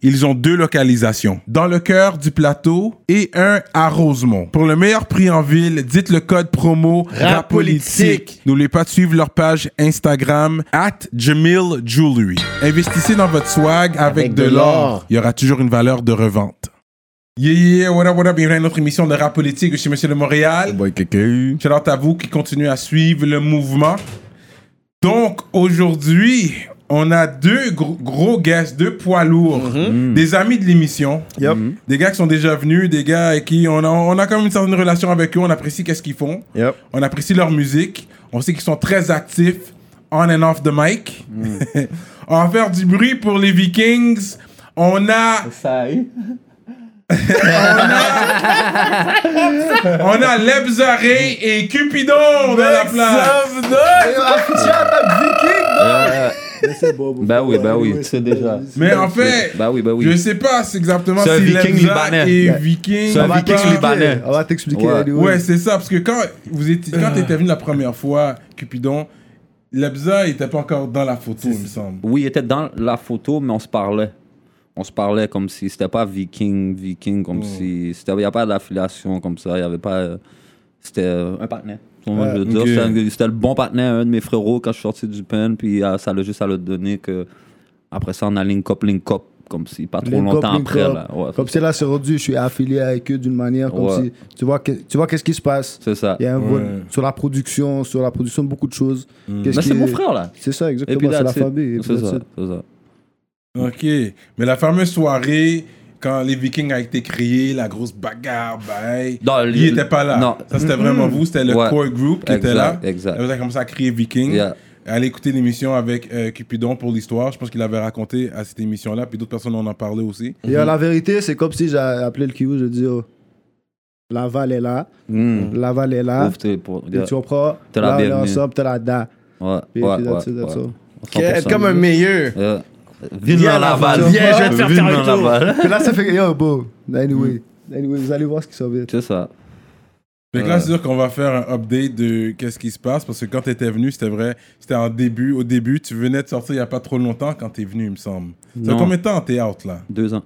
ils ont deux localisations, dans le cœur du plateau et un à Rosemont. Pour le meilleur prix en ville, dites le code promo RAPOLITIQUE. N'oubliez pas de suivre leur page Instagram at Jamil Jewelry. Investissez dans votre swag avec, Avec de de l'or. l'or. Il y aura toujours une valeur de revente. Yeah, yeah, what up, what up. Bienvenue à notre émission de rap politique chez Monsieur de Montréal. Boy, quelqu'un. Shout out à vous qui continuez à suivre le mouvement. Donc, aujourd'hui, on a deux gros, gros guests, deux poids lourds, des amis de l'émission, Yup. Mhm. des gars qui sont déjà venus, des gars avec qui on a, on a quand même une certaine relation avec eux, on apprécie qu'est-ce qu'ils font, Yup. on apprécie leur musique, on sait qu'ils sont très actifs on and off the mic. Mm. on va faire du bruit pour les Vikings. On a Ça a eu. On a Lebzaré et Cupidon dans la place. Euh, Bah oui, bah oui. C'est déjà. Mais en fait, Bah oui, bah je oui. sais pas c'est exactement C'est un si viking Lebza libanais. et Viking. C'est un ou viking pas. libanais. Libanais. On va t'expliquer. Ouais. anyway. Ouais, c'est ça, parce que quand vous étiez, Ah. quand t'étais venu la première fois, Cupidon, Lebza il était pas encore dans la photo, il me semble. Oui, il était dans la photo, mais on se parlait. On se parlait comme si c'était pas viking, viking, Hmm. comme si. c'était- Il n'y a pas d'affiliation comme ça. Il n'y avait pas. euh, C'était euh, un partenaire. On va le dire. Ah, ok. C'était un- C'était le bon partenaire, un de mes frérots, quand je suis sorti du pen. Puis euh, ça l'a juste à le donner que. Après ça, on a link up, link up. Comme si, pas trop Link up, longtemps link après. up. Là. Ouais, Comme c'est là, c'est rendu, je suis affilié avec eux d'une manière comme Ouais. si. Tu vois, que- tu vois qu'est-ce qui se passe C'est ça. Il y a un Ouais. vol sur la production, sur la production de beaucoup de choses. Qu'est-ce Mais qui Bah, c'est mon est- frère, là. C'est ça, Et exactement. puis C'est là, la famille. et puis C'est that's ça. it. c'est ça. Ok. Mais la fameuse soirée, quand les Vikings a été créé, la grosse bagarre, bye. Non, Il le- était pas là. Non. Hmm. Ça, c'était vraiment Mm-hmm. vous, c'était le Ouais. core group qui était Exact, là. exact. Elle vous a commencé à crier Viking. Yeah. Allez écouter l'émission avec euh, Cupidon pour l'histoire. Je pense qu'il avait raconté à cette émission-là, puis d'autres personnes en ont parlé aussi. Et euh, la vérité, c'est comme si j'ai appelé le Kiwi, je dis oh, Laval est là, Mm. Laval est là. Ouvre tes pour- Et tu comprends T'es la Là, on est bienvenue. ensemble, t'es la da. Ouais, Et ouais, puis that's it, ouais, that's ouais. all. Être comme un meilleur. Euh, Viens Viens dans la Laval. balle. Viens, je vais te faire faire un tour. Puis là, ça fait yo, beau. Anyway, Mm. anyway, vous allez voir ce qui s'en vient. C'est ça. Fait que là, c'est sûr qu'on va faire un update de qu'est-ce qui se passe, parce que quand t'étais venu, c'était vrai, c'était en début, au début, tu venais de sortir il y a pas trop longtemps quand t'es venu, il me semble. Ça fait Non. combien de temps t'es out, là? Deux ans.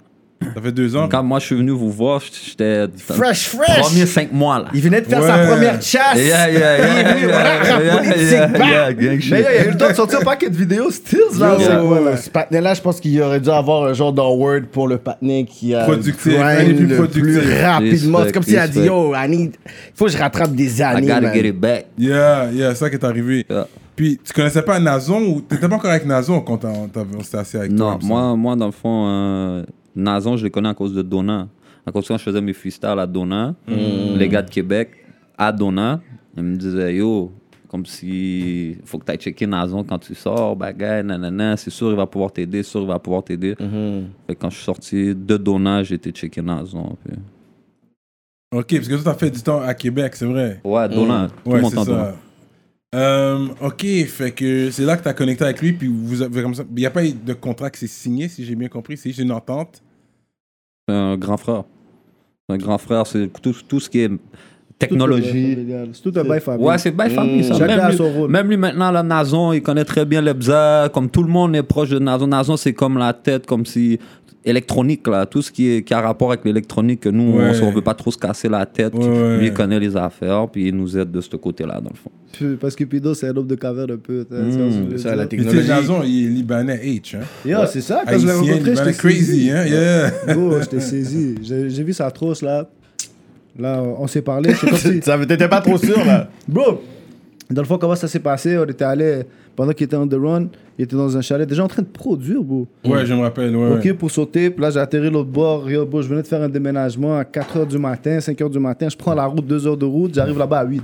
Ça fait deux ans? Quand moi je suis venu vous voir, j'étais. Hum. Fresh, fresh. Premier cinq mois là. Il venait de faire sa Ouais. première chasse. Yeah, yeah, yeah, yeah, yeah, yeah, yeah, yeah, gang shit. Mais yo, il y a eu le temps de sortir un paquet de vidéos, Stills là. Yo, c'est quoi, là? ce patinet-là, je pense qu'il aurait dû avoir un genre d'award pour le patinet qui a Productif, grind un des plus le productifs. plus rapidement. C'est Respect, comme s'il a dit, respect. yo, I need... faut que je rattrape des I années, gotta man. get it back. Yeah, yeah, ça qui est arrivé. Yeah. Puis, tu connaissais pas Nazon ou t'étais pas encore avec Nazon quand t'as- on t'avait- on s'était assis avec toi? Non, il me semble. moi, moi dans le fond, euh, Nazon, je les connais à cause de Donna. À cause quand je faisais mes freestyles à Donna, les gars de Québec, à Donna, ils me disaient Yo, comme si faut que tu ailles checker Nazon quand tu sors, bagaille, nanana, c'est sûr il va pouvoir t'aider, c'est sûr il va pouvoir t'aider. Mhm. Fait que quand je suis sorti de Donna, j'ai été checker Nazon. puis- Ok, parce que toi, t'as fait du temps à Québec, c'est vrai. Ouais, Donna, tout le Ouais, monde c'est entend Donna. ça. Euh, ok, fait que c'est là que t'as connecté avec lui, puis vous avez comme ça. Il n'y a pas eu de contrat qui s'est signé, si j'ai bien compris, c'est juste une entente. C'est un grand frère. C'est Un grand frère, c'est tout, tout ce qui est technologie. C'est tout un bail familial. Ouais, c'est belle famille, ça. Chacun a Même son lui, rôle. même lui, maintenant, là, Nazon, il connaît très bien l'EBSA. Comme tout le monde est proche de Nazon. Nazon, c'est comme la tête, comme si... Électronique, là. Tout ce qui, est, qui a rapport avec l'électronique, que nous, Ouais. on ne veut pas trop se casser la tête. Ouais, ouais. Lui, il connaît les affaires, puis il nous aide de ce côté-là, dans le fond. Puis- Parce que Pido, c'est un homme de caverne un peu. t'as- tu vois ce que je veux ça, dire? la Puis tu sais, technologie. Jason, il est libanais H, hein. Yo, c'est ça, Ah, quand je l'ai Haïtien, rencontré, libanais j'étais crazy, hein. Yeah. Gros, je t'ai saisi. J'ai j'ai vu sa trousse là. Là, on on s'est parlé. C'est comme si. Ça, t'étais pas trop sûr, là. Bro, dans le fond, comment ça s'est passé On était allé. Pendant qu'il était on the run, il était dans un chalet, déjà en train de produire, bro. Ouais, je me rappelle, ouais. Ok, pour sauter. Puis là, j'ai atterri l'autre bord. Yo, bro, je venais de faire un déménagement à 4 h du matin, 5 h du matin. Je prends la route, 2 h de route. J'arrive là-bas à 8.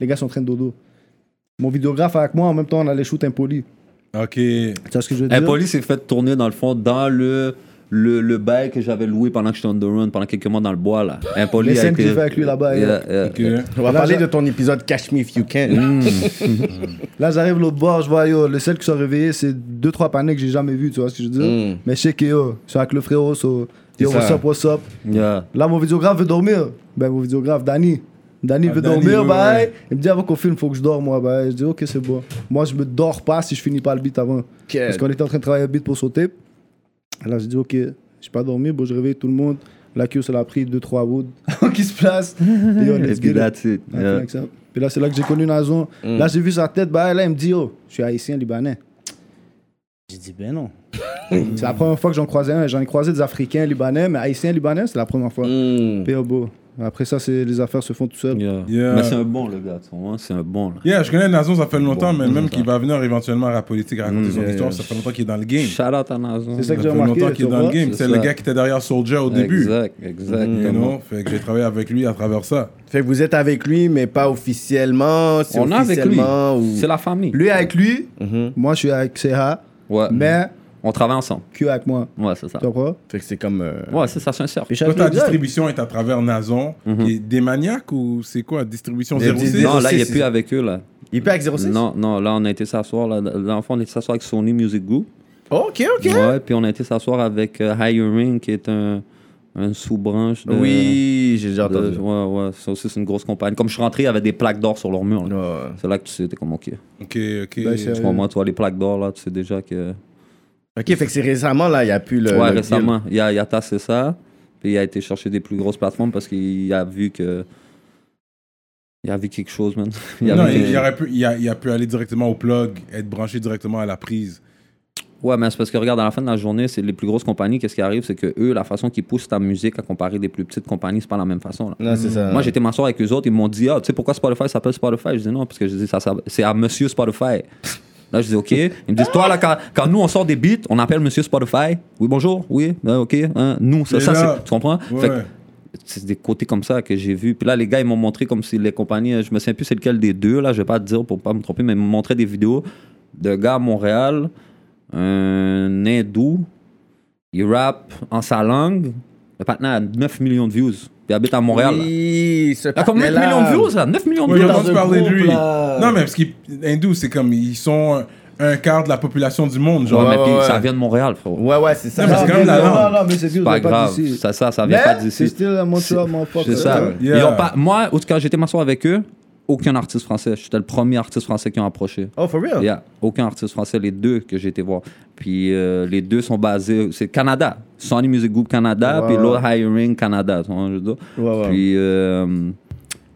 Les gars sont en train de dodo. Mon vidéographe avec moi, en même temps, on allait shoot impoli. Ok. Tu vois ce que je veux dire Impoli s'est fait tourner, dans le fond, dans le le, le bail que j'avais loué pendant que j'étais on the run, pendant quelques mois dans le bois, là. Impoli Les scènes avec que j'ai fait avec lui là-bas, Yeah, yeah. Que- On va Là, parler j'a- de ton épisode Catch Me If You Can. Mm. Là, j'arrive l'autre bord, je vois, yo, le seul qui sont réveillés, c'est deux, trois paniers que j'ai jamais vu, tu vois ce que je veux dire? Mm. Mais je sais que, yo, je suis avec le frérot, so, yo, C'est what's ça. up, what's up? Yeah. Là, mon vidéographe veut dormir. Ben, mon vidéographe, Danny. Danny Ah, veut Danny, dormir, ouais, bah, ouais. il me dit avant qu'on filme, faut que je dorme, moi. Bah, je dis, ok, c'est bon. Moi, je me dors pas si je finis pas le beat avant. Parce qu'on était en train de travailler le beat pour sauter. Là, j'ai dit, ok, j'ai pas dormi, bon, je réveille tout le monde. La queue, ça l'a pris 2-3 woods qui se place. Et yo, Et let's puis get it. that's it. Ah, Yeah. Mm. connect ça. Puis là, c'est là que j'ai connu Nazon. Là, j'ai vu sa tête, bah, là, il me dit, oh, je suis haïtien, libanais. J'ai dit, ben non. c'est la première fois que j'en croisais un. J'en ai croisé des Africains, libanais, mais haïtiens, libanais, c'est la première fois. Mm. Puis, oh, beau. Après ça, c'est les affaires se font tout seules. Yeah. Yeah. Mais c'est un bon, le gars, tu comprends? C'est un bon, là. Yeah, je connais Nazon, ça fait longtemps, mais même longtemps. qu'il va venir éventuellement à la politique à raconter Mm, son yeah, histoire, yeah. ça fait longtemps qu'il est dans le game. Shout out à Nazon. C'est ça Ça que fait j'ai remarqué. longtemps qu'il est tu dans le vois. game. C'est C'est le ça. gars qui était derrière Soldier au début. Exact, exact. Mm. You Comment- know? Fait que j'ai travaillé avec lui à travers ça. Fait que vous êtes avec lui, mais pas officiellement. c'est On est avec lui. officiellement ou- C'est la famille. Lui avec lui, moi je suis avec CH, Ouais. mais On travaille ensemble. Q avec moi. Ouais, c'est ça. Tu comprends? Fait que c'est comme. euh, Ouais, c'est ça, c'est un cercle. Richard Toi, ta Lozon. distribution est à travers Nazon. qui est Des maniaques ou c'est quoi Distribution Des- 06 des- Non, là, il n'est c'est- plus avec eux, là. Il paie avec 06 Non, non, là, on a été s'asseoir. Là, là, en fait, on a été s'asseoir avec Sony Music Group. Ok, ok. Ouais, puis on a été s'asseoir avec euh, Hiring, qui est un, un sous-branche de. Oui, j'ai déjà de- entendu. ouais, ouais, ça aussi, c'est une grosse compagnie. Comme je suis rentré, il y avait des plaques d'or sur leur mur. là. Ouais. Euh. C'est là que tu sais, t'es comme, OK. Ok, ok. Ben, c'est- Pour moi, tu vois, les plaques d'or, là, tu sais déjà que. Ok, fait que c'est récemment, là, il n'y a plus le. ouais, le récemment, il a, il a tassé ça, puis il a été chercher des plus grosses plateformes parce qu'il a vu que. Il a vu quelque chose, man. Il a non, vu il, quelque- il aurait pu, il, a, il a pu aller directement au plug, être branché directement à la prise. Ouais, mais c'est parce que regarde, à la fin de la journée, c'est les plus grosses compagnies, qu'est-ce qui arrive, c'est que eux, la façon qu'ils poussent ta musique à comparer des plus petites compagnies, c'est pas la même façon. là. deal. Non, c'est ça. Moi, j'étais m'asseoir avec eux autres, ils m'ont dit, ah, tu sais pourquoi Spotify s'appelle Spotify Je dis non, parce que je dis, ça, ça- c'est à Monsieur Spotify. Là, je dis, OK. Ils me disent, toi, là, quand, quand nous, on sort des beats, on appelle Monsieur Spotify. Oui, bonjour, oui, ben, OK, hein, nous, ça, Mais ça, là- c'est- tu comprends Ouais. Fait que c'est des côtés comme ça que j'ai vu. Puis là, les gars, ils m'ont montré comme si les compagnies, je me souviens plus c'est lequel des deux, là, je vais pas te dire pour pas me tromper, mais ils m'ont montré des vidéos de gars à Montréal, un hindou, il rappe en sa langue, le partenaire a 9 millions de views, puis il habite à Montréal. là. Oui, ce Il a comme 9 partenaire-là. millions de views, là, 9 millions de Ouais, j'ai views. entendu un parler de groupe, lui. là. Non, mais parce qu'ils, hindous, c'est comme, ils sont un, un quart de la population du monde, genre. Genre, mais ouais, puis ouais. ça vient de Montréal, frérot. Ouais, ouais, c'est ça. Ah, Non, mais c'est quand même la non, langue. non, mais c'est vieux, C'est vous pas avez pas grave, d'ici. ça, ça, ça vient pas Mais c'est d'ici. still un monture, mon pote. C'est ça. Yeah. Ils ont pas, moi, en tout cas, j'étais m'asseoir avec eux, aucun artiste français. J'étais le premier artiste français qu'ils ont approché. Oh, for real? Il y a aucun artiste français, les deux que j'ai été voir. Puis euh, les deux sont basés, c'est Canada, Sony Music Group Canada, Ouais, puis ouais. l'autre Hiring Canada. tu vois, je veux dire. Ouais, ouais. Puis euh,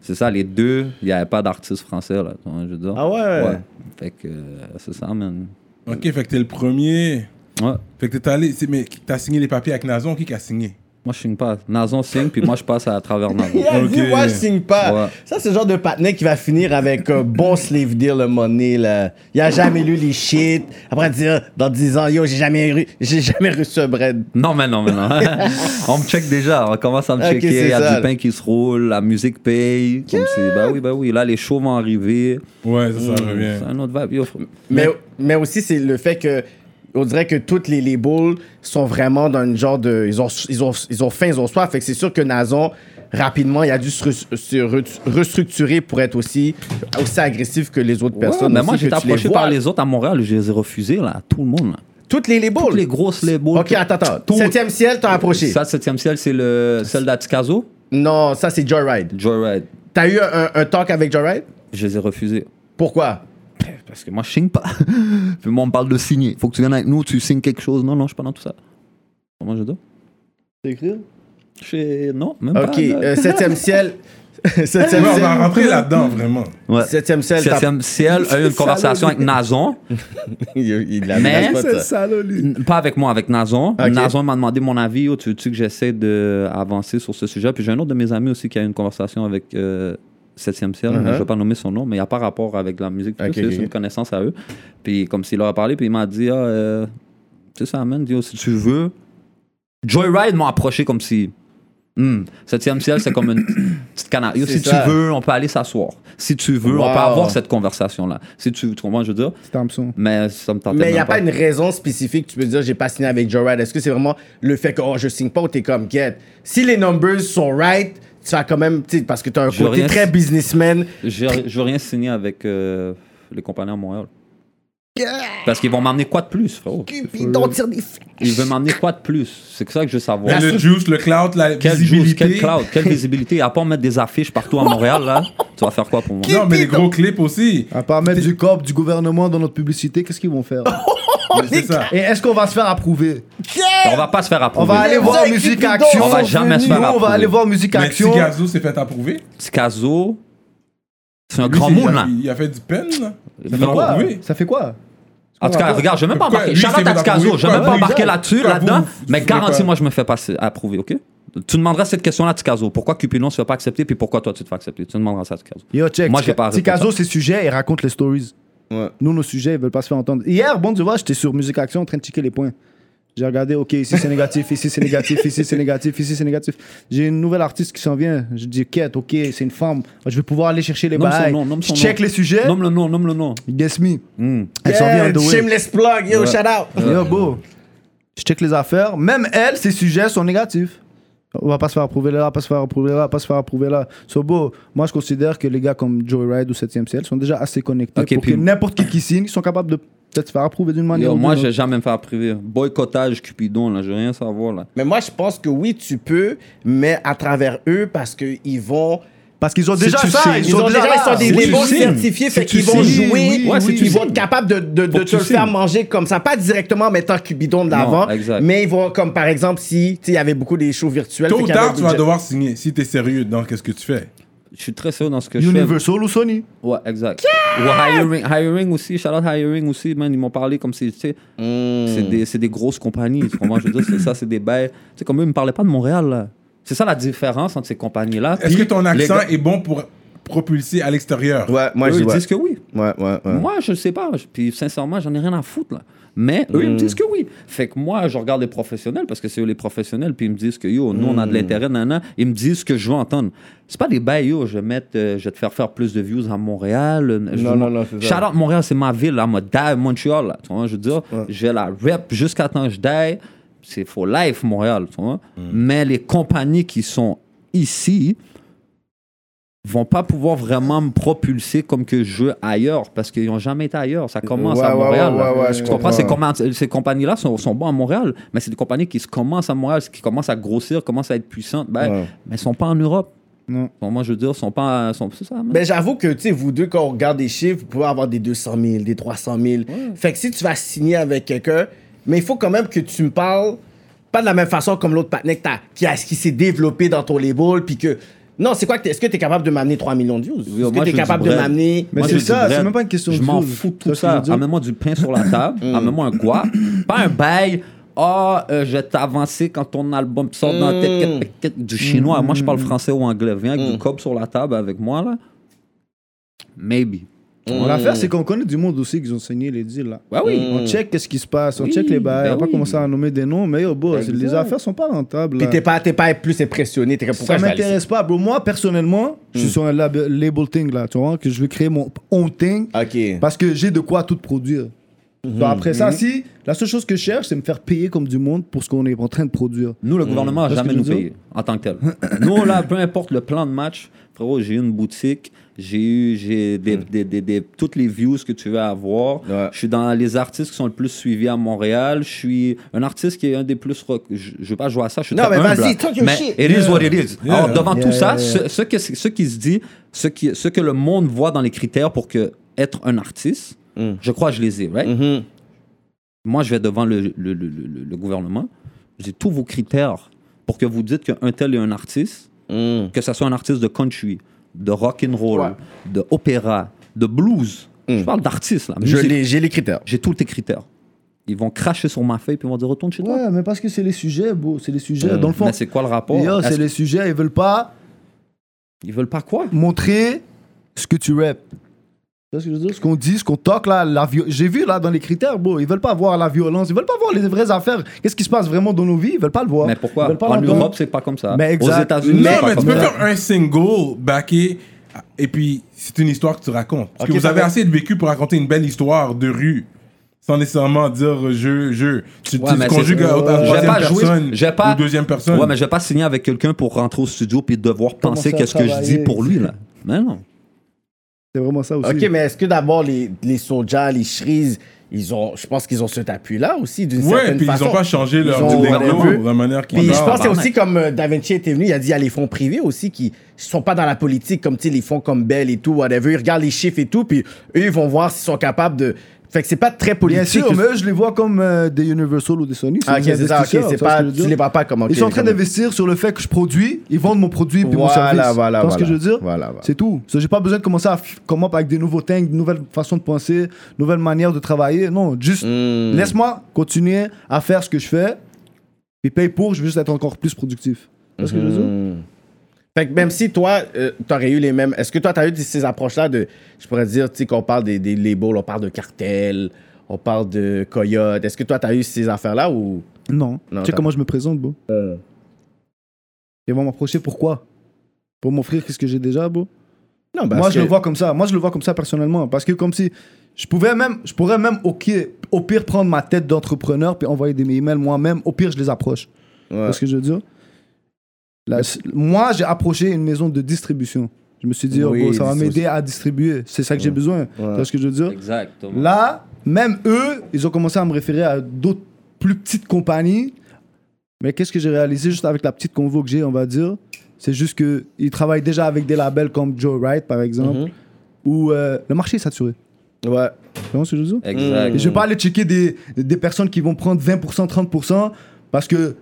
c'est ça, les deux, il n'y avait pas d'artiste français là. tu vois, je veux dire. Ah ouais? Fait que euh, c'est ça, man. Ok, fait que t'es le premier. Ouais. Fait que t'es allé, c'est- mais t'as signé les papiers avec Nazon, qui qui a signé Moi, je signe pas. Nazon signe, puis moi, je passe à travers Nazon. Il a dit, Ok. moi, je signe pas. Ouais. Ça, c'est le genre de partenaire qui va finir avec un bon slave deal, le money, là. Il a jamais lu les shit. Après, dire, dans 10 ans, yo, j'ai jamais, re- j'ai jamais reçu un bread. Non, mais non, mais non. on me check déjà. On commence à me Ok, checker. Il y a c'est ça. du pain qui se roule, la musique paye. Comme si, bah oui, bah oui. Là, les shows vont arriver. Ouais, ça, Hmm, ça revient. Hmm, C'est un autre vibe. yo, fr- Mais, mais aussi, c'est le fait que. On dirait que toutes les labels sont vraiment dans une genre de. Ils ont, ils ont, ils ont faim, ils ont soif. Fait que c'est sûr que Nazon, rapidement, il a dû se, re- se re- restructurer pour être aussi, aussi agressif que les autres personnes. mais aussi, moi, que j'étais tu les approché par vois. les autres à Montréal, je les ai refusés, là, à tout le monde. Là. Toutes les labels. Toutes les grosses les beaux. Ok, attends, attends. Tout- Euh, Septième ciel, t'as approché. Ça, 7 ciel, c'est le, celle d'Atikazo. Non, ça, c'est Joyride. Joyride. T'as eu un, un talk avec Joyride? Je les ai refusés. Pourquoi? Parce que moi, je signe pas. Puis moi, on me parle de signer. Faut que tu viennes avec nous, tu signes quelque chose. Non, non, je suis pas dans tout ça. Comment je dis Je sais- Non, même pas. Ok, là. euh, septième ciel. septième Ouais, on va ciel. rentrer là-dedans, vraiment. Ouais. Septième ciel, t'as- Septième ciel a eu une conversation avec Nazon. il, il la Mais- ménage pas de ça. salaud, lui. N- Pas avec moi, avec Nazon. Ok. Nazon m'a demandé mon avis. Oh, tu veux-tu que j'essaie d'avancer sur ce sujet? Puis j'ai un autre de mes amis aussi qui a eu une conversation avec euh, 7e Ciel. Mhm. Je ne vais pas nommer son nom, mais il n'y a pas rapport avec la musique. Ok, c'est ok, juste ok. une connaissance à eux. Puis comme s'il leur a parlé, puis il m'a dit, ah, euh, tu sais ça, man, dis, oh, si tu veux. Joyride m'a approché comme si. Hmm. Septième ciel, c'est comme une petite canard. Yo, C'est Si ça. tu veux, on peut aller s'asseoir. Si tu veux, on Wow. peut avoir cette conversation-là. Si tu, tu comprends, je veux dire. Thompson. Mais ça me tentait Mais il n'y même a pas une raison spécifique, tu peux dire, j'ai pas signé avec Joe Wright. Est-ce que c'est vraiment le fait que oh, je signe pas ou t'es comme get? Si les numbers sont right, tu as quand même, tu sais, parce que tu as un Je veux côté rien- très businessman. J'ai- Je veux rien signer avec euh, les compagnies à Montréal. Parce qu'ils vont m'emmener quoi de plus, frérot? Puis donc, tire des flèches. Ils veulent m'emmener quoi de plus? C'est ça que je veux savoir. Mais le juice, le cloud, la Quel juice, visibilité. quel cloud, quelle visibilité. À part mettre des affiches partout à Montréal, là, tu vas faire quoi pour moi? Non, mais les gros clips aussi. À part mettre du cop, du gouvernement dans notre publicité, qu'est-ce qu'ils vont faire Mais C'est ça. Et est-ce qu'on va se faire approuver On va pas se faire On approuver. va aller vous voir avez Musique Cupidon, Action. on va jamais se Nous, faire On va approuver. aller voir Musique Mais Action. Tigazo s'est fait approuver. Scazo, c'est un Lui, grand c'est- monde, là. il- Il a fait du peine, là. Il a fait Frérot. approuver. Ça fait quoi En tout cas, regarde, je vais même pas Pourquoi embarquer. lui, Shout c'est out à vous Ticazo, approuver? je vais même Pourquoi pas vous, embarquer vous, là-dessus, pourquoi là-dedans. vous, vous Mais faites pas- garantis, moi, je me fais pas approuver, ok? Tu demanderas cette question-là à Ticazo. Pourquoi Cupidon se fait pas accepter, puis pourquoi toi, tu te fais accepter? Tu demanderas ça à Ticazo. Yo, check. Moi, j'ai pas arrêté Ticazo, ses sujets, il raconte les stories. Ouais. Nous, nos sujets, ils veulent pas se faire entendre. Hier, bon, tu vois, j'étais sur Musique Action en train de checker les points. J'ai regardé, ok, ici c'est négatif, ici c'est négatif, ici c'est négatif, ici c'est négatif. J'ai une nouvelle artiste qui s'en vient. Je dis, quête, ok, c'est une femme. Je vais pouvoir aller chercher les Nomme son bails. nom, nomme Je son check nom. les sujets. Nomme le nom, nomme le nom. Guess me. Hein? Hmm. Elle s'en vient de Shameless plug, yo, Ouais. shout out. Yo, beau. Je check les affaires. Même elle, ses sujets sont négatifs. On va pas se faire approuver là, pas se faire approuver là, pas se faire approuver là. So, beau. Moi, je considère que les gars comme Joey Ride ou 7ème ciel sont déjà assez connectés Ok, pour puis- que n'importe qui qui signe, ils sont capables de peut-être se faire approuver d'une manière Yo, ou moi, d'une j'ai autre. jamais me fait approuver. Boycottage Cupidon, là, je veux rien savoir, là. Mais moi, je pense que oui, tu peux, mais à travers eux, parce qu'ils vont. Parce qu'ils ont Si déjà tu ça. signes, ils Ils sont ont déjà déjà ils là. sont des Oui, des bons tu signes. certifiés, Faut fait que tu qu'ils vont signes. jouer, Oui, ouais, c'est ils tu vont signes. être capables de, de, de que te tu le faire signes. manger comme ça, pas directement en mettant Cubidon de l'avant, exact. mais ils vont, comme par exemple, si tu sais, il y avait beaucoup des shows virtuels. Tôt fait ou qu'il y avait tard, tu vas budget. devoir signer si t'es sérieux dans qu'est-ce que tu fais. Je suis très sérieux dans ce que je fais. Universal ou Sony. Ouais, exact. Ouais, hiring, hiring aussi, shout out hiring aussi, man, ils m'ont parlé comme si, tu sais, c'est des, c'est des grosses compagnies, tu comprends? Je veux dire, c'est ça, c'est des bails. Tu sais, comme eux, ils me parlaient pas de Montréal, là. C'est ça la différence entre ces compagnies-là. Est-ce que Puis, ton les accent gars- est bon pour propulser à l'extérieur? Ouais, moi, Eux, je ils ouais. disent que oui. Ouais, ouais, ouais. Moi, je sais pas. Je- Puis sincèrement, j'en ai rien à foutre là. Mais eux, Hmm. ils me disent que oui. Fait que moi, je regarde les professionnels parce que c'est eux les professionnels. Puis ils me disent que yo, nous, on a Hmm. de l'intérêt, nana. Ils me disent ce que je veux entendre. C'est pas des bails, yo. Je vais, mettre, euh, je vais te faire faire plus de views à Montréal. euh, je Non, veux- non, non, c'est ça. Shout out Montréal, c'est ma ville là. Moi, die Montréal là. Tu vois, je veux dire, je vais la rep jusqu'à temps que je die. C'est for life Montréal. Tu vois. Hmm. Mais les compagnies qui sont ici, vont pas pouvoir vraiment me propulser comme que je veux ailleurs parce qu'ils n'ont jamais été ailleurs. Ça commence Ouais, à ouais, Montréal. ouais, là. ouais, ouais, je tu comprends? Ces, comprends. comman- euh, ces compagnies-là sont, sont bons à Montréal, mais c'est des compagnies qui se commencent à Montréal, qui commencent à grossir, commencent à être puissantes. Ben, Ouais. Mais elles sont pas en Europe. Non. Bon, moi, je veux dire, sont pas. Sont, c'est ça, hein, man. Mais Ben, j'avoue que, tu sais, vous deux, quand on regarde des chiffres, vous pouvez avoir des 200 000, des 300 000. Fait que si tu vas signer avec quelqu'un, mais il faut quand même que tu me parles pas de la même façon comme l'autre partenaire que t'as- qui, a- qui s'est développé dans ton label, puis que... Non, c'est quoi que t'es- Est-ce que t'es capable de m'amener 3 millions de views? Oui, Est-ce moi, que t'es je capable dis de vrai. m'amener... Mais Moi, c'est je dis ça, vrai, c'est même pas une question Je de m'en views. fous de Ça, tout c'est Mm. ce que je ça. veux dire. Amène-moi du pain sur la table, amène-moi un quoi, pas un bail. Ah, euh, je vais t'avancer quand ton album sort dans la tête, Mm. quête, quête, quête, du chinois. Moi, je parle français ou anglais. Viens avec du cob sur la table avec moi, là. Maybe. L'affaire, c'est qu'on connaît du monde aussi qu'ils ont signé les deals là. Ouais, Mm. Bah oui. On check qu'est-ce qui se passe, on Oui, check les bails, ben on va pas oui. commencer à nommer des noms, mais yo, bro, Exact. les affaires sont pas rentables. Puis là. t'es pas, t'es pas plus impressionné. T'es comme, pourquoi ça je vais aller ici? m'intéresse pas, bro. Moi, personnellement, je Hmm. suis sur un lab- label thing, là, tu vois, que je vais créer mon own thing OK. parce que j'ai de quoi tout produire. Hmm. Donc, après ça, si, la seule chose que je cherche, c'est me faire payer comme du monde pour ce qu'on est en train de produire. Nous, le gouvernement n'a Parce que jamais je nous veux dire- payé en tant que tel. nous, là, peu importe le plan de match, frérot, j'ai eu une boutique, j'ai eu j'ai des, des- des- des- toutes les views que tu veux avoir. Ouais. Je suis dans les artistes qui sont le plus suivis à Montréal. Je suis un artiste qui est un des plus. rec- Je ne veux pas jouer à ça, je suis Non, très mais humble, vas-y, là. talk your Mais shit. It is what it is. Yeah. Alors, devant Yeah, tout ça, yeah, Ce, ce que, ce qui se dit, ce, qui, ce que le monde voit dans les critères pour que être un artiste, je crois que je les ai, right? Mhm. Moi, je vais devant le, le- le- le- le gouvernement. J'ai tous vos critères pour que vous dites qu'un tel est un artiste, Hmm. Mm. que ce soit un artiste de country, de rock and roll, Ouais. de opéra, de blues. Hmm. Je parle d'artiste là. Je musique. l'ai- J'ai les critères. J'ai tous tes critères. Ils vont cracher sur ma feuille puis ils vont dire retourne chez toi. Ouais, mais parce que c'est les sujets, bro. C'est les sujets. Hmm. Dans le fond, Mais c'est quoi le Oh, rapport yo, Est-ce c'est les sujets, ils veulent pas qu'ils- Ils veulent pas quoi montrer ce que tu rap. Tu vois ce que je veux dire? Ce qu'on dit, ce qu'on toque là, la vio- j'ai vu là dans les critères, bro, ils veulent pas voir la violence, ils veulent pas voir les vraies affaires. Qu'est-ce qui se passe vraiment dans nos vies? Ils veulent pas le voir. Mais Ils pourquoi veulent pas En l'entendre. Europe, c'est pas comme ça. Mais exact. Aux États-Unis, Non, c'est pas mais tu comme peux ça. faire un single backé et puis c'est une histoire que tu racontes. Parce Ok, que vous avez parfait. assez de vécu pour raconter une belle histoire de rue sans nécessairement dire euh, je, je. Tu, Ouais, tu mais conjugues c'est- à, à Je la vais troisième pas jouer- personne je vais pas- ou deuxième personne. Ouais, mais je vais pas signer avec quelqu'un pour rentrer au studio puis devoir penser Commencer à qu'est-ce que je dis travailler. Hmm. pour lui, là. Mais non. C'est vraiment ça aussi. Ok, mais est-ce que d'abord les, les soldats, les Shrees, ils ont, je pense qu'ils ont cet appui-là aussi d'une Ouais, certaine puis façon. ils ont pas changé leur ont- gouvernement, la manière qu'ils Puis je parlent. pense que c'est tabarnak. aussi comme euh, Da Vinci était venu, il a dit il y a les fonds privés aussi qui sont pas dans la politique comme tu sais, les fonds comme Bell et tout, whatever. Ils regardent les chiffres et tout, puis eux ils vont voir s'ils sont capables de. Fait que c'est pas très politique. Bien sûr, mais eux, je les vois comme euh, des Universal ou des Sony. Ah, ok, des c'est ça, ok, investisseurs, c'est tu pas. vois ce que je veux Tu dire? les vois pas comme. ok, Ils sont en train comme- d'investir sur le fait que je produis, ils vendent mon produit puis mon service. Voilà, voilà, Tu voilà. vois ce que je veux dire Voilà, voilà. C'est tout. Ça, J'ai pas besoin de commencer à f- come up avec des nouveaux things, de nouvelles façons de penser, nouvelles manières de travailler. Non, juste Hmm. laisse-moi continuer à faire ce que je fais puis paye pour, je veux juste être encore plus productif. Tu vois ce que je veux dire Hmm. Fait que même si toi, euh, t'aurais eu les mêmes. Est-ce que toi, t'as eu ces approches-là de. Je pourrais dire, tu sais, qu'on parle des, des labels, on parle de cartel, on parle de coyote. Est-ce que toi, t'as eu ces affaires-là ou. Non. Non, tu sais t'as- Euh. comment je me présente, bro Ils vont m'approcher pourquoi Pour m'offrir qu'est-ce que j'ai déjà, bro Non, Moi, je le vois comme ça. Moi, je le vois comme ça personnellement. Parce que comme si je pouvais même, je pourrais même, ok, au pire, prendre ma tête d'entrepreneur puis envoyer des emails moi-même. Au pire, je les approche. Ouais. Parce que je veux dire, la- moi, j'ai approché une maison de distribution. Je me suis dit, oh, Oui, bon, ça va distribution. m'aider à distribuer. C'est ça que j'ai besoin. Tu vois ce que je veux dire? Exactement. Là, même eux, ils ont commencé à me référer à d'autres plus petites compagnies. Mais qu'est-ce que j'ai réalisé juste avec la petite convo que j'ai, on va dire C'est juste que ils travaillent déjà avec des labels comme Joe Wright, par exemple, Mhm. où euh, le marché est saturé. Ouais. Tu vois ce que je veux dire Exact. Et Je vais pas aller checker des, des personnes qui vont prendre 20%, 30% parce que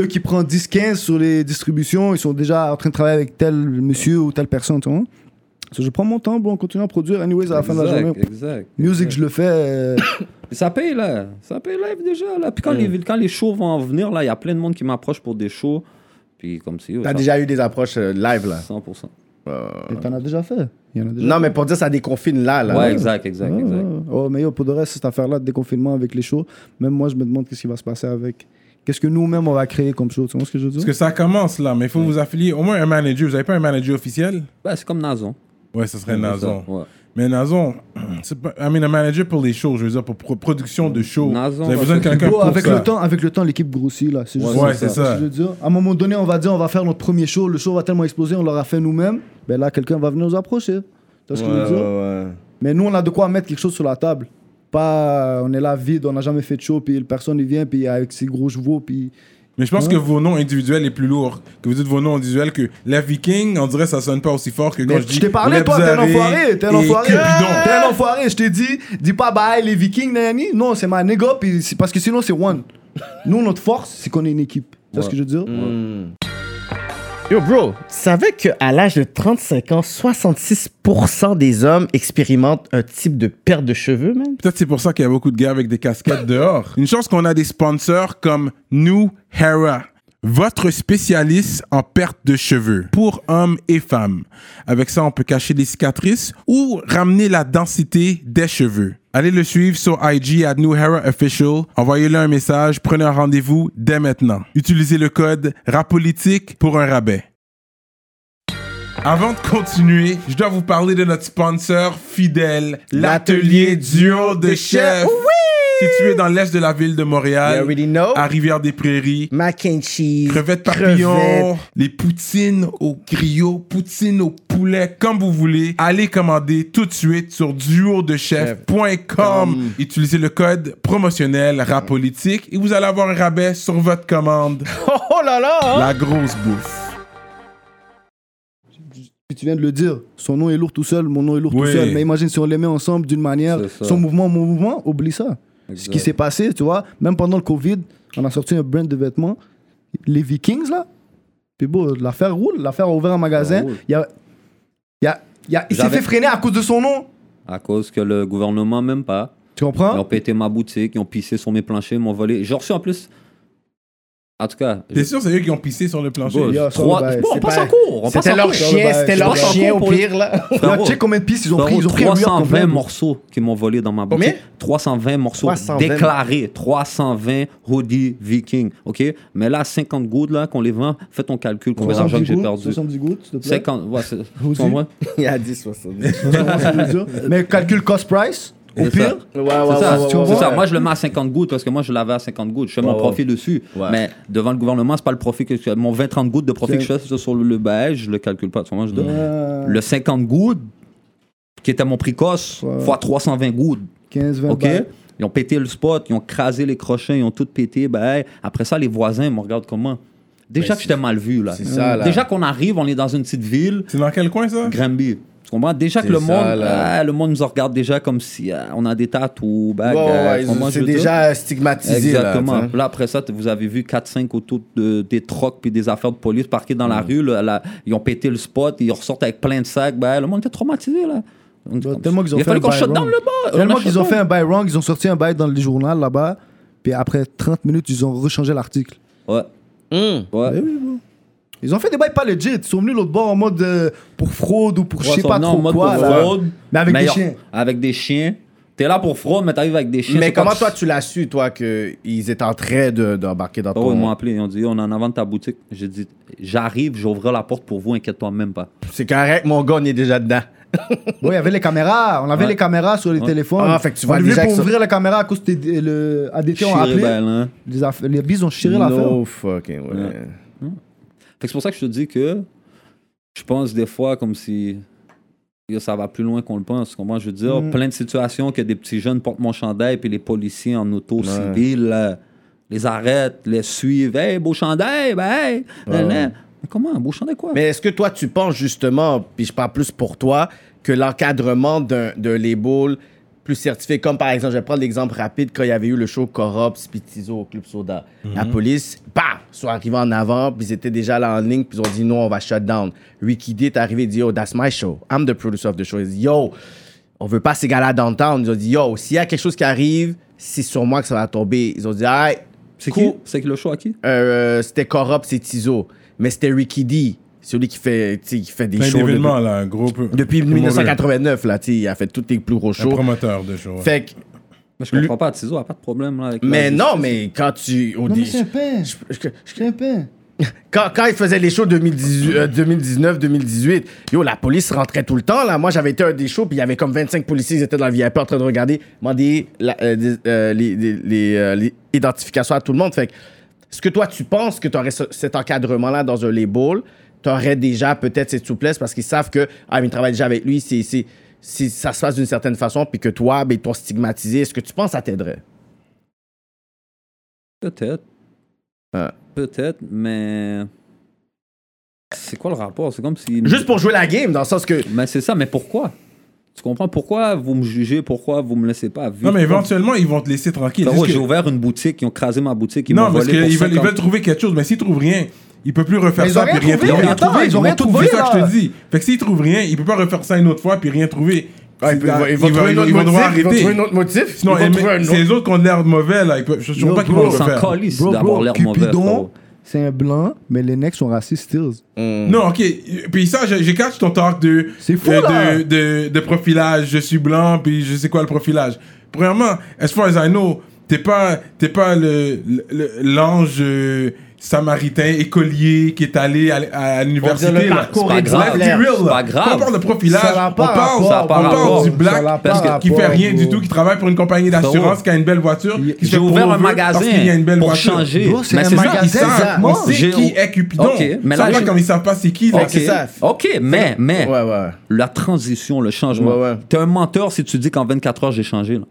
eux qui prennent 10, 15 sur les distributions, ils sont déjà en train de travailler avec tel monsieur ou telle personne, tu vois So, je prends mon temps, bon, on continue à produire. Anyways, à la fin de la Exact, journée, Exact. music, je le fais. euh, Ça paye, là. Ça paye live déjà, là. Puis quand, les, quand les shows vont en venir, là, il y a plein de monde qui m'approche pour des shows. Puis comme si. oh, T'as ça- déjà eu des approches euh, live, là. 100%. Et t'en as déjà fait. Il y en a déjà Non, mais pour dire, ça déconfine là, là. Ouais, exact, exact, Ouais, exact. ouais. Oh, mais yo, pour de reste, cette affaire-là de déconfinement avec les shows, même moi, je me demande qu'est-ce qui va se passer avec. Qu'est-ce que nous-mêmes, on va créer comme show. Tu vois ce que je veux dire? Parce que ça commence là, mais il faut vous affilier au moins un manager. Vous avez pas un manager officiel Bah, c'est comme Nazon. Ouais, ce serait Nazon. Ouais. Mais Nazon, c'est pas. I mean, un manager pour les shows, je veux dire, pour pro- production de shows. Nazon Vous avez va besoin de s'occuper. quelqu'un Bro, pour avec ça. le temps, avec le temps, l'équipe grossit là. C'est juste Ouais, c'est Ce ça. que je veux dire. À un moment donné, on va dire, on va faire notre premier show. Le show va tellement exploser, on l'aura fait nous-mêmes. Ben là, quelqu'un va venir nous approcher. Tu vois ce que je veux dire? Mais nous, on a de quoi mettre quelque chose sur la table. Pas, euh, on est là vide, on n'a jamais fait de show, puis personne il vient, puis avec ses gros chevaux, puis Mais je pense Hein? que vos noms individuels est plus lourd. Que vous dites vos noms individuels que la Viking, on dirait que ça sonne pas aussi fort que quand Mais je dis. je t'ai parlé, toi, t'es un Lebzaré enfoiré, t'es un et enfoiré. T'es Cupidon. un enfoiré, je t'ai dit, dis pas bye les Vikings, nanani. Non, c'est ma nigga, puis c'est- parce que sinon c'est one. Nous, notre force, c'est qu'on est une équipe. Tu vois ce que je veux dire? Yo, bro, tu savais qu'à l'âge de 35 ans, 66% des hommes expérimentent un type de perte de cheveux, même? Peut-être c'est pour ça qu'il y a beaucoup de gars avec des casquettes dehors. Une chance qu'on a des sponsors comme New Hera, votre spécialiste en perte de cheveux pour hommes et femmes. Avec ça, on peut cacher les cicatrices ou ramener la densité des cheveux. Allez le suivre sur IG à New Hera Official. Envoyez-le un message, prenez un rendez-vous dès maintenant. Utilisez le code RAPOLITIQUE pour un rabais. Avant de continuer, je dois vous parler de notre sponsor fidèle, l'atelier duo de chef. Situé dans l'est de la ville de You Montréal, already know. à Rivière-des-Prairies. Mac and cheese. Crevettes papillons, crevettes. les poutines au griot, poutines au poulet, comme vous voulez. Allez commander tout de suite sur duodechef.com. Utilisez le code promotionnel rapolitique et vous allez avoir un rabais sur votre commande. Oh, oh là là! hein? La grosse bouffe. Puis tu viens de le dire, son nom est lourd tout seul, mon nom est lourd Oui. tout seul. Mais imagine si on les met ensemble d'une manière, C'est ça. son mouvement, mon mouvement, oublie ça. Ce qui Exact. s'est passé, tu vois, même pendant le Covid, on a sorti un brand de vêtements, les Vikings là. Puis bon, l'affaire roule, l'affaire a ouvert un magasin. roule. Il y a, il y a, il y a- il s'est Ah, J'avais- fait freiner à cause de son nom. À cause que le gouvernement, même pas. Ah. Tu comprends? Ils ont pété ma boutique, ils ont pissé sur mes planchers, ils m'ont volé. J'ai reçu en plus En tout cas, T'es sûr, c'est eux qui ont pissé sur le plancher? Bro, Yo, ça, trois- bah, Bon, on ben, c'est passe pas- en cours. on passe C'était en leur cours. chien, c'était Je leur passe en chien cours au pour les- pire, là. Frérot, check combien de pistes ils ont pris. Ils ont pris à New York 320 complet. morceaux qui m'ont volé dans ma box. Combien? 320 morceaux 320. déclarés. 320 hoodie viking. OK? Mais là, 50 gouttes, là, qu'on les vend, fais ton calcul. Combien d'argent que j'ai perdu? 70 gouttes, s'il te plaît. 50. Ouais, c'est- tu Hoodie. comprends? Il a dit 70. Mais calcule cost-price, au C'est pire. ça. Ouais, ouais, C'est ça, ouais, ouais, c'est ouais, ça. ouais. Moi, je le mets à 50 gouttes parce que moi, je l'avais à 50 gouttes. Je fais mon ouais. profit dessus. Ouais. Mais devant le gouvernement, c'est pas le profit que je fais. Mon 20-30 gouttes de profit que je fais sur le- le bail, je le calcule pas. Tu comprends? Je donne. Ah, euh, Le 50 gouttes, qui était mon précoce, Ouais. fois 320 gouttes. 15, 20 OK? balles. Ils ont pété le spot, ils ont crasé les crochets, ils ont tout pété. Ben, hey, après ça, les voisins me regardent comment. Déjà Ben, que j'étais mal vu, là. c'est ça, là. Déjà qu'on arrive, on est dans une petite ville, C'est dans quel coin, ça? Granby. Tu comprends? Déjà que C'est le ça, monde, là. ah, le monde nous regarde déjà comme si ah, on a des tatous, ben, Ouais, euh, ouais, tu comprends, ils- je C'est veux dire? déjà stigmatisé, là. Exactement. tu sais. Là, après ça, t- vous avez vu 4-5 autour de, des trocs puis des affaires de police parquées dans Mm. la rue. là, là, ils ont pété le spot, ils ressortent avec plein de sacs. Ben, le monde était traumatisé, là. On- Bah, tellement qu'ils ont Il a fait fallu un qu'on buy shut wrong. down le bas. Tellement On a shut qu'ils ont down. fait un buy wrong, ils ont sorti un buy dans le journal là-bas, puis après 30 minutes, ils ont rechangé l'article. Ouais. Ouais. Ils ont fait des bails pas legit. Ils sont venus l'autre bord en mode euh, pour fraude ou pour je Ouais, sais sont pas venus en trop mode quoi. pour là. fraude, Mais avec des meilleur- chiens. Avec des chiens. T'es là pour fraude, mais t'arrives avec des chiens. Mais C'est comment quand toi, tu l'as su, toi, qu'ils étaient en train de- d'embarquer dans Oh, ils m'ont ton... appelé, ils ont dit on est en avant de ta boutique. J'ai dit j'arrive, j'ouvre la porte pour vous, inquiète-toi même pas. C'est correct, mon gars, on est déjà dedans. Oui, il y avait les caméras. On avait Ouais. les caméras sur les téléphones. Ah, fait que tu On vois est déjà venu que pour ça- ouvrir les caméras à cause des le ADT ont Chiré, appelé. ben, là. Les, aff- les bises ont chiré l'affaire. No fucking way. Ouais. Fait que c'est pour ça que je te dis que je pense des fois comme si yo, ça va plus loin qu'on le pense. Comment je veux dire, Mm. plein de situations que des petits jeunes portent mon chandail puis les policiers en auto civile euh, les arrêtent, les suivent. Hey, beau chandail, ben hey. nan, nan. Mais comment, beau chandail quoi? Mais est-ce que toi, tu penses justement, puis je parle plus pour toi, que l'encadrement d'un de label plus certifié, comme par exemple, je vais prendre l'exemple rapide quand il y avait eu le show Corrupt, Spitizo au Club Soda. La police, bam, sont arrivés en avant, puis ils étaient déjà là en ligne, puis ils ont dit non, on va shut down. Ricky D est arrivé et dit yo, that's my show. I'm the producer of the show. Il dit yo, on veut pas ces gars-là downtown. Ils ont dit yo, s'il y a quelque chose qui arrive, c'est sur moi que ça va tomber. Ils ont dit hey, c'est cool. qui? C'est le choix à qui? Euh, c'était Corrupt, c'est Tizo. Mais c'était Ricky D, celui qui fait, tu sais, qui fait des Plein shows d'événements, là, un gros peu. depuis, depuis Tout le monde veut. 1989. Là, tu sais, il a fait tous les plus gros Un shows. promoteur de show. ouais. Fait que- Mais je comprends pas, Tizo a pas de problème là, avec la mais justice. non, mais quand tu. Au dé- pain. je- je- je- C'est un pain. quand, quand ils faisaient les shows 2018, euh, 2019, 2018, yo, la police rentrait tout le temps. Là. Moi, j'avais été à un des shows, puis il y avait comme 25 policiers, ils étaient dans la VIP en train de regarder, demander la- euh, des- euh, les, les- les, euh, les identifications à tout le monde. Fait que, est-ce que toi, tu penses que tu aurais cet encadrement-là dans un label? Tu aurais déjà peut-être cette souplesse parce qu'ils savent que, ah, mais ils travaillent déjà avec lui, c'est, c'est, c'est- ça se passe d'une certaine façon, puis que toi, ben, ils t'ont stigmatisé. Est-ce que tu penses que ça t'aiderait? Peut-être. Ouais. Peut-être, mais. C'est quoi le rapport? C'est comme si. Juste pour jouer la game, dans le sens que. Mais c'est ça, mais pourquoi? Tu comprends? Pourquoi vous me jugez? Pourquoi vous me laissez pas vivre? Non, mais éventuellement, ils vont te laisser tranquille. Frérot, Juste j'ai que- ouvert une boutique, ils ont crasé ma boutique, ils m'ont Non, parce volé pour qu'ils veulent, ils 50. veulent trouver quelque chose, mais s'ils trouvent rien, ils peuvent plus refaire Mais ils ça ont puis rien rien trouvé, trouver. attends, ils ont rien tout trouvé, C'est ça que je là. te dis. Fait que s'ils trouvent rien, ils peuvent pas refaire ça une autre fois puis rien trouver. Ah, ils C'est- peuvent- ils vont ils trouver un vont- autre ils vont devoir motif, ils vont trouver un arrêter. autre motif. Sinon, ils vont mais- trouver un autre. c'est les autres qui ont l'air mauvais, là. ils peuvent- Je je Yo, trouve pas qu'ils bro, vont le On s'en refaire. calisse Bro, d'avoir bro, l'air mauvais. Cupidon, frérot. c'est un blanc, mais les necks sont racistes stills. Non, ok. Puis ça, j'ai j'ai catch ton talk de, C'est fou, euh, là. de, de, de profilage. Je suis blanc, puis je sais quoi le profilage. Premièrement, as far as I know, t'es pas, t'es pas le- le- le- l'ange euh, samaritain écolier qui est allé à, à l'université. le là. parcours C'est est Let's pas grave. be real, C'est là. pas grave. Quand on parle de profilage, Ça n'a on pas parle, rapport. Ça n'a pas on parle rapport. du black Ça n'a pas parce que- qui rapport, fait rien bro. du tout, qui travaille pour une compagnie d'assurance, Frérot. qui a une belle voiture. qui se J'ai fait ouvert un pauvre parce magasin qu'il y a une belle pour voiture. changer. Bro, c'est Mais un c'est ça. magasin. Ils savent, Exactement. on sait J'ai- qui est Cupidon. Ok, mais Ça, là, moi, j'ai- comme ils savent pas c'est qui. Ok. fait que c'est C'est ça. ça. Ok, mais, mais, Ouais, ouais. la transition, le changement. Ouais, ouais. T'es un menteur si tu dis qu'en 24 heures, j'ai changé. là.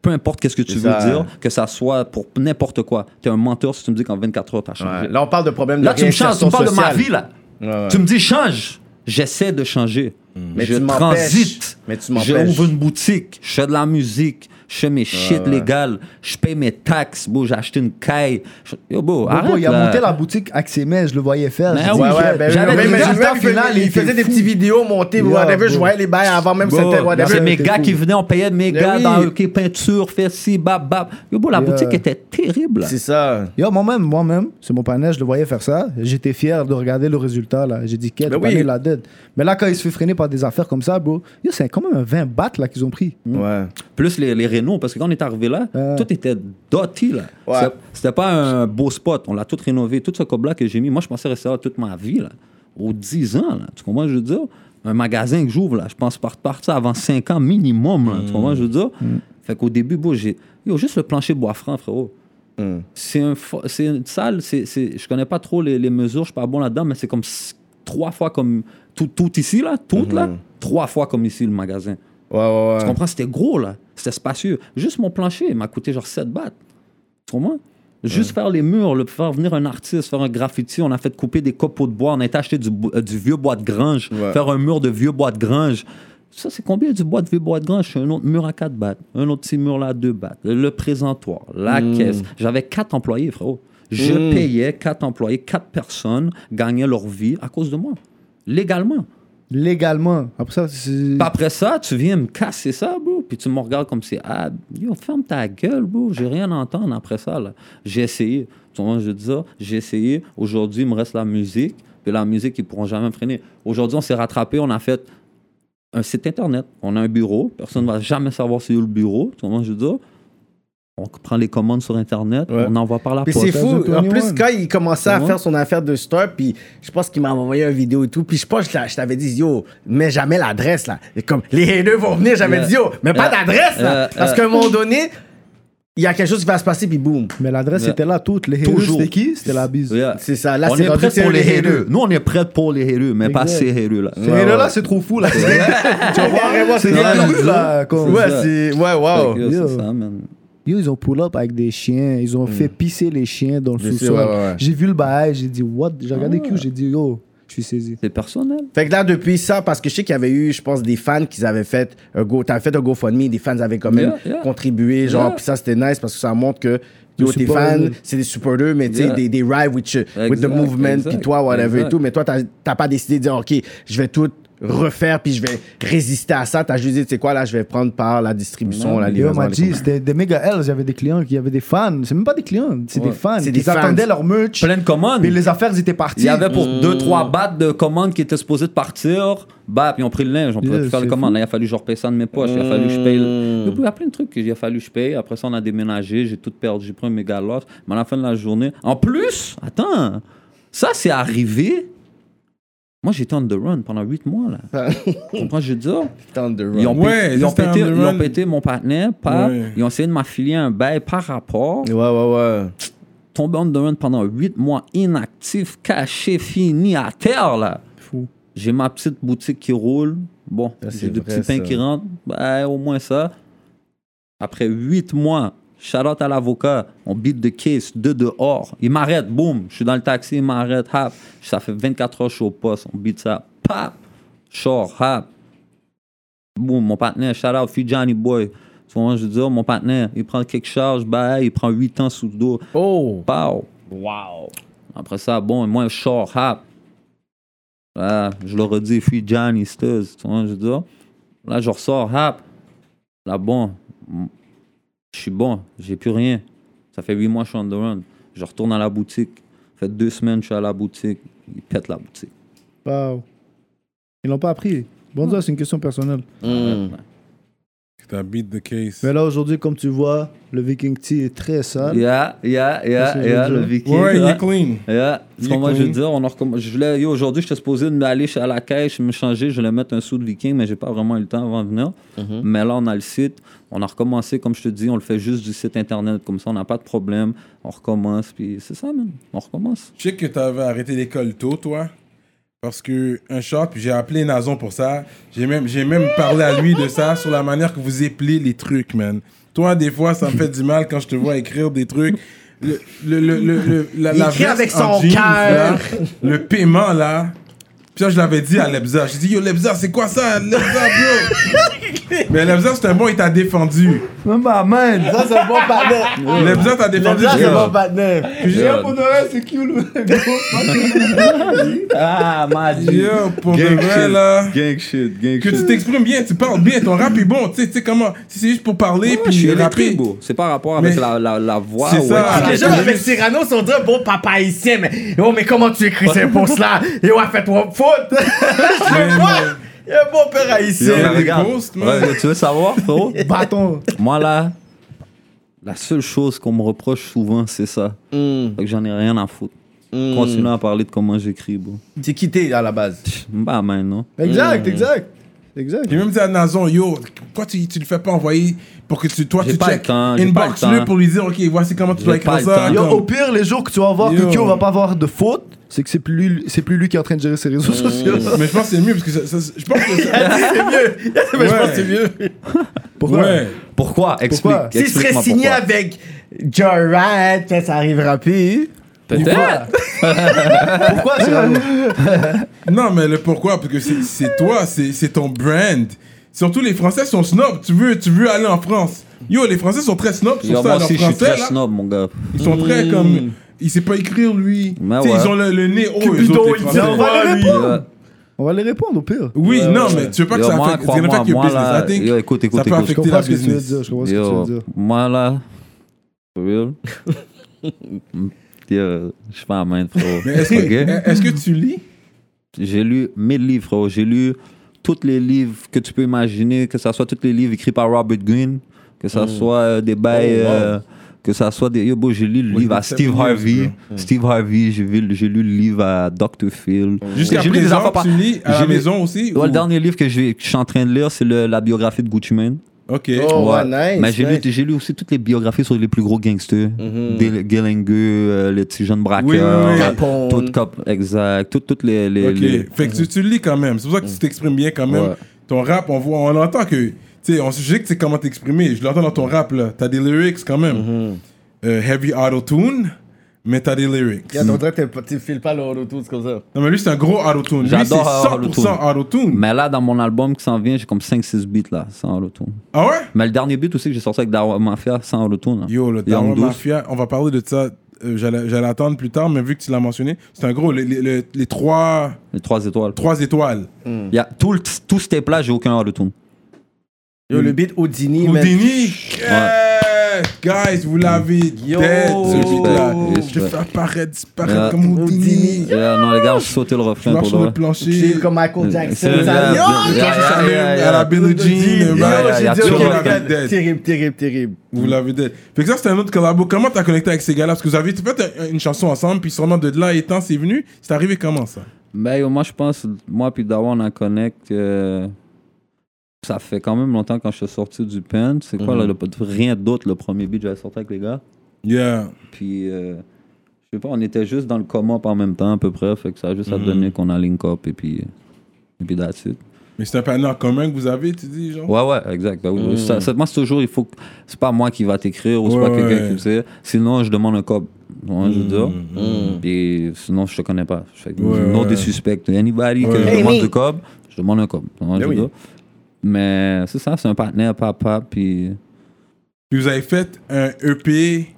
Peu importe qu'est-ce que tu C'est veux ça. dire, que ça soit pour n'importe quoi. T'es un menteur si tu me dis qu'en 24 heures, t'as changé. Ouais. Là, on parle de problème de Là, tu me changes, tu réinsertion me parles de ma sociale. vie, là. Ouais, ouais. Tu me dis change. J'essaie de changer. Mais je tu m'empêches. transite. Mais tu je m'empêches. ouvre une boutique. Je fais de la musique. je fais mes shit légal, je paye mes taxes, bro, j'ai acheté une caille. Je- Yo, bro, Bon, arrête, bon, il a là. monté la boutique avec ses mains, je le voyais faire. Mais je ah dis, oui, Ouais, ouais, ben, j'avais ouais, des mais gars je vois qui que là, il ils étaient faisait des fous. petites vidéos montées, Yeah, whatever, je bro. voyais les bails avant même Bro, c'était whatever. c'est mes t'es gars fou. qui venaient, on payait Mais mes gars oui. dans OK peinture, fais ci, bab, bab. Yo, bro, la Yeah. boutique était terrible. là. C'est ça. Yo, moi-même, moi-même, c'est mon panel, je le voyais faire ça. J'étais fier de regarder le résultat, là. J'ai dit, qu'est-ce Ben que oui. la dette. Mais là, quand il se fait freiner par des affaires comme ça, bro, yo, c'est quand même un 20 bahts, là, qu'ils ont pris. Ouais. Plus les, les rénaux, parce que quand on est arrivé là, Ouais. tout était doté, là. Ouais. C'est- C'était pas un beau spot. On l'a tout rénové. Tout ce cob-là que j'ai mis, moi, je pensais rester là toute ma vie, là. Aux 10 ans, là. Tu comprends, ce que je veux dire? Un magasin que j'ouvre, là, je pense par partir avant 5 ans minimum, là. Tu comprends, ce que je veux dire? Fait qu'au début, bro, j'ai. Yo, juste le plancher bois franc, frérot. C'est un fo- c'est une salle, c'est, c'est- je connais pas trop les, les mesures, je suis pas bon là-dedans, mais c'est comme s- trois fois comme tout, tout ici, là, tout là, trois fois comme ici le magasin. Ouais, ouais, Tu ouais. comprends? C'était gros, là. C'était spacieux. Juste mon plancher m'a coûté genre 7 bahts. Tu comprends? Juste faire les murs, le, faire venir un artiste, faire un graffiti. On a fait couper des copeaux de bois. On a été acheter du, bo- euh, du vieux bois de grange. Ouais. Faire un mur de vieux bois de grange. Ça, c'est combien du bois de vieux bois de grange? C'est un autre mur à 4 bahts. Un autre petit mur là à 2 bahts. Le présentoir, la Hmm. caisse. J'avais 4 employés, frérot. Je Mm. payais 4 employés, 4 personnes gagnaient leur vie à cause de moi. Légalement. Légalement. Après ça, c'est. Puis Après ça, tu viens me casser ça, bro. Puis tu me regardes comme si, ah, yo, ferme ta gueule, bro. J'ai rien à entendre après ça, là. J'ai essayé. Tu vois, je dis ça, j'ai essayé. Aujourd'hui, il me reste la musique. Puis la musique, ils pourront jamais me freiner. Aujourd'hui, on s'est rattrapé, on a fait un site internet. On a un bureau. Personne ne va jamais savoir c'est où le bureau. Tu vois, je dis ça. On prend les commandes sur internet, Ouais. on envoie par la Puis poste. c'est fou. En 2021. plus, quand il commençait à Ouais. faire son affaire de store, puis je pense qu'il m'a envoyé une vidéo et tout. Puis je pense que je t'a- je t'avais dit, yo, mets jamais l'adresse là. Et comme les haineux vont venir, j'avais Yeah. dit, yo, mais pas Yeah. d'adresse là. Yeah. Parce Yeah. qu'à un moment donné, il y a quelque chose qui va se passer, puis boum. Mais l'adresse Ouais. était là, toute. Les haters, Toujours. c'était qui C'était la bise. Yeah. C'est ça. Là, on c'est est rendu prêt que c'est pour les les haineux. haineux. Nous, on est prêt pour les haineux, mais pas Exact. ces haineux, là. Ces haters-là, c'est trop fou, là. Tu vois, vraiment, c'est C'est Ouais, des c'est crues, là. comme- Ouais. Ouais, c'est. Ouais, wow. Fait que, Yo. c'est ça, man. Yo, ils ont pull up avec des chiens. Ils ont fait pisser les chiens dans le Mm. Je sais, sous-sol. ouais, ouais, Ah. ouais. J'ai vu le bail, j'ai dit, what J'ai regardé Q, j'ai dit, yo, je suis saisi. C'est personnel. Fait que là, depuis ça, parce que je sais qu'il y avait eu, je pense, des fans qui avaient fait un go, t'avais fait un GoFundMe, des fans avaient quand même Yeah, yeah. contribué, genre, Yeah. puis ça, c'était nice parce que ça montre que, yo, tes fans, supporters. c'est des supporters, mais tu sais, Yeah. des, des ride with, you- with the Exact, movement, exact, puis toi, whatever et exact. tout, mais toi, t'as t'as pas décidé de dire, OK, je vais tout refaire, puis je vais résister à ça, t'as juste dit, tu sais quoi, là, je vais prendre par la distribution, la Yo, livraison. m'a les dit, commandes. c'était des méga Hells. Il y avait des clients, qui- il y avait des fans. C'est même pas des clients, c'est Ouais. des fans. C'est Ils des fans. attendaient leur merch. Plein de commandes. Puis les affaires étaient parties. Il y avait pour 2-3 battes de commandes qui étaient supposées de partir. Bah, puis ils ont pris le linge, on pouvait Yeah, plus faire les c'est commandes. Là, il a fallu que je repaye ça de mes poches. Il a fallu que je paye. le- Il y a plein de trucs qu'il a fallu que je paye. Après ça, on a déménagé, j'ai tout perdu. J'ai pris un méga loss. Mais à la fin de la journée. En plus, attends, ça, c'est arrivé. Moi, j'étais on the run pendant 8 mois, là. tu comprends ce que je veux dire? Tente de Ils ont, Ah. Ouais, pété- ils ça, ont c'était pété, on the ils ont run. pété mon partenaire. par- Ouais. Ils ont essayé de m'affiler un bail par rapport. Ouais, ouais, ouais. tombé en run pendant 8 mois, inactif, caché, fini, à terre, là. J'ai ma petite boutique qui roule. Bon, Ça, c'est j'ai des vrai, petits pains ça. qui rentrent. Ben, au moins ça. Après 8 mois, shout-out à l'avocat. On beat de case, deux dehors. Il m'arrête, boum. Je suis dans le taxi, il m'arrête, hap. Ça fait 24 heures, je suis au poste. On beat ça, pap. Short, hap. Boum, mon partenaire, shout out, fille Johnny Boy. Tu vois, je veux dire, mon partenaire, il prend quelques charges, bah, il prend 8 ans sous le dos. Oh! Pow. Après ça, bon, moi, short rap. Là, je leur ai dit, fui Johnny Stuz, tu vois, je veux dire. Là, je ressors rap. Là, bon, m- je suis bon, j'ai plus rien. Ça fait huit mois que je suis on the run. Je retourne à la boutique. Ça fait deux semaines que je suis à la boutique. Ils pètent la boutique. Wow. Ils l'ont pas appris. Bon, ça, c'est une question personnelle. Hmm. Mm. T'as beat the case. Mais là, aujourd'hui, comme tu vois, le Viking Tea est très sale. Yeah, yeah, Qu'est-ce yeah, que yeah, je veux le dire? viking. Ouais, il ouais. est clean. Yeah. C'est Il comment est euh, je veux clean. dire, on a recomm- je voulais, yo, aujourd'hui, j'étais supposé me aller chez- à la caisse, me changer, je voulais mettre un sou de viking, mais j'ai pas vraiment eu le temps avant de venir. Mhm. Mais là, on a le site, on a recommencé, comme je te dis, on le fait juste du site internet, comme ça, on n'a pas de problème, on recommence, puis c'est ça, man, on recommence. Je sais que t'avais arrêté l'école tôt, toi. Parce que un shop, j'ai appelé Nazon pour ça. J'ai même, j'ai même parlé à lui de ça, sur la manière que vous épelez les trucs, man. Toi, des fois, ça me fait du mal quand je te vois écrire des trucs. Le, le, le, le- le- la, Il la écrit veste avec en son jeans, là, cœur. Le paiement, là. Puis ça, je l'avais dit à Lebza. J'ai dit, yo, Lebza, c'est quoi ça, Lebza, bro? Mais Lebza, c'est un bon, il t'a défendu. Même bah, pas, man. Ça, c'est un bon partenaire. Lebza t'a défendu. Ça, j'ai c'est dit, un bon partenaire. Puis j'ai dit, Yo. pour de vrai, c'est cute, Ah, ma Dieu. Yo, pour de Gang vrai, là. shit. Gang shit. Gang Que tu shit. t'exprimes bien, tu parles bien, ton rap est bon. Tu sais, tu sais comment. Si c'est juste pour parler, Je puis suis rapper. électrique, bro. C'est pas rapport avec Mais- la, la, la voix. C'est ou ça. être- Les gens Ah, avec juste- Cyrano sont dit bon papa ici, mais oh mais comment tu écris ces posts là Yo a fait trop faute. Je le vois. Il y a un bon père Yo, haïtien. mais les regarde. posts, man. Ouais, tu veux savoir, frérot Bâton. Mm. Moi, là, la seule chose qu'on me reproche souvent, c'est ça. Fait que j'en ai rien à foutre. Hmm. Continuez à parler de comment j'écris, bro. T'es quitté à la base. Bah, man, non. Exact, exact. Exact. J'ai même dit à Nazon, yo, pourquoi tu, tu le fais pas envoyer pour que tu, toi, J'ai tu pas le check temps, j'ai pas le inbox-le temps. pour lui dire, ok, voici comment tu J'ai dois écrire pas le ça. temps. Yo, comme- au pire, les jours que tu vas voir Ah, Yo. que Kyo va pas avoir de faute, c'est que c'est plus, lui- c'est plus lui qui est en train de gérer ses réseaux sociaux. Mm. Mais je pense que c'est mieux parce que ça, ça- je pense que ça. C'est mieux. Mais je pense que c'est mieux. Pourquoi ouais. Pourquoi Explique. Pourquoi S'il serait explique-moi signé pourquoi. avec Jarrett, ben, ça arrivera plus. Peut-être. Pourquoi Cyrano Non, mais le pourquoi Parce que c'est- c'est toi, c'est c'est ton brand. Surtout les Français sont snobs. Tu veux, tu veux aller en France. Yo, les Français sont très snobs sur Yo, ça. moi Leurs aussi, je suis Français, très là, snob, mon gars. ils sont très comme. Il sait pas écrire, lui. Mais Tu sais, Ben ouais. Ils ont le, le nez haut. eux Cupidon, autres, les il dit, Français. on va Ouais, lui lui. Yo, On va les répondre au pire. Oui, non, mais tu veux pas que Yo, ça moi, affecte. crois-moi, affecte your moi, business. là, I think yo, écoute, écoute, ça peut écoute. affecter Je la comprends ce que tu veux business. dire. Je comprends ce que tu Yo, veux dire. moi là, for real, yo, je suis pas à main, frérot. Mais est-ce Ok? que, eh, est-ce que tu lis J'ai lu 1000 livres, frérot. J'ai lu tous les livres que tu peux imaginer, que ça soit tous les livres écrits par Robert Greene, que Mm. ça soit euh, des bails. Oh, euh, que ça soit des. Yo, bro, j'ai lu le Oui, livre à c'est Steve bien, Harvey. Steve Harvey, j'ai vu- j'ai lu le livre à Dr. Phil. Mm. Jusqu'à J'ai lu des présent, affaires par- tu lis à j'ai la lu- maison aussi Ouais, ou- le dernier livre que je que je suis en train de lire, c'est le- la biographie de Gucci Mane. Ok. Oh, ouais, nice. Mais j'ai lu, nice. Mm-hmm. j'ai lu aussi toutes les biographies sur les plus gros gangsters. Des- Gillinger, euh, le petit jeune braqueur. Oui, oui, oui. Capone. Tout cop- exact. Toutes toutes les. les, Ok, les- Mm. fait que tu, tu le lis quand même. C'est pour ça que tu t'exprimes bien quand même. Ouais. Ton rap, on voit, on entend que, tu sais, on sait que tu sais comment t'exprimer. Je l'entends dans ton rap là. T'as des lyrics quand même. Mm-hmm. Euh, heavy auto tune, mais t'as des lyrics. Regarde, on dirait que t'es- tu files pas le retour, c'est comme ça. Non mais lui c'est un gros auto tune. Lui c'est J'adore auto-tune. 100% auto tune. Mais là, dans mon album qui s'en vient, j'ai comme 5-6 beats là, sans retourne. Ah ouais? Mais le dernier beat aussi que j'ai sorti avec Darwa Mafia, sans retourne. Yo, le Down Mafia, on va parler de ça. euh, J'allais j'allais attendre plus tard, mais vu que tu l'as mentionné, c'est un gros. Les, les, les- les trois, Les 3 étoiles. trois étoiles. Il Y a tout, le- tout ce tape là, j'ai aucun retourne. Yo, le beat Houdini, man. Houdini, yeah! guys, vous l'avez Yo! dead, ce beat-là. Respect, Je vais respect. faire apparaître, disparaître Yeah. comme Houdini. Euh, non, les gars, j'ai sauté le Je refrain marche pour de sur le vrai. plancher. C'est comme Michael C'est Jackson. le gars, Ça- Yo, yeah, yeah, Je salue yeah, yeah. à la bah, Billie Jean. yeah, right? yeah, J'ai yeah, dit, yeah, ok, les yeah, gars, yeah, yeah. terrible, terrible, terrible. Vous l'avez dead. Fait que ça, c'est un autre collabo. Comment t'as connecté avec ces gars-là Parce que vous avez fait un- une chanson ensemble, puis sûrement de là étant, c'est venu. C'est arrivé comment ça Ben, yo, moi, je pense, moi puis Dawa, on a connect. euh, ça fait quand même longtemps quand je suis sorti du pen. C'est quoi, Mhm. là, le- rien d'autre, le premier beat que j'avais sorti avec les gars. Yeah. Puis, euh, je sais pas, on était juste dans le comment en même temps, à peu près. Fait que ça a juste à Mhm. donner qu'on a link up et puis, et puis that's it. Mais c'est un panneau en commun que vous avez, tu dis, genre Ouais, ouais, exact. Ben oui, Hmm. oui. Ça- ça- moi, c'est toujours, il faut. que- C'est pas moi qui va t'écrire ou c'est Ouais, pas quelqu'un ouais. qui le sait. Sinon, je demande un cop. Ouais, Hmm. je veux dire. Puis, sinon, je te connais pas. Fait que Ouais, non ouais. des suspects. Anybody Ouais. Eh que je Hey, demande me. de cop, je demande un cop. Ouais, je veux oui. dire. Mais c'est ça, c'est un partenaire, papa. Puis, Puis vous avez fait un EP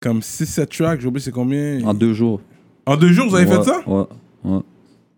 comme 6-7 tracks, j'ai oublié c'est combien en deux jours. En deux jours, vous avez Ouais, fait ça Ouais. ouais.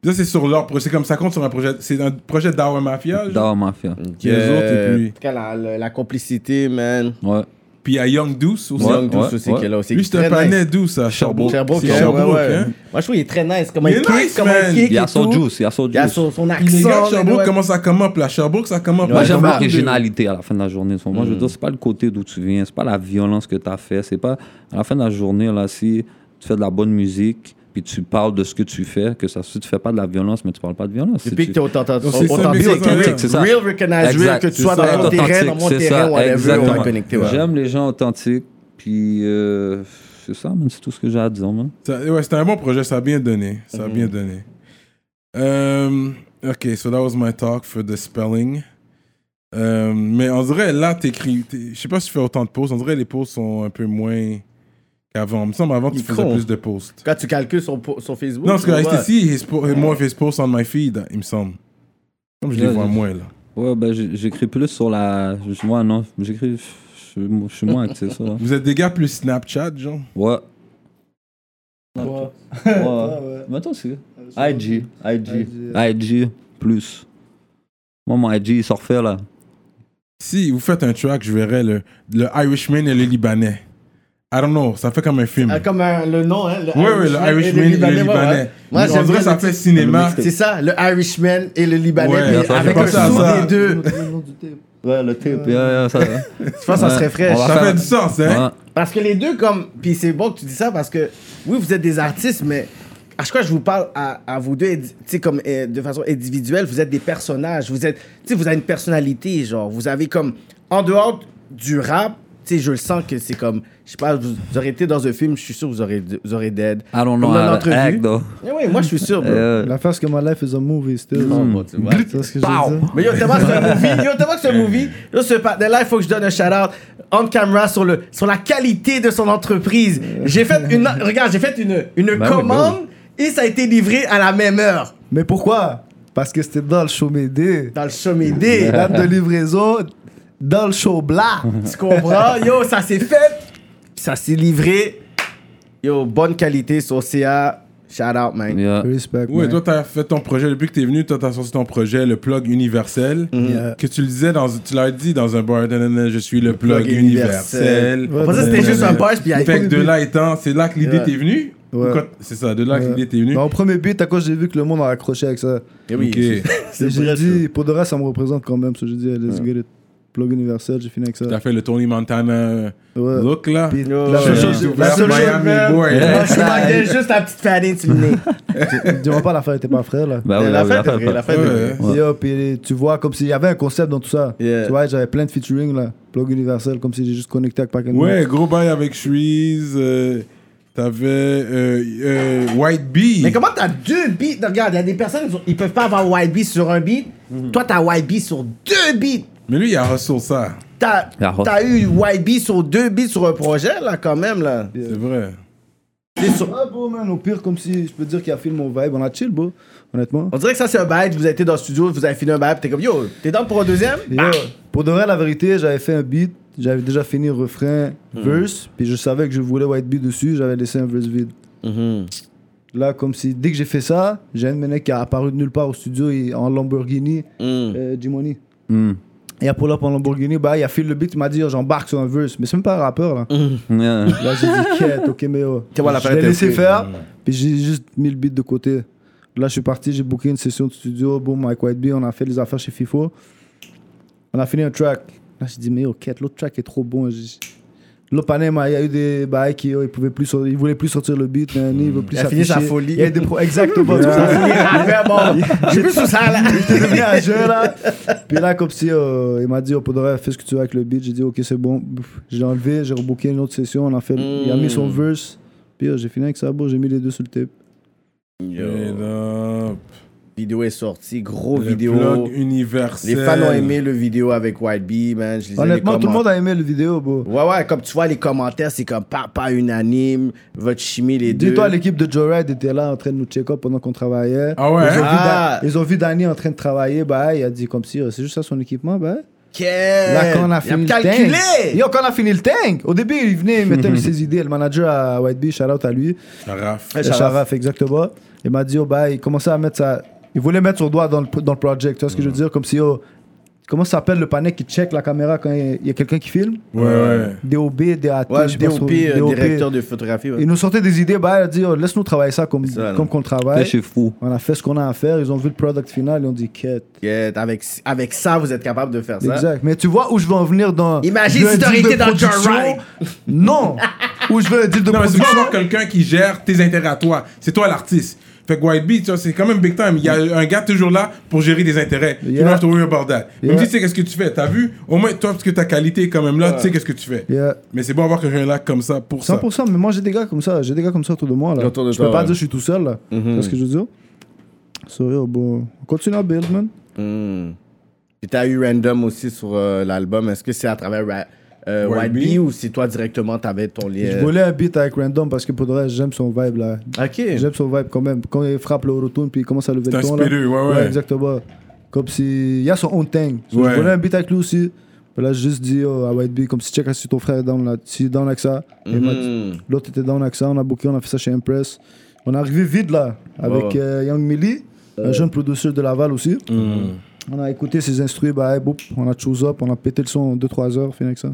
Ça, c'est sur leur projet. C'est comme ça compte sur un projet. C'est un projet d'Hour Mafia. genre. Dawa Mafia. Hmm. Qui les autres, et puis- En tout cas, la- la la complicité, man. Ouais. Puis il y a Young Deuce aussi. Ouais, Young Douce ouais, aussi ouais. qui est là aussi. Lui, c'est Très un nice. panais Douce à Sherbrooke. Sherbrooke, C'est ouais, Sherbrooke, ouais, ouais. hein. Moi, je trouve qu'il est très nice. Comment Il il, est kick, nice, comment man. il kick. Il y a et son tout. juice. Il y a son Il a juice. son, son accent. Les gars de les Sherbrooke, doigts. comment ça come up là Sherbrooke, ça come up. Moi, là. j'aime Sherbrooke, l'originalité Mm. à la fin de la journée. Moi, je veux dire, c'est pas le côté d'où tu viens, c'est pas la violence que tu as fait. C'est pas à la fin de la journée, là, si tu fais de la bonne musique, puis tu parles de ce que tu fais, que ça, si tu fais pas de la violence, mais tu parles pas de violence. Si Depuis que tu- t'es authentique, c'est ça, authentique, mais c'est authentique, c'est ça. real recognize real, Exact, que tu c'est sois ça, dans ton être terrain, dans authentique, mon c'est terrain, ça, whatever, on exactement. est connecté. ouais. J'aime les gens authentiques, puis euh, c'est ça, man, c'est tout ce que j'ai à dire. man. Ça- ouais, c'était un bon projet, ça a bien donné. Ça Mm-hmm. a bien donné. Euh, ok, so that was my talk for the spelling. Euh, mais on dirait là, t'écris. t'es- Je sais pas si tu fais autant de pauses. On dirait les pauses sont un peu moins qu'avant. Il me semble avant, tu Il faisais con. plus de posts. Quand tu calcules son, po- son Facebook. Non, parce que tu vois. STC, his po- more of his posts on my feed, il me semble. Comme je les Ouais, vois je- moins, là. Ouais, ben j'ai- j'écris plus sur la. je- Moi, non, j'écris. je- Je je suis moins actif ça. Vous êtes des gars plus Snapchat, genre Ouais. Ouais. Ah ouais. ouais. Mais attends, c'est. Ah, IG. IG. IG. IG, Ah, plus. Moi, mon IG, il sort fait là. Si vous faites un track, je verrais le, le Irishman et le Libanais. I don't know, ça fait comme un film. Ah, Comme un- le nom, hein. Ouais, ouais, le Irishman et le ouais, Libanais. ouais. Moi, On dirait j'aime bien que ça le fait titre. cinéma. C'est ça, le Irishman et le Libanais, Ouais, mais ça, j'ai avec un pensé à sou ça. des deux. Ouais, le type. Ah. Yeah, yeah, ça. Ah, Tu vois, ça Ouais. serait fraîche. On va Ça faire- fait du sens, hein Ouais. Parce que les deux, comme. Puis c'est bon que tu dis ça parce que, oui, vous êtes des artistes, mais à chaque fois que je vous parle à, à vous deux, tu sais, comme euh, de façon individuelle, vous êtes des personnages. Vous êtes. Tu sais, vous avez une personnalité, genre. Vous avez comme. En dehors du rap, tu sais, je le sens que c'est comme. Je sais pas, vous, vous auriez été dans un film, je suis sûr que vous aurez, vous aurez dead. I don't Comme know dans how to l'entrevue. act, though. Eh oui, moi, je suis sûr, bro. Euh, La face que my life is a movie, Oh, still. Bon, tu vois. C'est ce que je veux dire. Mais yo, tellement que c'est un movie, yo, tellement que c'est un movie. Yo, ce partenaire-là, il faut que je donne un shout-out on camera sur, le, sur la qualité de son entreprise. J'ai fait une, regarde, j'ai fait une, une Ben oui, commande et ça a été livré à la même heure Mais pourquoi Parce que c'était dans le show Médé. dans le Chomédé. Date de livraison dans le show Bla. tu comprends? Yo, ça s'est fait, ça s'est livré. Yo, bonne qualité sur CA. Shout-out, man. yeah. Respect. Ouais, man. toi, t'as fait ton projet, depuis que t'es venu, toi, t'as sorti ton projet, le plug universel, Mm-hmm. Yeah. que tu le disais dans, tu l'as dit dans un bar, nanana, je suis le plug, plug universel. universel. Euh, On pensait que c'était Nanana. juste un punch, puis il y a- Fait que de là étant, c'est là que l'idée Ouais. t'est venue? Ou Ouais. quand- C'est ça, de là que Ouais. l'idée t'est venue? Dans le Euh, bah, premier beat, à cause j'ai vu que le monde a accroché avec ça. Eh oui, Ok. Et J'ai dit, pour de reste, ça me représente quand même. So, j'ai dit, let's get it. Plug universel, j'ai fini avec ça. T'as fait le Tony Montana Ouais. look là. Puis Yo, la ouais. seule Chemise chose, ouverte, la seule chose, Miami man. boy. Non, je manquais juste la petite fanny sur le nez. dis-moi pas l'affaire était pas frère là. Bah oui, ah la oui, fête est l'affaire, vraie, la fête est vraie. Ouais. Ouais. Yo, puis tu vois, comme s'il y avait un concept dans tout ça. Yeah. Tu vois, j'avais plein de featuring là. Plug universel, comme si j'ai juste connecté avec Pac-Man. Ouais, gros bail avec Shreeze. euh, T'avais euh, euh, White Bee. Mais comment t'as deux beats Non, Regarde, il y a des personnes, ils peuvent pas avoir Wild Beat sur un beat. Toi, t'as Wild Beat sur deux beats. Mais lui, il a hustle ça. T'as La roche. t'as eu Wild Beat sur deux beats sur un projet, là, quand même, là. C'est vrai. C'est sur- Ah, bro, man, au pire, comme si je peux te dire qu'il a filmé mon vibe. On a chill, bro, honnêtement. On dirait que ça, c'est un bail. Vous avez été dans le studio, vous avez fini un bail, puis t'es comme, yo, t'es dans pour un deuxième Et, euh, pour de vrai, la vérité, j'avais fait un beat, j'avais déjà fini le refrain, verse, puis je savais que je voulais White Beat dessus, j'avais laissé un verse vide. Là, comme si, dès que j'ai fait ça, j'ai un mec qui a apparu de nulle part au studio il- en Lamborghini, euh, Jimoni. Hmm. Et à pull up en Lamborghini, bah, il a fait le beat, il m'a dit, oh, j'embarque sur un verse. Mais c'est même pas un rappeur, là. Yeah. Là, j'ai dit, quête, ok, mais oh. Tu vois, la je palette l'ai est laissé ok. faire, puis j'ai juste mis le beat de côté. Là, je suis parti, j'ai booké une session de studio, boom, avec White Bee, on a fait les affaires chez FIFO. On a fini un track. Là, j'ai dit, mais oh, quête, l'autre track est trop bon. J'ai- L'autre panel, il y a eu des bails qui, oh, il pouvait plus, sor- il voulait plus sortir le beat, mais il veut plus Il a fini sa s'afficher. folie. Il y a eu des pro- Exactement, c'est pour ça. Ah, vraiment. J'ai plus sur ça, là. J'étais devenu un jeu là. Puis là, comme si euh, il m'a dit, on pourrait faire ce que tu veux avec le beat. J'ai dit, ok, c'est bon. Bouf. J'ai enlevé, j'ai rebooké une autre session. On a fait, Il a mis Mm. son verse. Puis euh, j'ai fini avec ça, bon, j'ai mis les deux sur le tape. Et là, Vidéo est sortie, gros le vidéo. Plug universel. Les fans ont aimé le vidéo avec Wild Beat, man. Je lisais les Honnêtement, tout le commentaires. monde a aimé le vidéo, bro. Ouais, ouais, comme tu vois, les commentaires, c'est comme pas, pas unanime, votre chimie, les deux. Dis-toi, l'équipe de Joyride était là en train de nous check-up pendant qu'on travaillait. Ah ouais, Ils ont, hein? Ah. vu Da- ils ont vu Danny en train de travailler. Bah, il a dit comme si, euh, c'est juste ça son équipement, bah. Quel- Là, quand on a Eh, Il fini le calculé! tank. Yo, quand on a fini le tank. Au début, il venait, il mettait ses idées. Le manager à White Bee, shout out à lui. Saraf. Le Charaf, exactement. Il m'a dit, oh, bah, il commençait à mettre ça. Il voulait mettre son doigt dans le, dans le project. Tu vois ce que je veux dire? Comme si, oh, comment ça s'appelle le panel qui check la caméra quand il y a quelqu'un qui filme? Ouais, ouais. DOB, DAT, Ouais, je sais pas DOP, trop. euh, DOP. directeur de photographie. ouais. Il nous sortait des idées, bah, il a dit, oh, laisse-nous travailler ça comme, ça, là. comme qu'on le Là, travaille. je suis fou. On a fait ce qu'on a à faire. Ils ont vu le product final. Ils ont dit, quête. Yeah, avec, avec ça, vous êtes capable de faire ça. Exact. Mais tu vois où je veux en venir dans. Imagine je veux si un t'aurais deal été de dans le production. Joyride. Non! Où je veux un deal de Non, mais c'est production. pas genre quelqu'un qui gère tes intérêts à toi. C'est toi l'artiste. Fait que White Bee, tu vois, c'est quand même big time. Il y a un gars toujours là pour gérer des intérêts. You Yeah. don't have to worry about that. Même Yeah. si tu sais qu'est-ce que tu fais, t'as vu Au moins, toi, parce que ta qualité est quand même là, tu sais qu'est-ce que tu fais. Yeah. Mais c'est bon avoir quelqu'un là comme ça pour ça. 100%, mais moi j'ai des gars comme ça, j'ai des gars comme ça autour de moi là. Autour de je toi, peux pas ouais. dire que je suis tout seul là. Mm-hmm. Tu vois ce que je veux dire? So yo, bon, on continue à build man. Hmm. Puis t'as eu Random aussi sur euh, l'album. Est-ce que c'est à travers Ra- euh, White White Bee. Bee ou si toi directement t'avais ton Je lien volais un beat avec Random parce que pour de vrai, j'aime son vibe là. Ok. J'aime son vibe quand même. Quand il frappe le retourne puis il commence à lever C'est le un ton là. spédeux, ouais, ouais. exactement. Comme si. Il y a son own thing. So, Ouais. Je volais un beat avec lui aussi. Puis là, j'ai juste dit oh, à White Bee, comme si check si ton frère est down là. Si il est down avec ça. Et Mm-hmm. il m'a dit- Mhm. L'autre était down avec ça. On a booké, on a fait ça chez Impress. On est arrivé vite là avec Ouais. euh, Young Millie, un jeune producteur de Laval aussi. On a écouté ses instruits, bah, hey, boop, on a chose up, on a pété le son en 2-3 heures, fini avec ça.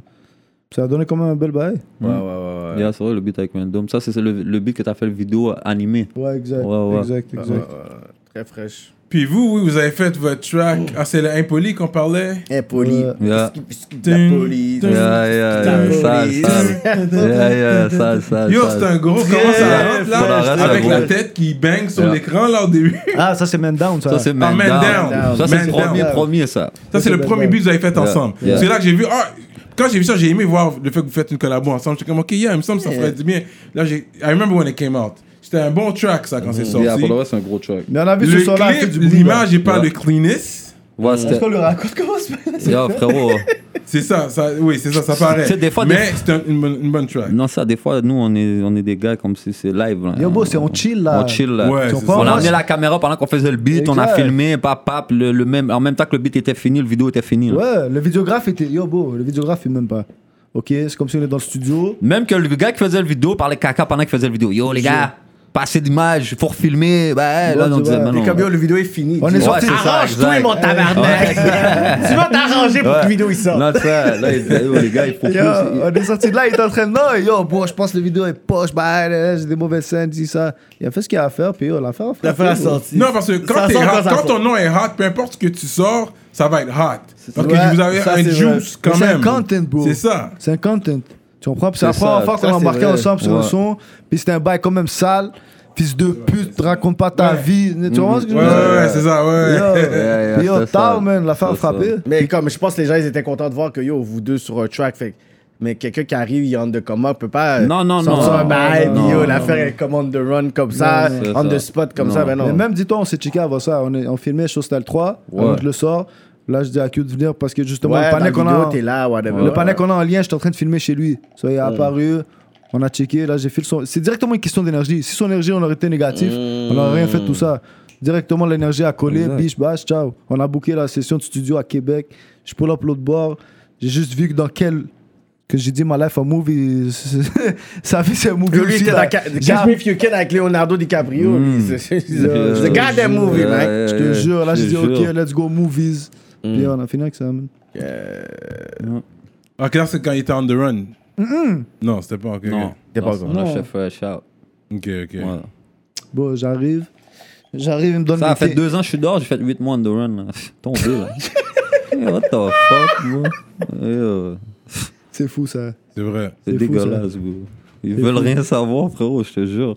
Ça a donné quand même un bel bail. Ouais, Ah, ouais, ouais, ouais. Yeah, c'est vrai, le beat avec Random. Ça, c'est le, le beat que t'as fait le vidéo animé. Ouais, exact. Euh, Ouais, ouais. Exact, exact. Ouais, ouais, ouais. Très fraîche. Puis vous, oui, vous avez fait votre track. Ah, c'est le Impoli qu'on parlait. Impoli. Ouais. Yeah. Skip, skip, La police. Tum, Yeah, yeah, yeah, sale, sale. Yeah, yeah, sale, sale. Yo, sale. c'est un gros comment ça rentre Faudra là, rester avec gros. la tête qui bang sur Yeah. l'écran là au début. Ah, ça c'est Man Down, ça. Ça, c'est Man Man Down. Down. Ça, c'est Man le premier, Down. premier, ça. Ça, c'est le c'est premier bad, beat que vous avez fait Yeah. ensemble. Yeah. C'est là que j'ai vu. Ah, quand j'ai vu ça, j'ai aimé voir le fait que vous faites une collabo ensemble. J'étais comme, ok, yeah, il me semble que ça ferait du bien. Là, j'ai. I remember when it came out. C'était un bon track, ça, quand Mm-hmm. c'est sorti. Yeah, pour le reste, c'est un gros track. Mais on a vu ce soir-là, elle fait Le du clip, bruit, là. l'image est pas Yeah. le cleanest. Ouais, Est-ce c'était. qu'on le raconte comment ça Yo, frérot. C'est ça, ça, oui, c'est ça, ça paraît. C'est des fois des- Mais c'est un- une, bonne- une bonne track. Non, ça, des fois, nous, on est, on est des gars comme si c'est live. Là. Yo, bro, c'est on chill là. On chill. Là. Ouais, Tu c'est comprends? On a Moi, amené la caméra pendant qu'on faisait le beat, on a Exact. filmé, pap, pap, le, le même, en même temps que le beat était fini, le vidéo était fini. là. Ouais, le vidéographe était. Yo, bro, le vidéographe, il même pas. Ok, c'est comme si on est dans le studio. Même que le gars qui faisait le vidéo parlait caca pendant qu'il faisait le vidéo. Yo, les gars, passez d'image, faut refilmer. Bah, Ouais, là, on tu disait, vois, mais les non. Comme yo, le vidéo est fini. On dis- est Ouais, sorti. c'est ça, Arrange-toi, exact. mon tabarnak. tu vas t'arranger pour que la vidéo il sorte. Non, ça, là, il disait, yo, les gars, il faut Yo, plus. on est sorti de là, il est en train de. Non, yo, bro, je pense que le vidéo est poche, bah, là, j'ai des mauvaises scènes, dis ça. Il a fait ce qu'il a à faire, puis oh, yo, l'affaire. T'as fait la sortie. Non, parce que quand, Ça t'es sort hot- ça quand sort. ton nom est hot, peu importe ce que tu sors, ça va être hot. Parce Ouais, que vous avez ça, un c'est juice vrai. quand Mais c'est même. un content, bro. C'est ça. C'est un content. Tu comprends? Puis c'est la C'est première ça, fois ça, qu'on a c'est embarqué vrai. ensemble sur Ouais. un son. Puis c'était un bail quand même sale. Fils de pute, raconte pas ta Ouais. vie. Tu comprends ce que je Ouais, veux ouais, ouais, dire? c'est ça, ouais. Mhm. yeah, Yo, Puis yo, c'est ça. tard, man, l'affaire C'est ça. frappée. Mais comme je pense que les gens ils étaient contents de voir que yo vous deux sur un track fait que- mais quelqu'un qui arrive, il on the come up, peut pas euh, Non, non, non. sortir un bail, Non, puis yo, non, l'affaire elle commande the run comme ça, non. on C'est the ça. spot comme Non. ça, ben non. Mais même, dis-toi, on s'est checké avant ça. On, est, on filmait Showstyle 3. Ouais. Avant que je le sors, là, je dis à Q de venir parce que justement, ouais, le panel qu'on a. t'es là, whatever. Le panel qu'on a en lien, j'étais en train de filmer chez lui. Ça, il est apparu. On a checké, là j'ai fait le son. C'est directement une question d'énergie. Si son énergie, on aurait été négatif, on n'aurait rien fait de tout ça. Directement, l'énergie a collé, Exact. biche, bash, ciao. On a booké la session de studio à Québec. Je pull up l'autre bord. J'ai juste vu que dans quel. Que j'ai dit, ma life a movie. Sa vie, c'est un movie. Lui, il aussi, était là. dans Ca- J'ai- Catch Me If You Can avec Leonardo DiCaprio. lui, c'est- Yeah, C'est God damn yeah, movie, Hmm. yeah, man. yeah, Je te yeah, jure, là je j'ai te dit, jure. Mm. ok, let's go movies. Puis on a fini avec ça. man. Ok, Ah, là, c'est quand il était on the run. Non, c'était pas ok. ok. Non, T'es pas Non, con. on a chef fresh out. Ok, ok. Ouais. Bon, j'arrive. J'arrive, il me donne Ça a le fait thé. deux ans, je suis dehors, j'ai fait 8 mois on the run. là. Tombé là. Hey, What the fuck, bro? Yo, C'est fou ça. C'est vrai. C'est C'est fou, dégueulasse, bro. Ils veulent rien savoir, frérot, je te jure.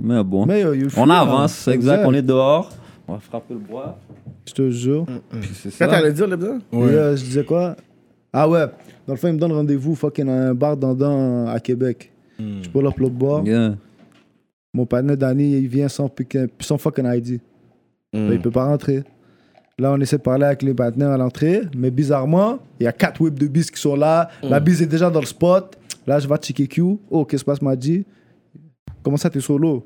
Mais bon. Mais yo, you on free, avance, hein. c'est exact, on est dehors. On va frapper le bois. Je te jure. puis C'est Quand ça. t'allais dire, le besoin? Ouais. Et là, je disais quoi Ah ouais, dans le fond, il me donne rendez-vous fucking à un bar d'andan à Québec. Je peux l'appeler au bar. Yeah. Mon partenaire Danny, il vient sans, piquin- sans fucking ID. Ben, il peut pas rentrer. Là, on essaie de parler avec les partenaires à l'entrée, mais bizarrement, il y a quatre whips de bis qui sont là. La bise est déjà dans le spot. Là, je vais checker Q. Oh, qu'est-ce qui se passe, m'a dit Comment ça, t'es solo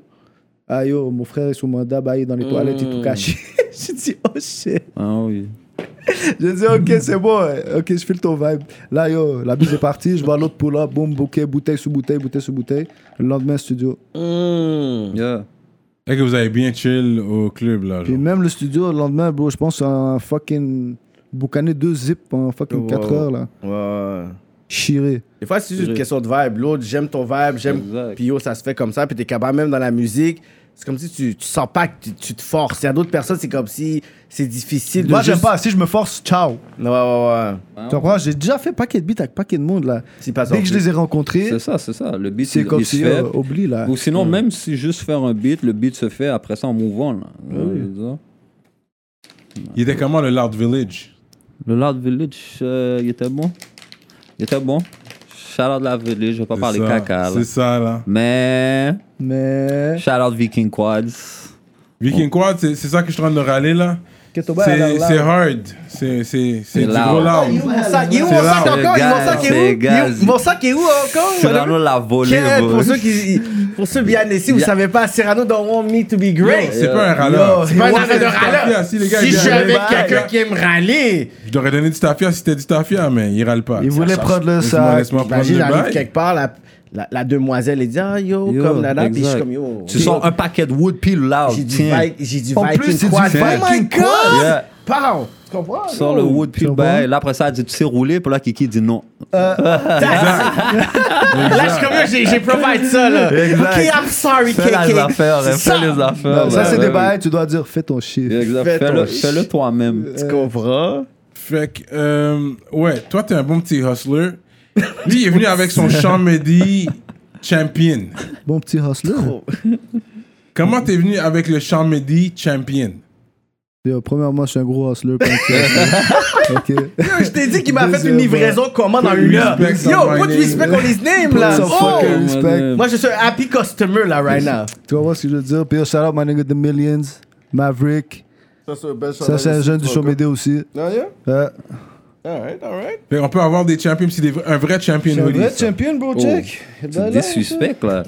Ah yo, mon frère est sous mandat, bah, il est dans les toilettes, il est tout caché. je dis, oh shit. Ah oui. Je dis, ok, c'est bon, ouais. ok, je file ton vibe. Là, yo, la bise est partie, je vois l'autre pull-up, boum, bouquet, bouteille sous bouteille, bouteille sous bouteille. Le lendemain, studio. Yeah. Et que vous avez bien chill au club, là. Puis genre. même le studio, le lendemain, bro, je pense en fucking. Boucaner deux zips en fucking Wow. 4 heures, là. Ouais. Chiré. Des fois, c'est juste une question de vibe. L'autre, j'aime ton vibe, j'aime. Exact. Puis yo, ça se fait comme ça. Puis t'es capable même dans la musique. C'est comme si tu, tu sens pas que tu, tu te forces. Il y a d'autres personnes, c'est comme si c'est difficile de. Moi, j'aime juste- pas. Si je me force, ciao. Ouais, ouais, ouais. Tu comprends? J'ai déjà fait paquet de beats avec paquet de monde, là. C'est pas Dès que je les ai rencontrés, C'est ça, c'est ça. Le beat, c'est il, comme il se si, fait. euh, oublie, là. Ou sinon, même si juste faire un beat, le beat se fait, après ça, on move on. Ah Euh, là. Ouais, Il était comment le Loud Village Le Loud Village, euh, il était bon. Il était bon. Shout out Loud Village, je vais pas C'est parler ça. caca. là. C'est ça, là. Mais. Mais. Shout out Viking Quads. Viking Quad, c'est c'est ça que je suis en train de râler, là. Ketoba, elle a C'est l'air c'est loud. hard. C'est c'est- c'est C'est du loud. gros Il est loud. où mon sac Il est où mon C'est sac là. encore Il est Mon sac C'est est où gaz. Il est- Mon sac est où encore Cyrano l'a volé, Quel- bro. Pour ceux qui, pour ceux bien ici, vous Yeah. savez pas, Cyrano don't want me to be great. C'est pas un râleur. C'est pas un arrêt de Tafia, râleur. Si les gars, Si ils je suis râlaient avec pas, quelqu'un qui aime râler, Je t'aurais donné du tafia si c'était du tafia, mais il râle pas. Il voulait prendre le Laisse-moi- sac. Laisse-moi prendre imagine, le j'arrive bail. quelque part, la, la, la demoiselle, elle dit, ah yo, Yo, comme nana, puis je suis exact. comme yo. Tu sors un paquet de wood, puis là, J'ai du, tiens. Vi- j'ai du En plus, Viking c'est du quad. Oh my god! Viking quad. Yeah. Pow! Tu comprends? Tu sors le wood, puis le comprends? bail. Là, après ça, elle dit, tu sais rouler, puis là, Kiki dit non. Là, je suis comme yo, j'ai- j'ai provide ça, là. Exact. Ok, I'm sorry, Fais les KK. affaires, hein, ça. fais les affaires. Non, Ça, là, c'est là, des oui. bails, tu dois dire fais ton chiffre. Exact. Fais Fais-le ton- fais-le toi-même. Tu comprends? Fait que, euh, ouais, toi, t'es un bon petit hustler. Lui, il est venu avec son Chamedi Champion. Bon petit hustler. Comment t'es venu avec le Chamedi Champion? Yo, premièrement, je suis un gros hustler. comme tu as dit. ok. Je t'ai dit qu'il m'a fait une Deuxième, livraison comment dans Put une heure. respect Yo, on my put name. respect on his name, là. Put some Oh! fucking respect. Moi, je suis un happy customer, là, right now. Tu vas voir ce que je veux dire. Puis yo, shout out my nigga The Millions, Maverick. Ça, c'est un jeune du Chomédé aussi. Euh, Ouais. Fait qu'on peut avoir des champions, si des vrais- un vrai champion Un hoodie. vrai ça. champion, bro, check. Oh, C'est des suspects, là.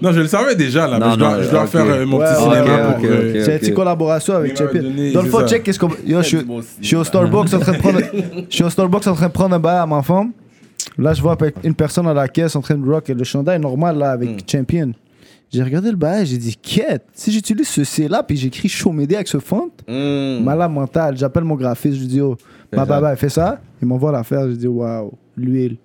Non, je le savais déjà, là, mais Non, je dois, non, je dois ok. faire euh, mon Ouais, petit ouais, cinéma ok, pour ok, euh, ok. C'est une petite collaboration Il avec m'a Champion. donné, Dans le c'est fond, ça. check, qu'est-ce qu'on. Yo, je suis- je suis au Starbucks en train de prendre. Je suis au Starbucks en train de prendre un bail à ma femme. Là, je vois avec une personne à la caisse en train de rock et le chandail normal là avec Hmm. Champion. J'ai regardé le bail, j'ai dit, quête, si j'utilise ceci là, puis j'écris Chomédé avec ce font, Mm. Hmm. malade mental. J'appelle mon graphiste, je lui dis, oh, bah, bah, bah, fais ça. Il m'envoie l'affaire, je dis, waouh, l'huile.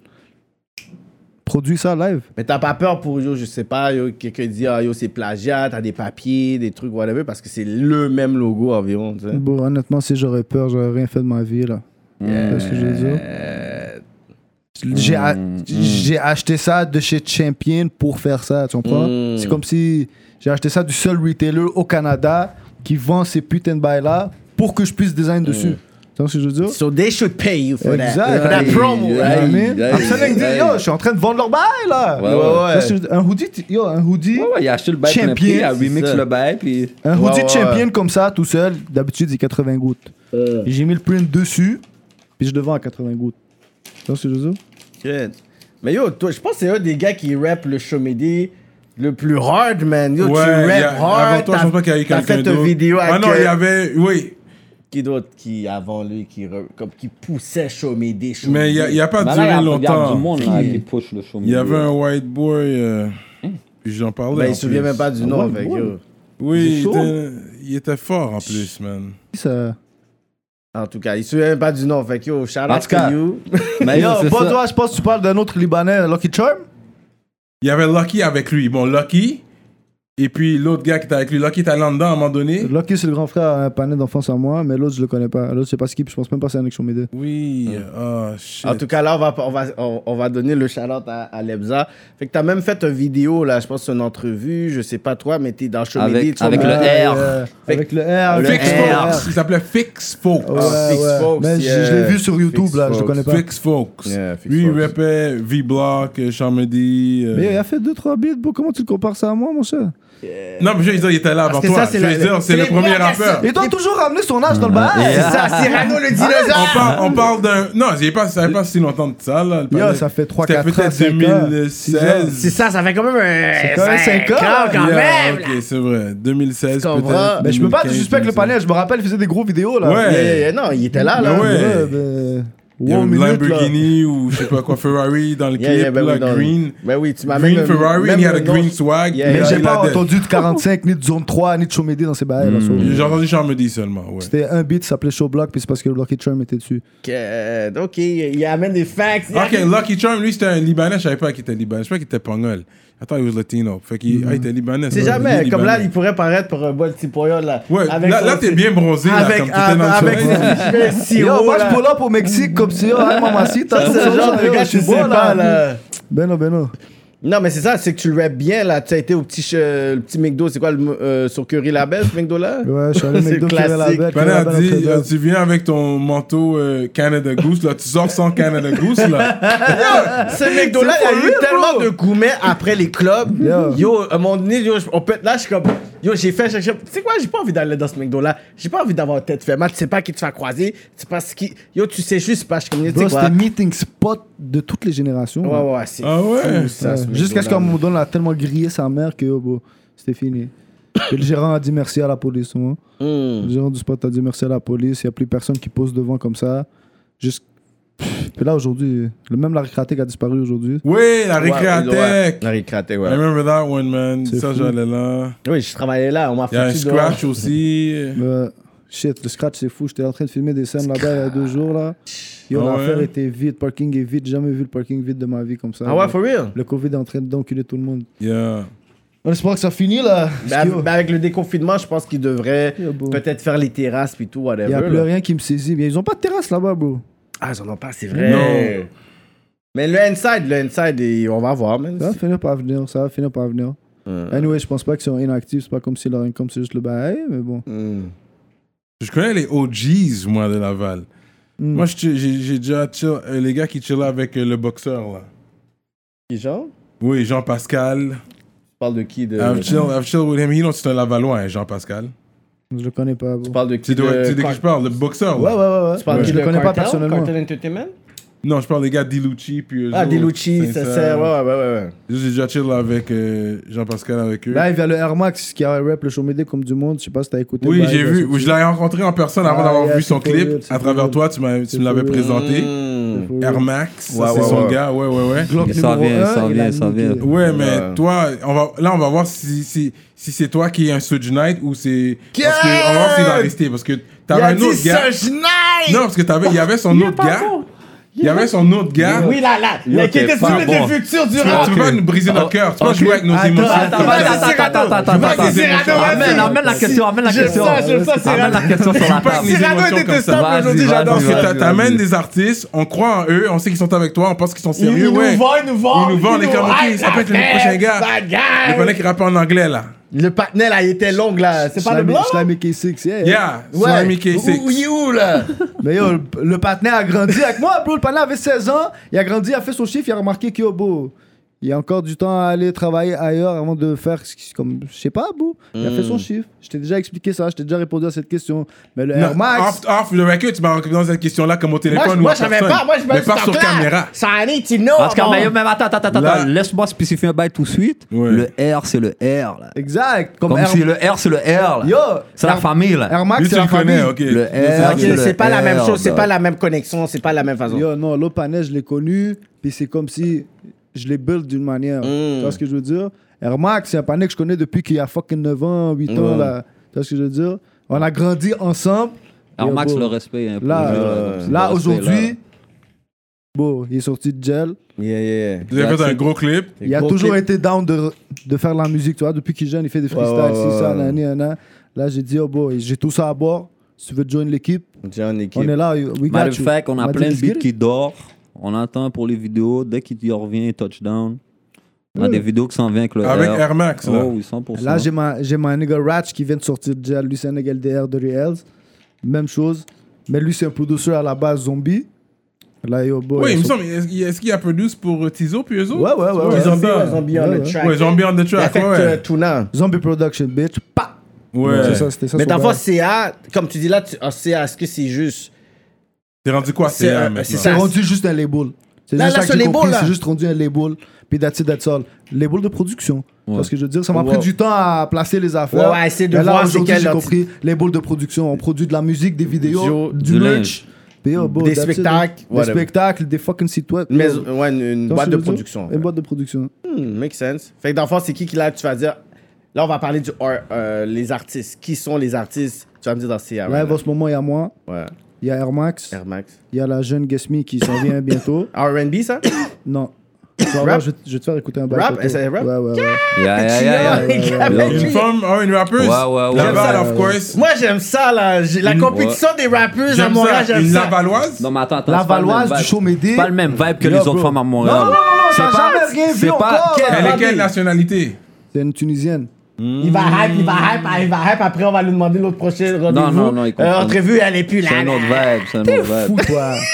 Produis ça live. Mais t'as pas peur pour, yo, je sais pas, yo, quelqu'un dit, ah, yo, c'est plagiat, t'as des papiers, des trucs, whatever, parce que c'est le même logo environ, tu sais. Bon, honnêtement, si j'aurais peur, j'aurais rien fait de ma vie, là. Tu vois ce que je veux dire? Hmm. J'ai a- j'ai acheté ça de chez Champion pour faire ça, tu comprends? Hmm. Mm. C'est comme si j'ai acheté ça du seul retailer au Canada qui vend ces putains de bails-là pour que je puisse Hmm. design dessus. Tu vois ce que je veux dire? So they should pay you for that. Exact. For that Aïe, promo, Tu aïe, vois right? what I mean? aïe, I'm selling this- aïe. yo, je suis en train de vendre leur bail, là! Ouais, Tu ouais. vois ce que je veux dire? Un hoodie, t- yo, un hoodie, Ouais, ouais, il a acheté le bail, Champion, puis il a c'est remix ça. le bail, puis. un hoodie ouais, Champion comme ça, tout seul, d'habitude, c'est 80 gouttes. J'ai mis le print dessus, puis je le vends à 80 gouttes. Tu vois ce que je veux dire? Shit. Mais yo, toi, je pense que c'est un des gars qui rappe le Chomédé le plus hard, man. Yo, Ouais, tu il y rap a- hard. avant toi, je pense pas qu'il y a eu t'as quelqu'un fait une d'autre. vidéo avec Ah non, il y euh, avait, oui, qui d'autre qui, avant lui, qui, re- comme, qui poussait Chomédé, Chomédé. mais il y a- il y a, pas Mais Ah, là, duré il y a- il y a longtemps. du monde là, qui push le show. Il Mm. y avait un white boy, euh, puis j'en parlais. Ben, en il se souvient plus. Ah même pas du nom, fait que, yo. Oui, il chaud. était, il était fort en plus, man. Ça- En tout cas, il se souvient même pas du nom, fait que yo, shout En out tout to cas. you. Mais Yo, yo, c'est pas ça. toi, je pense que tu parles d'un autre Libanais, Lucky Charm. Il y avait Lucky avec lui. Bon, Lucky, et puis l'autre gars qui était avec lui. Lucky était allé en dedans à un moment donné. Lucky, c'est le grand frère à un panel d'enfance à moi, mais l'autre, je le connais pas. L'autre, je sais pas ce qu'il, je pense même pas c'est un mec sur mes deux. Oui, ah, shit. En tout cas, là, on va, on va, on, on va donner le shout-out à, à Lebza. Fait que t'as même fait une vidéo, là, je pense, une entrevue, je sais pas toi, mais t'es dans Chomédé. Avec- tu avec vois, Ah. le dans- R. avec le R. Ah, Le Fix R. Folks. Il s'appelait Fix Folks. Ouais, Fix ouais. Fox, mais je- yeah. je l'ai vu sur YouTube, Fix là, je Fox. le connais pas. Fix Folks. Yeah, Fix lui, il Folks. rappait V-Block, euh, Chamedy. euh. Mais il a fait 2-3 beats, bro. Comment tu le compares ça à moi, mon cher Non, mais je veux dire, il était là avant que toi. ça, c'est Je veux la- dire, c'est le les premier blagues à rappeur. Il doit toujours ramener son âge dans le bail. C'est ça, Cyrano le dinosaure! On parle, on parle d'un. Non, j'ai pas, ça fait pas si longtemps de ça, là. le Yo, palais. ça fait 3, C'était 4 ans, peut-être 5 ans, 2016. C'est ça, ça fait quand même un. C'est quand même cinq ans, quand Yeah, même! là. Ok, c'est vrai. 2016, Tu comprends? peut-être. Mais je peux pas te 2015, suspecter le 2016. panel, je me rappelle, il faisait des gros vidéos, là. Ouais. Yeah, yeah, yeah, Non, il était là, là. Mais ouais. ben, Il y a wow, une minute, là. Lamborghini ou je sais pas quoi, Ferrari dans le clip, Yeah, yeah, ben là, oui, non. green. Ben oui, tu m'amènes. Green le- Ferrari, même il y a le le nom. green swag. Yeah, il Mais a- j'ai il pas a dead. entendu de 45, ni de zone 3, ni de Chomedé dans ces bails, Hmm. là. so- J'ai entendu Charmedy seulement, ouais. C'était un beat, ça s'appelait Showblock, puis c'est parce que Lucky Charm était dessus. Euh, Ok, il amène des facts. il Ok, amène- Lucky Charm, lui, c'était un Libanais, je savais pas qu'il était Libanais. Je savais qu'il était Pangol. I thought he was Latino. Fait qu'il ah, il était Libanais. C'est ça, il jamais. est Comme là, Libanais. il pourrait paraître pour un bon petit poyol, là. Ouais, Avec là, son- là, t'es bien bronzé, là, Avec. comme t'étais dans le Avec. soleil. avec- Yo, sirop, moi là. je pull up au Mexique comme si, oh, hey, mamacita, C'est le genre de gars, tu sais pas, là. Ben non, ben non. Non, mais c'est ça, c'est que tu le rappes bien, là. Tu as été au petit, che- le petit McDo, c'est quoi, le, euh, sur Curry Label, ce McDo, là? Ouais, je suis allé au C'est McDo qui avait la classique. bête. qui avait Pendant la a belle dit, euh, entraîneur. tu viens avec ton manteau euh, Canada Goose, là, tu sors sans Canada Goose, là. Ce McDo-là, il y a eu for real, tellement bro. de gourmets après les clubs. Yeah. Yo, à un moment donné, yo, je- on peut être là, je suis comme. Yo, j'ai fait. j'ai- j'ai- Tu sais quoi, j'ai pas envie d'aller dans ce McDo-là. J'ai pas envie d'avoir tête fait mal. Tu sais pas qui te fait croiser. Tu sais pas ce qui. Yo, tu sais juste pas. Je suis comme, tu sais Bro, quoi. c'était meeting spot de toutes les générations. Ouais, là. ouais, ouais, c'est Ah ouais? fou, ça. ce Ouais. Jusqu'à ce McDo-là. qu'un moment on a tellement grillé sa mère que oh, bro, c'était fini. Que le gérant a dit merci à la police. moi. Mm. Le gérant du spot a dit merci à la police. Il n'y a plus personne qui pose devant comme ça. Juste. Puis là, aujourd'hui, le même la récréatique a disparu aujourd'hui. Oui, la Ouais, ouais. récréatec. La récréatec, I ouais. remember that one, man. C'est Ça, fou. j'allais là. Oui, je travaillais là. On m'a Il y a un foutu dehors. scratch aussi. Euh, shit, le scratch, c'est fou. J'étais en train de filmer des scènes là-bas il y a deux jours. là. Yo, Ah l'affaire ouais? était vide. Parking est vide. J'ai Jamais vu le parking vide de ma vie comme ça. Ah ouais, for real? Le Covid est en train d'enculer tout le monde. Yeah. On espère que ça finit là. Ben, Parce que, yo, ben, avec le déconfinement, je pense qu'ils devraient Yo, bro. peut-être faire les terrasses puis tout, Il whatever. n'y a plus là. rien qui me saisit. Mais ils ont pas de terrasse là-bas, bro. Ah, ils en ont pas, c'est vrai. Non. Mais le inside, le inside, et on va voir, man. Ça va finir par venir. Ça va finir par venir. Anyway, je pense pas qu'ils sont inactifs. C'est pas comme si leur income, c'est juste le bail. Mais bon. Mm. Je connais les OGs, moi, de Laval. Hmm. Mm. Moi, je- j'ai j'ai déjà chill, euh, les gars qui chillaient avec euh, le boxeur, là. Qui, Jean? Oui, Jean-Pascal. Tu parles de qui de... I've chill, I've chill with him. You know, c'est un Lavalois, hein, Jean-Pascal. Je le connais pas, Tu bro. parles de Tu qui sais de, de... tu sais de qui je parle, le boxeur, Ouais, là. ouais, ouais. ouais. Tu parles Je qui le de connais pas Cartel? personnellement. Cartel Entertainment? Non, je parle des gars Dilucci, puis eux Ah, autres, Delucci, Sincère. Sincère, ouais, ouais, ouais. ouais. J'ai déjà chill avec euh, Jean-Pascal avec eux. Bah, Là, il y a le Air Max qui a rap le show Médé comme du monde. Je sais pas si t'as écouté. oui, Bah, j'ai il a vu. sorti- Je l'ai rencontré en personne avant Ah, d'avoir yeah, vu c'est son pour clip. eux, c'est à pour travers eux. toi, tu m'as- tu pour me l'avais eux. présenté. Mm. Faut- Air Max, ça, Ouais, c'est ouais, son ouais. gars. Ouais, ouais, ouais. Glock Il s'en numéro vient, il un, s'en il a vient, il s'en niqué. vient. Ouais, mais Ouais. toi, on va, là, on va voir si, si, si c'est toi qui es un Suge Knight ou c'est. Parce que, on va voir s'il va rester. Parce que Il t'avais a un dit autre gars. Serge Knight! Non, parce que t'avais, il y avait son Il est autre pas gars. bon. Il y avait son autre gars. Oui, là, là. Il y a t'es quelqu'un pas qui bon. le futur du Tu vas- rap. tu vas nous briser notre cœur. Tu vas jouer avec nos Attends, émotions. attends, Vas-y, attends, Cyrano. attends, attends, Vas-y, attends. Cyrano, vas-y. Amène, amène la question, amène la J'aime question. ça, j'aime ça, Amène Cyrano. la question sur la Pas avec table. nos Cyrano est émotions comme ça. détestable Vas-y, aujourd'hui, vas-y, j'adore vas-y. Parce que ça. t'a- t'amènes des artistes, on croit en eux, on sait qu'ils sont avec toi, on pense qu'ils sont Ils sérieux. nous ouais. vendent, ils nous vendent. Ils nous vendent, les comme, vendent. ok, ça peut être le prochain gars. Bad guy. Il fallait qu'ils rappent en anglais là. Le partenaire, là, il était long, là. C'est pas le Slammy- blanc, là? Slammy K6, yeah. Yeah, Slimy K6. Où- où- Il est où, là? Mais yo, le, le partenaire a grandi avec moi, bro. Le partenaire avait 16 ans. Il a grandi, il a fait son chiffre, il a remarqué que, yo, bro, il y a encore du temps à aller travailler ailleurs avant de faire ce qui- comme, je sais pas, bro. Il a fait Hmm. son chiffre. Je t'ai déjà expliqué ça, je t'ai déjà répondu à cette question. Mais le Air Non, euh, Max, Off, off le record, tu m'as dans cette question-là comme au Moi, je- téléphone ou moi, en je savais personne. pas. Moi, je me Mais suis pas sur tapé, là. caméra. Ça a été, tu know. Ah, En tout cas, bon. mais mais attends, attends, attends, Là- attends. laisse-moi spécifier un bail tout de suite. Ouais. Le R, c'est le R. Là. exact. Comme, Comme Air, si le R, c'est le R. là. Yo, c'est la Air- famille. Là. Air Max, Lui, c'est tu la le connais, famille. ok. Le R, Ok, c'est le c'est pas la même R, chose, c'est là. pas la même connexion, c'est pas la même façon. Yo, non, l'autre panel, je l'ai connu, puis c'est comme si je l'ai build d'une manière. Mm. Tu vois ce que je veux dire? Air Max, c'est un panel que je connais depuis qu'il y a fucking 9 ans, 8 ans, là. Tu vois ce que je veux dire? On a grandi ensemble. Alors, Yo, Max, bro, le respect. hein, pour Là, eux, euh, comme si le là respect, aujourd'hui, bon, il est sorti de gel. Yeah, yeah. Vous avez fait un gros clip. Il a Gros toujours clip. été down de, de faire de la musique, tu vois. Depuis qu'il est jeune, il fait des freestyles, ouais, ouais, c'est ça, ouais. nan, nan, nan. Là, j'ai dit, oh boy, j'ai tout ça à bord. Si tu veux te joindre l'équipe, John on est là. We got Matter of you. fact, on a m'a dit, plein de let's get beats it. qui dort. On attend pour les vidéos. Dès qu'il y revient, touchdown. On a des vidéos qui s'en viennent avec le Avec R. Air Max, là. Oh, oui, 100%. Là, j'ai ma, j'ai ma nigga Ratch qui vient de sortir de jail. Lui, c'est un nigga LDR de Reels. Même chose. Mais lui, c'est un producteur à la base zombie. Là, yo, boy. Oui, il ils me sont- semble. Est-ce est-ce qu'il y a produit pour euh, Tizo puis eux autres Ouais, ouais, ouais, ouais. Ils ont Zombie, ouais, bien. Zombie on Ouais, the ouais. track. Ouais, zombie on the Il a track, fait ouais. euh, Tuna. Zombie Production, bitch. Pa! C'est Ouais. ça, c'était ça. Mais son dans le bail. fond, CA, comme tu dis là, tu- ah, CA, est-ce que c'est juste. T'es rendu quoi C'est, C'est euh, un, c'est maintenant. ça. C'est rendu juste un label. C'est Là, juste là, ça que ce j'ai label, compris, là. C'est juste rendu un label. Puis that's it, that's all. Label de production. Ouais. Parce que je veux dire, ça m'a Wow. pris du temps à placer les affaires. Ouais, ouais, essayer de Mais là, voir c'est aujourd'hui, quel j'ai leur- compris. Label de production. On produit de la musique, des vidéos, Du- du, du merch. Puis, oh, bro, Des that's it. spectacles, Des whatever. spectacles, des fucking sites web. Mais, Yo, ouais, une, une Dans boîte ce de studio, production. Une boîte de production. Hmm, make sense. Fait que dans le fond, c'est qui qui là, tu vas dire. Là, on va parler du R- euh, les artistes. Qui sont les artistes Tu vas me dire dans CA. Là, right en ce moment, il y a moi, now. Ouais. il y a Air Max, Ah, Air Max. il y a la jeune Gasmi qui s'en vient bientôt. RB, ça Non. Tu vas voir, je, vais te- je vais te faire écouter un bail. Rap? photo. C'est rap? Ouais, ouais, ouais. Yeah, yeah, yeah, yeah. Yeah, yeah. Une yeah. femme, oh, une rappeuse. Ouais, ouais, ouais. Laval, Ouais, of course. Moi, j'aime ça, là. J'ai- La Une- compétition des rappeurs à J'aime Montréal, ça. j'aime Une ça. Lavalloise. Non, mais attends, attends. La c'est pas le Valoise même du vibe. show C'est Médé. pas le même vibe que Yo, les autres bro. femmes à Non, non, non, Montréal. non, C'est t'as pas- jamais rien vu c'est pas- encore. Quel- là. Elle est quelle nationalité C'est une Tunisienne. Il va hype, il va hype, il va hype. Après, on va lui demander l'autre prochain rendez-vous. non, non, il comprend. Euh, entrevue, elle est plus là. C'est un là. autre vibe. C'est un autre Fou, vibe. toi.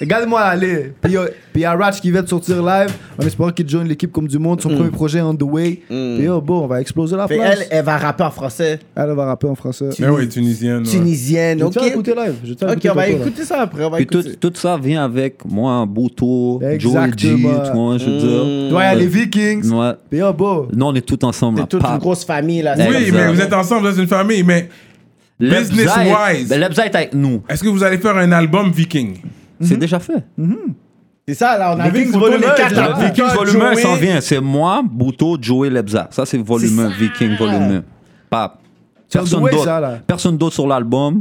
Regarde-moi aller. Puis yo, puis y a Ratch qui vient de sortir live en espérant qu'il joigne l'équipe Comme du Monde. Son premier projet on the way. Puis yo, bon, on va exploser la Fait place. Mm. elle, elle va rapper en français, Elle va rapper en français. Mais ouais, tunisienne. ouais. tunisienne. Je vais Ok, te faire écouter live. Je vais te faire ok, écouter on va tantôt, là. écouter ça après. On va Puis tout, écouter. tout ça vient avec moi, Bouto, Joey G, tu Exactement. Mm. vois, je veux dire. Ouais, Mm. les Vikings. Ouais. Puis yo, bon. Oh! Nous, on est tous ensemble. là, C'est toute pap. une grosse famille là. Ouais, Oui, comme mais ça. vous êtes ensemble, vous êtes une famille, mais Lebza est- business-wise. Ben, Lebza est avec nous. est-ce que vous allez faire un album viking Mm-hmm. C'est déjà fait. C'est ça là, on a vu Vikings le volume volume 4 un, là. Vikings volume 1 Joey. s'en vient. C'est moi, Bouto, Joey, Lebza. Ça, c'est volume C'est 1, ça. Viking volume 1. Pap. Personne Way, ça, d'autre. là. Personne d'autre sur l'album.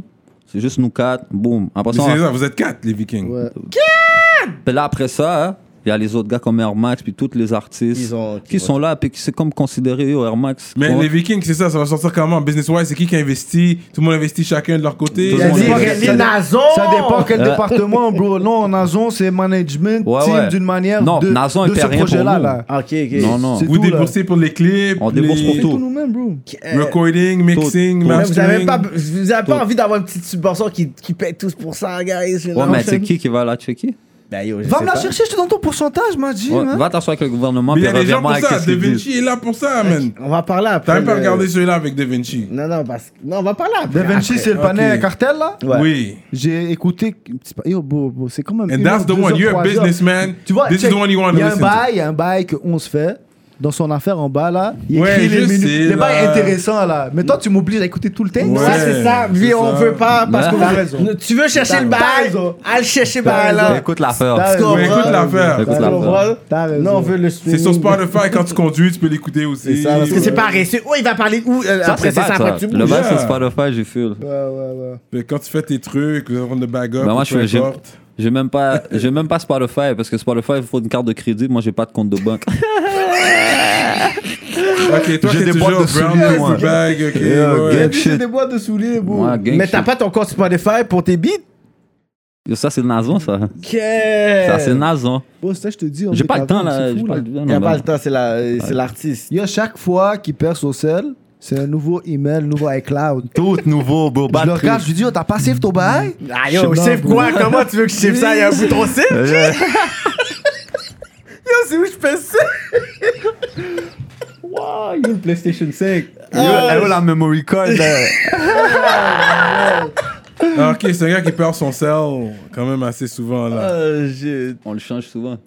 C'est juste nous quatre. Boum. Après Mais ça, on- C'est ça, vous êtes quatre, les vikings. Puis là, après ça, hein, il y a les autres gars comme Air Max, puis tous les artistes Ils ont- qui sont là, puis qui c'est comme considéré yo, Air Max. Mais Ouais. les vikings, c'est ça, ça va sortir comment Business-wise, c'est qui qui investit Tout le monde investit chacun de leur côté. Tout Il le a monde dit Ça que dépend- les Nazon. Ça dépend quel Euh. département, bro. Non, Nazon, c'est management, Ouais, team ouais. d'une manière. Non, de, Nazon, de il fait ce rien pour projet-là, nous. là. Ok, ok. Non, non. C'est Vous tout, là. déboursez pour les clips. On débourse les- pour Tout tout. nous-mêmes, bro. Euh, Recording, mixing, Mais vous avez mastering. pas, vous avez pas envie d'avoir une petite subvention qui, qui paye tous pour ça, guys. you know Ouais, what mais I'm c'est saying? qui qui va la checker Ben, yo, je Va sais me la pas. chercher, je te donne ton pourcentage, ma G. Ouais, hein. Va t'asseoir avec le gouvernement, Mais il puis y a des gens reviens-moi pour avec ça. ce Da qu'ils disent. Vinci est là pour ça, man. On va parler après. T'as même pas le- regardé celui-là avec Da Vinci Non, non, parce que. Non, on va parler après. Da Vinci, c'est le panel Ok. cartel, là. Ouais. Oui. J'ai écouté. Yo, bro, bro, c'est quand même. And une that's heure, the deux one. heures, You're a trois heures. businessman. Tu vois, This is check, the one you want il to y a un listen to. bail, il y a un bail qu'on se fait dans son affaire en bas là. Il Ouais, écrit je les minutes. sais, Les bails là. intéressants là. Mais toi, tu m'obliges à écouter tout le texte. Ouais. Ça, c'est ça. c'est Lui, on ça. veut pas parce Ouais. que T'as raison. tu veux chercher T'as le bail. raison. Allez chercher le bail raison. Bah, là. Écoute l'affaire. T'as Parce qu'on Mais veut- écoute l'affaire. Écoute T'as l'affaire. raison. T'as raison. Non, on veut le C'est sur streaming. Spotify, quand tu conduis, tu peux l'écouter aussi. C'est ça, parce que c'est pas réussi. Où il va parler où euh, Ça, après c'est c'est ça, bad, ça. après tu Le bouges. bas, Yeah. c'est Spotify, j'ai feel. Ouais, ouais, ouais. Mais quand tu fais tes trucs, vous êtes en train de bag up, Ben, moi, ou je peu fais- j'ai- importe. J'ai même pas, j'ai même pas Spotify parce que Spotify, il faut une carte de crédit. Moi, j'ai pas de compte de banque. Ok, toi, J'ai t'es des boîtes toujours de brown souliers, paper moi. bag, ok. Yeah, ouais. gang J'ai shit. des boîtes de souliers, bro. Ouais, gang Mais t'as shit. pas ton compte Spotify pour tes beats? Yo, Ça, c'est Nazon, ça. Eh. Ça, c'est Il Nazon. Bro, ça, je te dis. on J'ai est pas le avant, temps, là. c'est J'ai fou, pas là. le temps, n'y a non, pas ben. le temps, c'est la- euh, c'est l'artiste. Il y a chaque fois qu'il perd son sel, c'est un nouveau email, nouveau iCloud. Tout nouveau, bro. Je bad le trip. regarde, je lui dis, oh, t'as pas safe ton bail Ah yo, save quoi? Comment tu veux que je save ça? Il y a un bouton save? Yeah. Yo, c'est où je fais ça? Wow, yo, le PlayStation 5. Yo, yo, la memory card. là. Ah, ok, c'est un gars qui perd son sel quand même assez souvent, là. Euh, On le change souvent.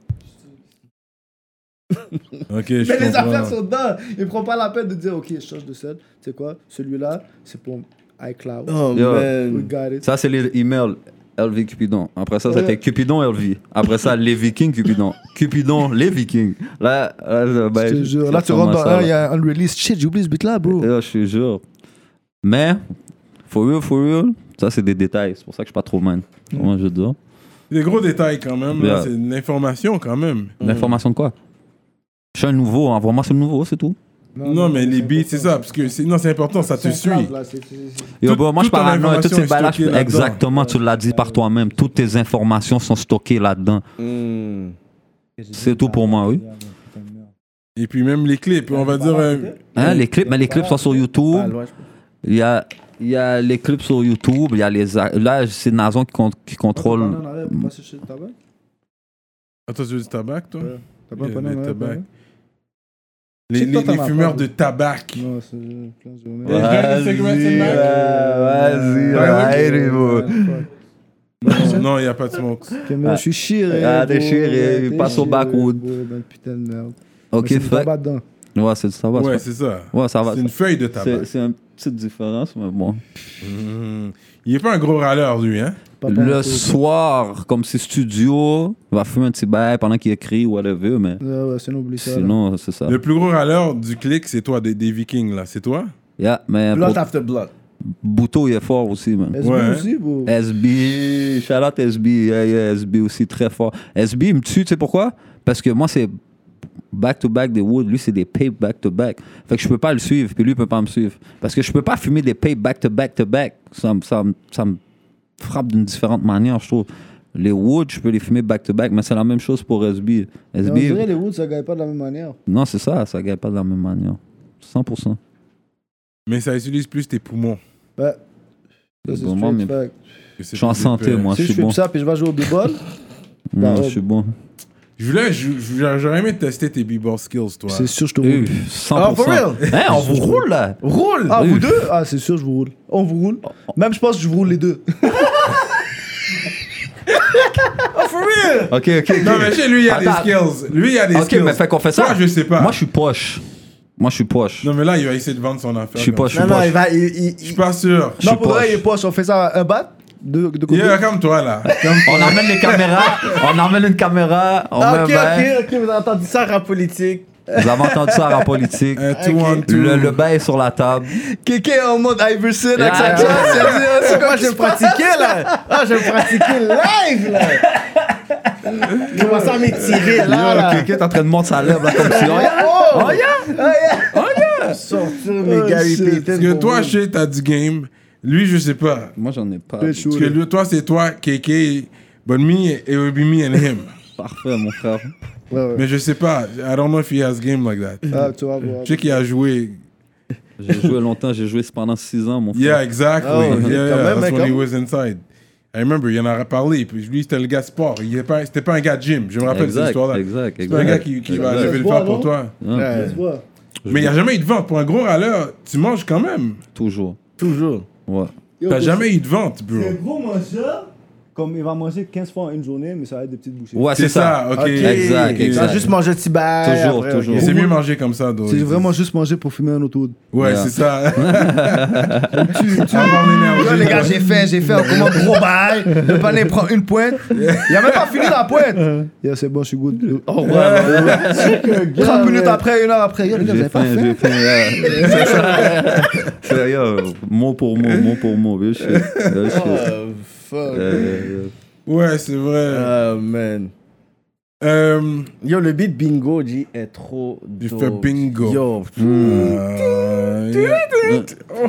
Ok, je Mais les comprends. affaires sont dedans. Il prend pas la peine de dire, ok, je change de sel. Tu sais quoi Celui-là, c'est pour iCloud. Oh Yo. We man. got it. Ça, c'est les emails. LV Cupidon. Après ça, Euh. c'était Cupidon LV. Après ça, les Vikings Cupidon. Cupidon, les Vikings. Là, là, je- ben, Je te jure, c'est là, tu rentres dans sûrement un, ça, il y là. Euh, a un unreleased. Shit, j'ai oublié ce beat-là, bro. Yo, je te jure. Mais, for real, for real, ça, c'est des détails. C'est pour ça que je suis pas trop man. Mm. Comment je veux dire Des gros détails quand même, là, Yeah. c'est de l'information quand même. L'information de quoi Je suis un nouveau, hein. vraiment, c'est le nouveau, c'est tout. Non, mais les beats, c'est ça, parce que c'est- non, c'est important, ça te suit. Yo, Tout- bro, moi, je toute ton parle toutes information ces est balles stockée là-dedans. Exactement, tu l'as dit par toi-même. Toutes tes informations sont stockées là-dedans. Hmm. C'est tout pour moi, oui. Et puis même les clips, on va dire. euh, Mm. Hein, les clips, mais les clips sont sur YouTube. Ah, Il y a, il y a les clips sur YouTube, il y a les. a- Là, c'est Nazon qui, con- qui contrôle. Attends, tu veux du tabac, toi T'as pas un Yeah, panneau le en arrière, tabac. panneau Les, Chez toi, les- t'en les as fumeurs hein? pas, de tabac. Non, c'est euh, plein de journées. Ouais. Vas-y, vas-y, vas-y, Ouais, fuck. Non, non, il n'y a pas de smoke. Ok, mais Ah. Je suis chiré. Ah, bro, t'es chiré, t'es passe au chiré, backwood. bro, ben, Putain de merde. Mais Ok, c'est hein. du fait. tabac dedans. Ouais, c'est ça va. Ouais, ça c'est ça. va. Ouais, Ah, bah, ça va. C'est une feuille de C'est tabac. c'est une petite différence, mais bon. Mhm. Il n'est pas un gros râleur, lui, hein Papa, le un peu. soir, comme c'est studio, il va fumer un petit bail pendant qu'il écrit ou whatever, mais Ouais, ouais, sinon, oublie ça. là. sinon, c'est Ah. ça. Le plus gros râleur du clic, c'est toi, des, des Vikings, là. C'est toi Yeah, mais Blood pour- after blood. Bouteau, il est fort aussi, man. SB Ouais. aussi, bro. Eh, SB, shout out SB, yeah, yeah, SB aussi très fort. SB, il me tue, tu sais pourquoi? Parce que moi, c'est back-to-back des Woods. Lui, c'est des pay back-to-back. Fait que je peux pas le suivre, puis lui, il peut pas me suivre. Parce que je peux pas fumer des pay back-to-back-to-back. Ça, me- ça, me- ça me frappe d'une différente manière, je trouve. Les Woods, je peux les fumer back-to-back, mais c'est la même chose pour SB. Mais On SB, dirait les Woods, ça gagne pas de la même manière. non, c'est ça, ça gagne pas de la même manière. 100%. Mais ça utilise plus tes poumons. Bah, ça, Bon, c'est moi, straight mais- fact. que c'est Je suis plus en euh, des santé, peurs. moi, je Si bah, je suis fais bon. ça puis je vais jouer au b-ball, Non, je suis bon. Je voulais, je- je- j'aurais aimé tester tes b-ball skills, toi. C'est sûr, je te roule. Euh, 100%. for real? Hein, on vous roule là. Roule! Ah, vous deux Ah, c'est sûr, je vous roule. On vous roule Même, je pense que je vous roule les deux. Ok, ok, ok. Non, mais chez lui, il y a Attends. des skills. Lui, il y a des Ok, skills. mais fait qu'on fait ça. Toi, je sais pas. Moi, je suis poche. Moi, je suis poche. Non, mais là, il va essayer de vendre son affaire. Je suis comme poche, je Non, suis non, il poche. va. il- il- Je suis pas sûr. Non, suis pour vrai, poche. il est poche. On fait ça à un bat de, de Il côté. est comme toi, là. Comme On emmène les caméras, on emmène une caméra, on Ah, met un ok, bail. ok, ok, vous avez entendu ça, rap politique. Vous avez entendu ça en politique. un two one two. Le, le bail est sur la table. Quelqu'un en mode Iverson avec sa classe, c'est quoi je vais pratiquer là? Ah, je vais pratiquer live là! Comment ça m'étirer là? là. Quelqu'un est en train de monter sa lèvre là, comme si. Regarde, Oh! Oh yeah! Oh yeah! Sortir mes Gary shit. Payton. Parce que pour toi, vous. chez, t'as du game. Lui, je sais pas. Moi, j'en ai pas. Parce que lui, toi, c'est toi, KK, but me, it would be me and him. Parfait, mon frère. Ouais, ouais. Mais je sais pas. I don't know if he has game like that. Ah, tu vas voir. Je sais qu'il a joué. J'ai joué longtemps, j'ai joué pendant 6 ans, mon frère. Yeah, exactly. Oh, yeah, quand yeah. même, That's hein, when he quand- was inside. I remember, il en a parlé. Puis lui, c'était le gars sport. Il était pas, c'était pas un gars gym. Je me rappelle cette Exact, histoire-là. exact, C'est pas un exact. gars qui, qui va Exact. lever le Sport, fer pour non? toi. Hein, Ouais, Tu vois. Mais il n'y a jamais eu de vente. Pour un gros râleur, tu manges quand même. Toujours. toujours. Ouais. T'as jamais eu de vente, bro. C'est gros mangeur. Comme il va manger 15 fois en une journée, mais ça va être des petites bouchées. Ouais, c'est ça. ok. Ok. Exact, Tu vas exact. juste manger petit bail. Toujours, après, toujours. ok. C'est mieux manger comme ça, donc. C'est vraiment juste manger pour fumer un auto. Ouais, Yeah. c'est ça. tu, tu avoir l'énergie. Yo, les gars, j'ai faim, j'ai faim. On commande gros bail. Le panier prend une pointe. Il a même pas fini la pointe. Yeah, c'est bon, je suis good. Oh, Ouais, ouais, ouais. 30 minutes après, une heure après, yo, les gars, vous J'ai avez pas faim, fait. j'ai faim. yeah. C'est ça. C'est, yo, mot pour mot, mot pour mot. Real shit. Real shit. Oh, fuck. Euh, Ouais, c'est vrai. Oh, man. Euh, Yo, le beat bingo, G, est trop J'ai dope. fait bingo. Yo, euh, yeah.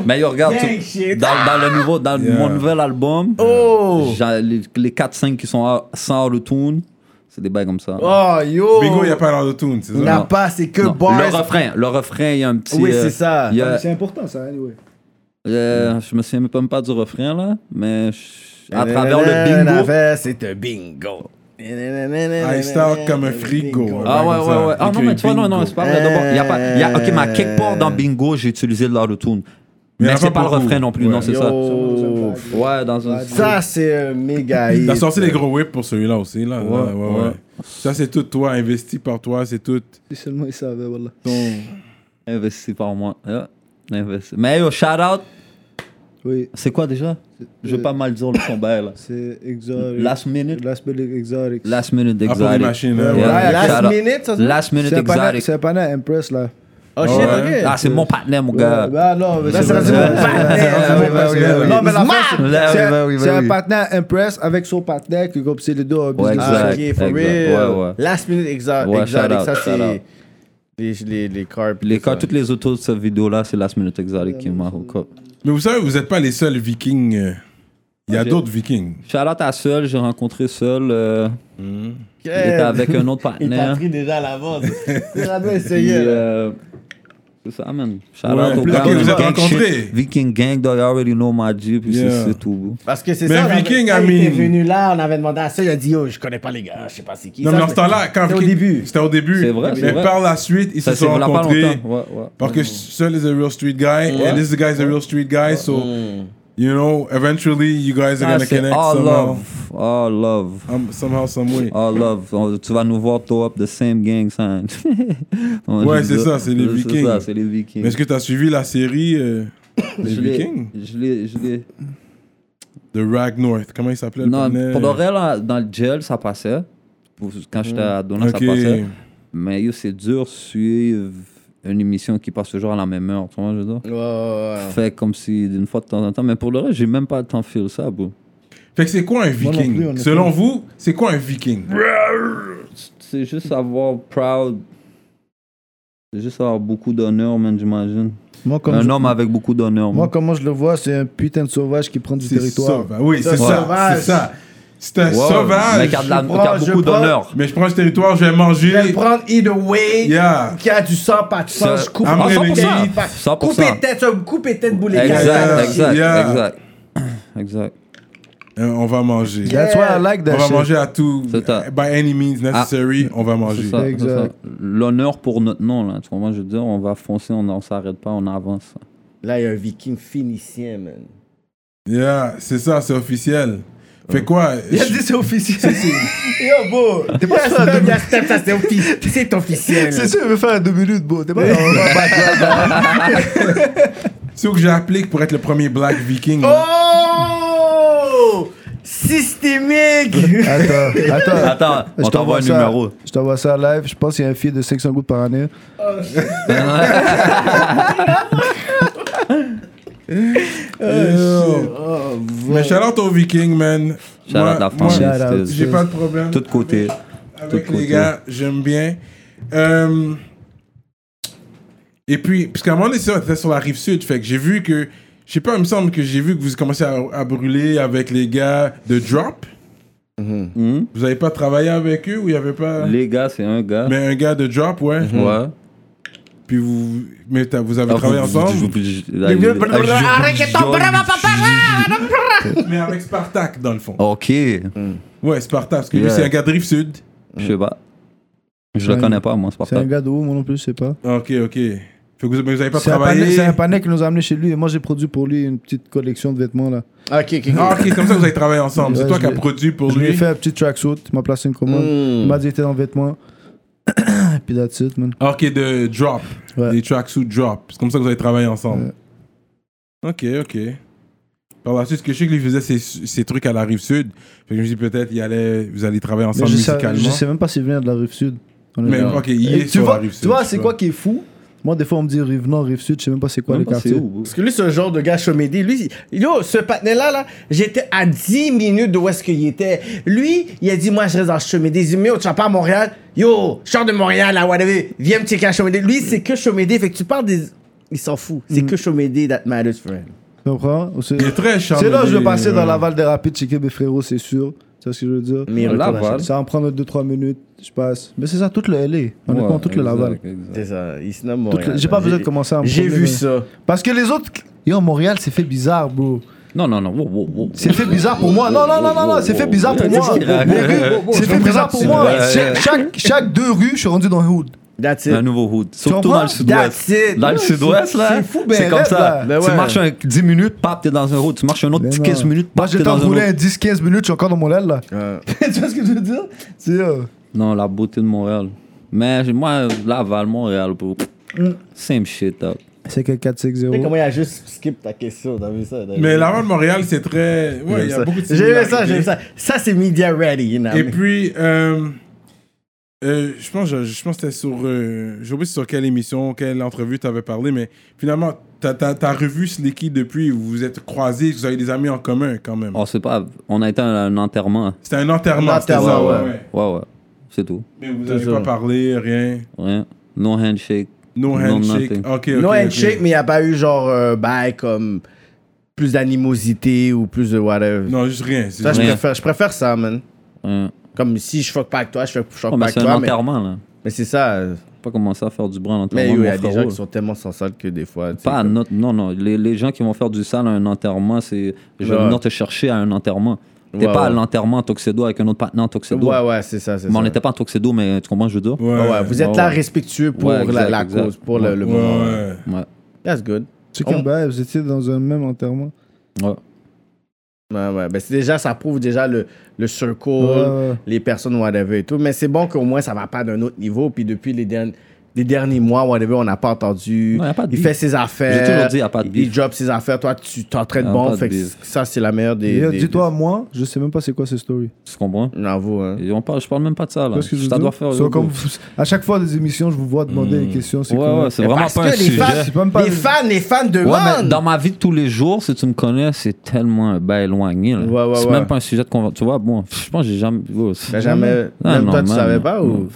Mais yo, regarde, tu- Gang shit. dans, dans le nouveau, dans Yeah. mon nouvel album, Oh! j'a- les, les 4-5 qui sont à- sans autotune, c'est des bails comme ça. Oh, yo! Bingo, il n'y a pas l'autotune, c'est Il n'y a ça? Non. pas, c'est que Non, bars. le refrain, le refrain, il y a un petit. Oui, euh, c'est ça. il y a- C'est important, ça, anyway. euh, je me souviens même pas du refrain, là, mais je- à Nanana, travers le la bingo. fête, C'est un bingo. I Ice out comme un frigo. hein. Ah ouais, Comme ouais, ça. ouais. Ah Ok, non, mais tu vois, non, bingo. non, c'est pas vrai. d'abord, il y a pas, il y a, ok, mais à quelque part dans Bingo, j'ai utilisé de l'autotune. Mais il y Mais, en a c'est pas pas, le beaucoup. refrain non plus, Ouais. non, c'est ça. Yo! Ouais, dans un. Ça, c'est un méga hit. T'as sorti les gros whips pour celui-là aussi, là. là, Ouais, ouais, ouais. Ça, c'est tout toi, investi par toi, c'est tout. Si seulement ils savaient, voilà. Investi par moi. Yeah, investi. Mais yo, shout out. Oui, C'est quoi déjà Je veux pas mal dire le combat, là. c'est exotic. Last minute. Last minute exotic. Last minute Après les exotic. machines, là. Yeah. Ah, Shout Last out. minute, ça? Last minute C'est un pana- exotic. c'est un pana Impress, là. Oh shit, Ouais. Ah, ok. c'est mon partenaire, mon gars. Bah non, mais Là, c'est c'est rendu c'est- mon c'est- partenaire. c'est- c'est- Non, mais la fin, c'est- Là, bah c'est ouais, un- ouais, ouais, c'est un ouais. partenaire Impress avec son partenaire qui comme c'est les deux euh, Ouais, business. Ah, Exact, ok, for exact. real. Ouais, ouais. Last minute exa- Ouais, exotic, shout ça out, shout out. c'est les, les, les cars. puis Les tout ça. cas, toutes les autos de cette vidéo-là, c'est Last Minute Exotic qui m'a hook up. Mais vous savez, vous n'êtes pas les seuls vikings. euh, Il y a Ok. d'autres vikings. Charlotte à Seul, j'ai rencontré Seul. euh, Ok. Il était avec hein. un autre Il t'a partenaire. pris déjà à l'avance. Il a bien Puis, essayé. là. euh, C'est ça, man. Shout Ouais, out au plus gars, que vous man. êtes Gang rencontrés. shit. Viking Gang, dog, I already know my G, puis c'est- Yeah. c'est tout. Parce que c'est Mais ça. on avait- Viking, quand I Il était mean- venu là, on avait demandé à ça. Il a dit Yo, je connais pas les gars, je sais pas c'est qui. Non, ça, mais dans ce temps-là, quand C'était au Viking- début. C'était au début. C'est vrai, Mais c'est vrai. par la suite, ils Ça, se c'est sont voilà pas longtemps. rencontrés. Ouais, ouais. Parce que Seul is a real street guy, and this guy is a real street guy, so, you know, eventually, you guys are Mm. Ah, gonna c'est connect all somehow. love, Ah, all love, Um, somehow, some way. all love. On- Tu vas nous voir throw up the same gang sign. On Ouais, dit c'est ça, c'est les Vikings. C'est ça, c'est les Vikings. Mais est-ce que tu as suivi la série euh, Les Je l'ai- Vikings Je l'ai, je l'ai. The Rag North. Comment il s'appelait le Non, panel? pour de vrai, là, dans le gel, ça passait. Pour- Quand j'étais à Dona, Ok. ça passait. Mais yo, c'est dur suivre une émission qui passe toujours à la même heure, tu vois, je veux dire. Ouais, ouais, ouais. Fait comme si d'une fois de temps en temps, mais pour le reste, j'ai même pas le temps de faire ça, bro. Fait que c'est quoi un viking plus, on est Selon vous, c'est quoi un viking C'est juste avoir proud. C'est juste avoir beaucoup d'honneur, man, j'imagine. Moi, comme Un je- homme avec beaucoup d'honneur. Moi, man. comment je le vois, c'est un putain de sauvage qui prend du C'est territoire. sauvage. Ah Oui, c'est ça. sauvage. C'est ça. C'est un Wow, sauvage. Mec, qui a, de la- je qui a prends- je beaucoup prends- d'honneur. Mais je prends ce territoire, je vais Je vais le manger. prendre either way. Yeah. Qui a du sang, pas de sang, Ça- je coupe. Ah, Ah, mais les 100%. gars, 100%. Coupe les têtes, coupe les têtes, boulet. Exact, Yeah. exact, Yeah. exact. Exact. Euh, on va manger. That's why I like On that va shit. manger à tout. eh, C'est ça. Ah. By any means necessary, on va manger. C'est ça, c'est ça. Exact. L'honneur pour notre nom, là. Tu comprends? Je veux dire, on va foncer, on ne s'arrête pas, on avance. Là, il y a un viking phénicien, man. Yeah, c'est ça, c'est officiel. Mm. Fait quoi Il a je- dit c'est officiel. Yo, beau! T'es pas sûr, ça, de- yeah, step, ça, c'est offici- c'est officiel. C'est sûr, il veut faire deux minutes, bro. T'es pas dans le background. C'est où que j'applique pour être le premier black viking. là. Oh! Systémique! Attends, attends. Attends, Je on t'envoie un ça- numéro. Je t'envoie ça live. Je pense qu'il y a un fee de 500 gouttes par année. Yo. Oh, Mais shout out aux vikings, man. Shout out la moi, France. Shout out. J'ai pas de problème Tout côté. avec tout les côté. gars, j'aime bien. Euh, et puis, parce qu'à un moment donné, ça, c'était sur la rive sud, fait que j'ai vu que, je sais pas, il me semble que j'ai vu que vous commencez à, à brûler avec les gars de Drop. Mhm. Vous avez pas travaillé avec eux ou il y avait pas. Les gars, c'est un gars. Mais un gars de Drop, ouais. Mhm. Ouais. Puis vous, mais t'as- vous avez Ah, travaillé vous- vous- ensemble. vous- vous- là, il- ah, mais avec Spartak, dans le fond. Ah. Ok. Ouais, Spartak, parce que lui, Yeah. c'est un gars de rive sud. Je sais pas. Je le connais pas, moi, c'est pas C'est un gars de où, moi non plus, je sais pas. Ok, ok. Fait que vous, mais vous avez pas C'est un panais- travaillé. Ah, c'est un panais qui nous a amené chez lui. Et moi, j'ai produit pour lui une petite collection de vêtements, là. Ok, ok, Ah, ok, c'est comme ça que vous avez travaillé ensemble. c'est Ouais, toi je qui as l'ai- produit pour Je lui lui. ai fait un petit tracksuit. Il m'a placé une commande. Hmm. Il m'a dit qu'il était dans le vêtement. Puis that's it, man. Ah, Ok, de drop. Ouais. Des tracks sous drop. C'est comme ça que vous avez travaillé ensemble. Ok, ok. Par la suite, ce que je sais que lui faisait ses, ses trucs à la rive sud. Fait que je me dis peut-être il allait, vous allez travailler Mais ensemble je, sais, musicalement. je sais même pas s'il vient de la rive sud. Mais ok, il est tu sur vois, la rive sud. tu vois, c'est quoi qui est fou Moi, des fois, on me dit rive nord, rive sud, je sais même pas c'est quoi les quartiers. Parce que lui, ce genre de gars chomédé, lui, yo, ce patinet-là, là, j'étais à 10 minutes de où est-ce qu'il était. Lui, il a dit, moi, je reste dans chomédé. Il dit, mais yo, tu vas pas à Montréal? Yo, je sors de Montréal, là, whatever. Viens me checker à chomédé. Lui, c'est que chomédé. Fait que tu parles des. Il s'en fout. C'est Mm. que chomédé that matters for him. Tu comprends C'est Il est très charmé. c'est là que je vais passer ouais. dans la Val des Rapides, checker mes frérots, c'est sûr. Tu vois ce que je veux dire Mais il Laval. retourne à Chomédé. Ça va me prendre 2-3 minutes, je passe. Mais c'est ça, toute le LA. Honnêtement, toute le Laval. C'est ça, il se nomme Toute Montréal. le- J'ai pas besoin de commencer à me J'ai promener, vu mais- ça. Parce que les autres. Yo, Montréal, c'est fait bizarre, bro. Non, non, non. wow, wow, wow. C'est fait bizarre pour moi. Non, non, non, non, non, c'est fait bizarre pour moi. C'est fait bizarre pour moi. Chaque- Chaque chaque deux rues, je suis rendu dans le hood. That's it. Un nouveau hood. Surtout comprends? dans le sud-ouest. That's it. Dans le sud-ouest, là. c'est fou, ben, C'est comme raide, ça. là. Ben Tu ouais. marches un 10 minutes, pap, t'es dans un route. Tu marches un autre Mais 10, non. 15 minutes, Moi, pap, j'ai t'es le temps dans de un rouler un autre. 10-15 minutes, je suis encore dans mon lal, là. Ouais. tu vois ce que je veux dire? C'est. euh, Non, la beauté de Montréal. Mais j'ai- moi, Laval, Montréal, bro. Mm. Same shit, up. C'est que Tu sais 4-5-0. comment il a juste skip ta question, t'as vu ça? t'as vu Oh. Mais ça? la de Montréal, c'est très. Ouais, il y a ça. beaucoup de J'ai vu ça, similarités. j'ai vu ça. Ça, c'est media ready, you know. Et puis, euh, euh, je pense, je, je pense que c'était sur. euh, J'ai oublié sur quelle émission, quelle entrevue tu avais parlé, mais finalement, tu as, revu Slicky depuis, vous vous êtes croisés, vous avez des amis en commun quand même. On sait Ah, pas. On a été à un enterrement. C'était un enterrement, Oh. Un c'était ça, enterrement, ouais. ouais. ouais. Ouais, ouais. C'est tout. Mais vous n'avez pas parlé, rien. Rien. No handshake. No No handshake. nothing. ok, ok. no ok. handshake, mais il n'y a pas eu genre, euh, bail comme plus d'animosité ou plus de whatever. Non, juste rien. c'est Ça, je juste- Rien. préfère, je préfère ça, man. Rien. Comme si je fuck pas avec toi, je fuck, je fuck Oh, pas mais avec c'est un toi. Mais, enterrement, là. mais c'est ça. euh, Pas commencer à faire du bras à Mais l'enterrement. yo, de il y mon a des gens frérot, qui sont tellement sans sale que des fois. tu sais, Pas à comme- notre. Non, non. Les, les gens qui vont faire du sale à un enterrement, c'est. Je vais Ouais. venir te chercher à un enterrement. T'es Ouais, pas à ouais. l'enterrement en Tuxedo avec un autre partenaire en Tuxedo. Ouais, ouais, c'est ça. c'est Mais on ça. n'était pas en Tuxedo, mais tu comprends, ce que je veux dire. Ouais, Ouais, ouais, vous êtes Ouais, là ouais. respectueux pour Ouais, exact, la, la exact. cause, pour le, le ouais, moment. ouais. Ouais. That's good. C'est que, bah, vous étiez dans un même enterrement. Ouais. Ouais, ouais. Ben, c'est déjà, ça prouve déjà le, le circle, ouais. les personnes, whatever et tout. Mais c'est bon qu'au moins, ça va pas d'un autre niveau. Puis depuis les derniers, les derniers mois, whatever, on n'a pas entendu. Non, y a pas de il beef. fait ses affaires. J'ai toujours dit, y a pas de Il beef. drop ses affaires. Toi, tu t'entraînes Y a bon. pas de Fait que beef. ça, c'est la meilleure des. Yo, des- euh, Dis-toi, moi, je sais même pas c'est quoi ces stories. Tu comprends? des- J'avoue, hein. Et on parle, je parle même pas de ça, là. Parce que Je je t'en dis- dois faire. c'est yo, comme bro. vous- à chaque fois des émissions, je vous vois demander des questions. C'est Hmm. Ouais, comme- ouais, c'est Mais vraiment parce pas un que les sujet. fans, C'est même pas- les fans, les fans Ouais, mais demandent. dans ma vie de tous les jours, si tu me connais, c'est tellement un bail éloigné. là. Ouais, ouais, c'est ouais. Ben, même pas un sujet de conversation. Tu vois, bon, je pense que j'ai jamais. oh, c'est- T'as jamais. Ah, Même non, toi, tu man, savais non. pas ou.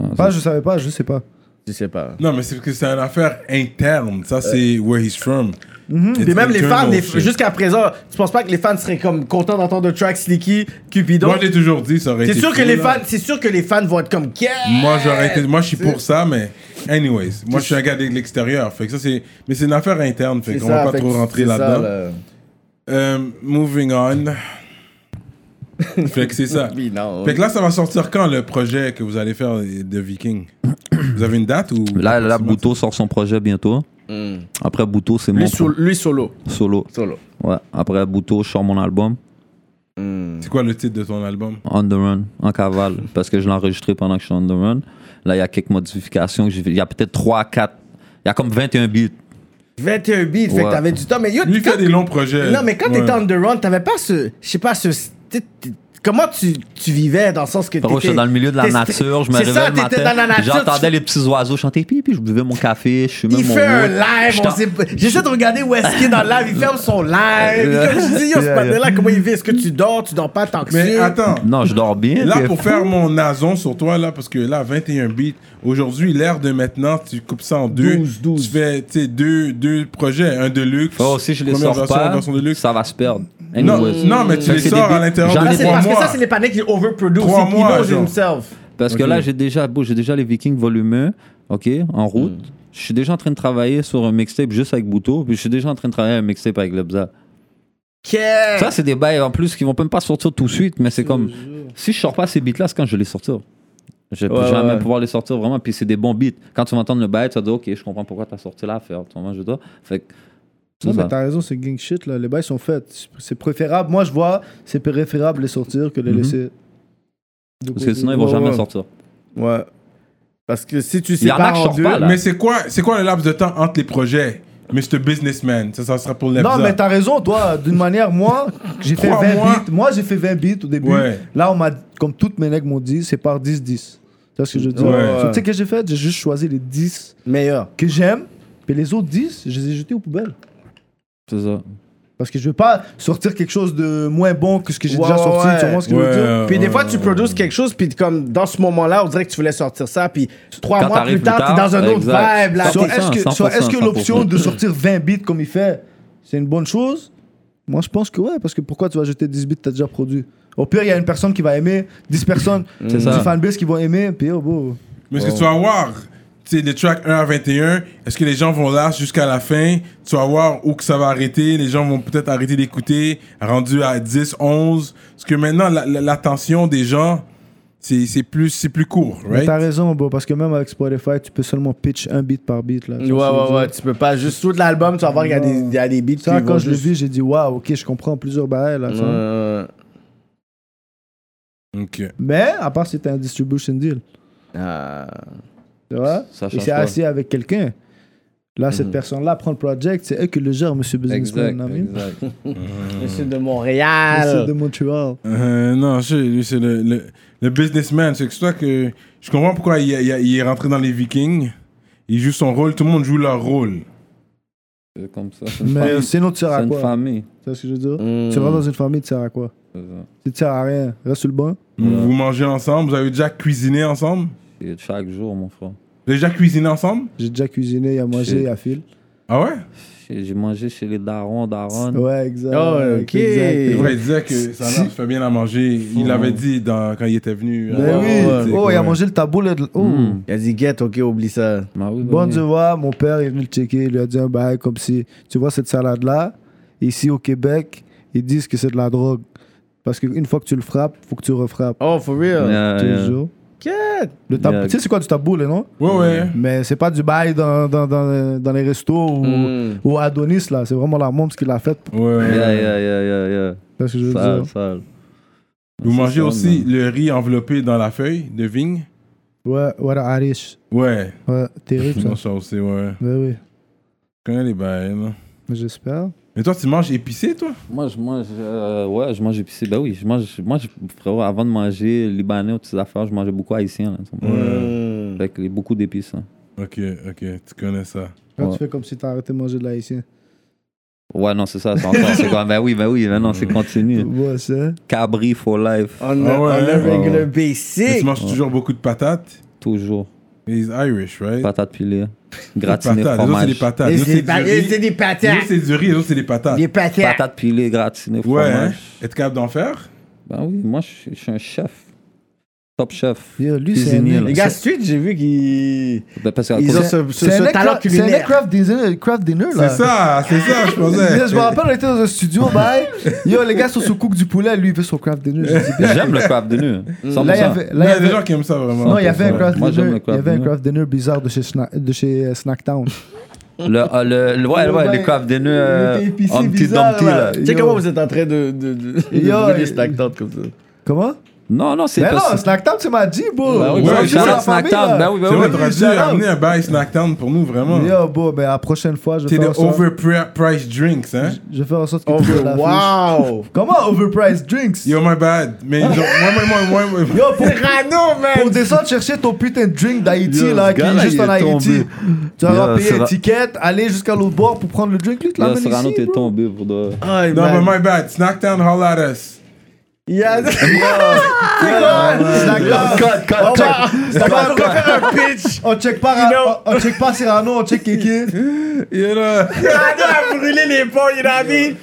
Ah, Pas, je savais pas, je sais pas. Tu sais pas. Non, mais c'est parce que c'est une affaire interne. Ça, c'est where he's from. Et Mhm. même les fans, femmes, les- jusqu'à présent, tu penses pas que les fans seraient comme contents d'entendre Track Sneaky, Cupidon Moi, j'ai toujours dit, ça aurait C'est été sûr que cool, les là. fans, c'est sûr que les fans vont être comme yeah! Moi, j'aurais été- moi, je suis pour ça, mais anyways, moi, je suis un gars de l'extérieur. Fait que ça, c'est, mais c'est une affaire interne. Fait C'est qu'on ça, va pas fait que trop rentrer c'est ça, là-dedans. là. Euh, moving on. fait que c'est ça. Oui, non. Fait que là, ça va sortir quand le projet que vous allez faire de Viking Vous avez une date ou Là, là Bouto sort son projet bientôt. Hmm. Après Bouto, c'est mon Lui, sol- lui solo. pro- solo. Solo. Ouais. Après Bouto, je sors mon album. Hmm. C'est quoi le titre de ton album On the run, en cavale, parce que je l'ai enregistré pendant que je suis on the run. Là, il y a quelques modifications que j'ai fait. Il y a peut-être 3, 4. Il y a comme 21 beats. 21 beats, fait que Ouais. t'avais du temps. Mais yo, Lui quand- fait des longs projets. Non, mais quand Ouais. t'étais on the run, t'avais pas ce. Je sais pas, ce. t'es- t'es- Comment tu, tu vivais dans le sens que Bro, t'étais- j'étais dans le milieu de la t'es- nature, je me c'est réveillais ça, le t'étais dans la matin, nature, j'entendais tu- les petits oiseaux chanter, puis, puis je buvais mon café, je suis Il mon fait un mood. live, Je on t'en- sait pas- J'essaie de regarder où est-ce qu'il est dans le live, il ferme son live. Comme je dis, yo, ce Yeah, yeah. panel-là, comment il vit Est-ce que tu dors Tu dors pas tant que Mais ça? attends. Non, je dors bien. Là, t'es pour fou. faire mon nason sur toi, là, parce que là, 21 beats, aujourd'hui, l'ère de maintenant, tu coupes ça en deux. 12, 12. Tu fais, tu sais, deux, deux projets, un deluxe. Oh, si je les première sors version, pas, version deluxe. ça va se perdre. Non, Anyways. non, mais tu Fait les que c'est sors des à beats- l'intérieur j'en de ai Là, des c'est trois parce que mois. ça, c'est les panneaux qui overproduce. Trois Ils mois, knows genre. themselves. Parce que Ok. là, j'ai déjà, bon, j'ai déjà les Vikings volumeux, ok, en route. Je suis déjà en train de travailler sur un mixtape juste avec Bouto, puis je suis déjà en train de travailler un mixtape avec Lebza. Ça, c'est des bails en plus qui vont même pas sortir tout de suite, mais c'est comme si je sors pas ces beats-là, c'est quand je vais les sortir. Je vais Ouais, jamais ouais. pouvoir les sortir vraiment, puis c'est des bons beats. Quand tu vas entendre le bail, tu vas dire, ok, je comprends pourquoi tu as sorti là, faire ton je dois. Fait que, c'est Non, mais ça. t'as raison, c'est gang shit, là. Les bails sont faits. C'est préférable. Moi, je vois, c'est préférable les sortir que les Mhm. laisser. Parce que sinon, ils vont Ouais, jamais ouais. sortir. Ouais. Parce que si tu Il y en a sépares qui en sortent deux... pas, là. Mais c'est quoi, c'est quoi le laps de temps entre les projets Mr. Businessman, ça, ça sera pour les Non, mais t'as raison, toi. D'une manière, moi, j'ai fait Trois 20 mois. beats. Moi, j'ai fait 20 beats au début. Ouais. Là, on m'a, comme toutes mes nègres m'ont dit, c'est par 10-10. Tu vois ce que je veux dire? Ouais. So, Tu sais ce que j'ai fait? J'ai juste choisi les 10 Meilleur. que j'aime, puis les autres 10, je les ai jetés aux poubelles. C'est ça. Parce que je veux pas sortir quelque chose de moins bon que ce que j'ai Ouais, déjà ouais, sorti. ouais. Tu vois ce que je veux dire? Puis des fois, tu produis quelque chose, puis comme dans ce moment-là, on dirait que tu voulais sortir ça, puis trois Quand mois t'arrives plus tard, plus t'es tard, dans un autre exact. vibe. Là, Ça, So, T'es- c'est- est-ce que, 100%, so, est-ce que 100%. l'option de sortir 20 bits comme il fait, c'est une bonne chose Moi, je pense que ouais, parce que pourquoi tu vas jeter 10 bits que t'as déjà produit Au pire, il y a une personne qui va aimer, 10 personnes, 10 ça. fanbase qui vont aimer, puis oh, bon. Mais est-ce que tu vas voir, tu sais, les tracks 1 à 21, est-ce que les gens vont là jusqu'à la fin Tu vas voir où que ça va arrêter. Les gens vont peut-être arrêter d'écouter, rendu à 10, 11. Parce que maintenant, la- la- l'attention des gens, c'est c'est plus, c'est plus court, Mais right T'as raison, bro, parce que même avec Spotify, tu peux seulement pitch un beat par beat. Là, Ouais, ouais, ouais. Tu peux pas juste tout de l'album, tu vas voir, il y, a des- il y a des beats qui Ça, vont quand je l'ai juste... vu, j'ai dit, waouh, ok, je comprends plusieurs barrières là. tu vois. Euh, Ok. Mais, à part si t'as un distribution deal, euh, tu vois, Ça et change c'est pas. Mhm. assis avec quelqu'un. Là, cette personne-là prend le project, c'est eux qui le gèrent, monsieur Businessman. Exact, non, mais- exact. Monsieur de Monsieur de Montréal. Montreal. Euh, non, c'est lui, c'est le, le, le businessman. C'est que c'est toi que je comprends pourquoi il, il- il est rentré dans les Vikings. Il joue son rôle, tout le monde joue leur rôle. C'est Euh, comme ça. C'est une Mais famille. sinon, tu sers C'est à une quoi famille. Euh, Tu vois ce que je veux dire Mm. Tu rentres dans une famille, tu sers à quoi C'est ça. Tu ne sers à rien. Reste sur le banc. Vous- Vous mangez ensemble, vous avez déjà cuisiné ensemble Et chaque jour, mon frère. Vous avez déjà cuisiné ensemble J'ai déjà cuisiné, il y a mangé, il y a fil. Ah ouais J'ai j'ai mangé chez les darons, daronnes. Ouais, exact. Oh, ok. C'est exact. vrai, il disait que sa mère fait bien à manger. Il l'avait dit dans- quand il était venu. Mais euh, oui. il disait Oh, que, il a ouais. mangé le taboulé. de- Oh. Mm. Il a dit, get, ok, oublie ça. Ah oui, Bon, oui. tu vois, mon père est venu le checker. Il lui a dit un bail comme si, tu vois, cette salade-là, ici au Québec, ils disent que c'est de la drogue. Parce qu'une fois que tu le frappes, faut que tu refrappes. Oh, for Yeah, real. yeah. Toujours. Get. Le tabou- Yeah. Tu sais, c'est quoi du taboulé, non Ouais, ouais. Mais c'est pas du bail dans, dans, dans, dans les restos ou, Mm. ou Adonis, là. C'est vraiment la mom's qui l'a faite. ouais, ouais. Yeah, yeah, yeah, yeah, yeah. Parce que je veux Sale, dire. sale. Vous C'est mangez ça, aussi man. le riz enveloppé dans la feuille de vigne Ouais, ouais, Arish. Ouais. Ouais, terrible ça. Non, ça aussi, ouais. Ouais, oui, Je connais les bails, là. mais j'espère. Mais toi, tu manges épicé, toi Moi, je mange. euh, ouais, je mange épicé. Ben oui, je mange. Moi, je- frérot, avant de manger libanais ou toutes ces affaires, je mangeais beaucoup haïtien. Là, Mm. Fait que beaucoup d'épices. hein. Ok, ok, tu connais ça. Quand Ouais. tu fais comme si t'as arrêté de manger de l'haïtien. Ouais, non, c'est ça. C'est encore. c'est comme, ben oui, ben oui, ben non, c'est continu. Ouais, c'est. Cabri for life. On Ah ouais, a, on a hein? regular Mais basic. tu manges toujours beaucoup de patates. Toujours. He's Irish, right? Patates pilées. Gratinées, Patates. Les autres, c'est des fromage. patates. Et Les autres, c'est c'est du pas- et riz. c'est des Les autres, patates. c'est du riz. Les autres, c'est des patates. Des patates. Patates pilées, gratinées, Ouais, hein? fromage. Être capable d'en faire Ben oui, moi, je suis- je suis un chef. Top chef. Yo, lui, c'est un cuisinier, nègre. là. Les gars, suite, j'ai vu qu'ils Ben, parce qu'à ils ont cause- ce, ce- C'est ce un talent craft- C'est un culinaire. craft dinner, craft dinner là. Euh, C'est ça, c'est ça, je Là, pensais. je me rappelle, on était dans un studio, bye. Yo, les gars sont sous cook du poulet, lui il fait son craft dinner. J'ai dit, J'aime le craft de hein. nu. Là, il y avait. Il y Là, a il y des avait- gens qui aiment ça vraiment. Non, il y avait un Ouais. craft Moi, j'aime dinner. le Il y craft avait un dinner. craft dinner bizarre de chez, Schna- de chez euh, Snacktown. Le, ah, le, le- ouais, Le ouais, les bain- craft de nu, le euh, thé épicé Humpty bizarre, Dumpty, là. là. Tu sais Yo. comment vous êtes en train de, de, de, de Yo, brûler il- stagnantes comme ça. Comment Non, non, c'est Mais pas non, ça. Snacktown, tu m'as dit, bro. Ben oui, Ouais, ben oui, shout-out shout-out Snack Town. Ben oui, C'est vrai, ben oui. t'aurais dû amener un bail Snacktown pour nous, vraiment. Yo, bro, mais la prochaine fois, je vais C'est des faire en sorte- overpriced drinks, hein. je vais faire en sorte que Oh, tu aies la fiche. wow! Comment overpriced drinks Yo, my bad. Mais genre, moi, moi, moi, moi, moi. Yo, pour, Rano, pour man! descendre chercher ton putain de drink d'Haïti, Yo, là, ce qui est gars-là, juste il en est Haïti. tombé. Tu vas Yo, payer c'est ra- l'étiquette, aller jusqu'à l'autre bord pour prendre le drink, lui, tu Là, l'amènes Serrano, ici, t'es bro. tombé, pour de- Aïe, Non, man. mais my bad. Snacktown, holler at us. Yes. Snacktown. Ah, Cut, cut, Oh, cut. ouais. Ça va, on- On check pas, Ra- on on check pas Cyrano, on check Kéké. You know. Rano a brûlé les ponts, you know what I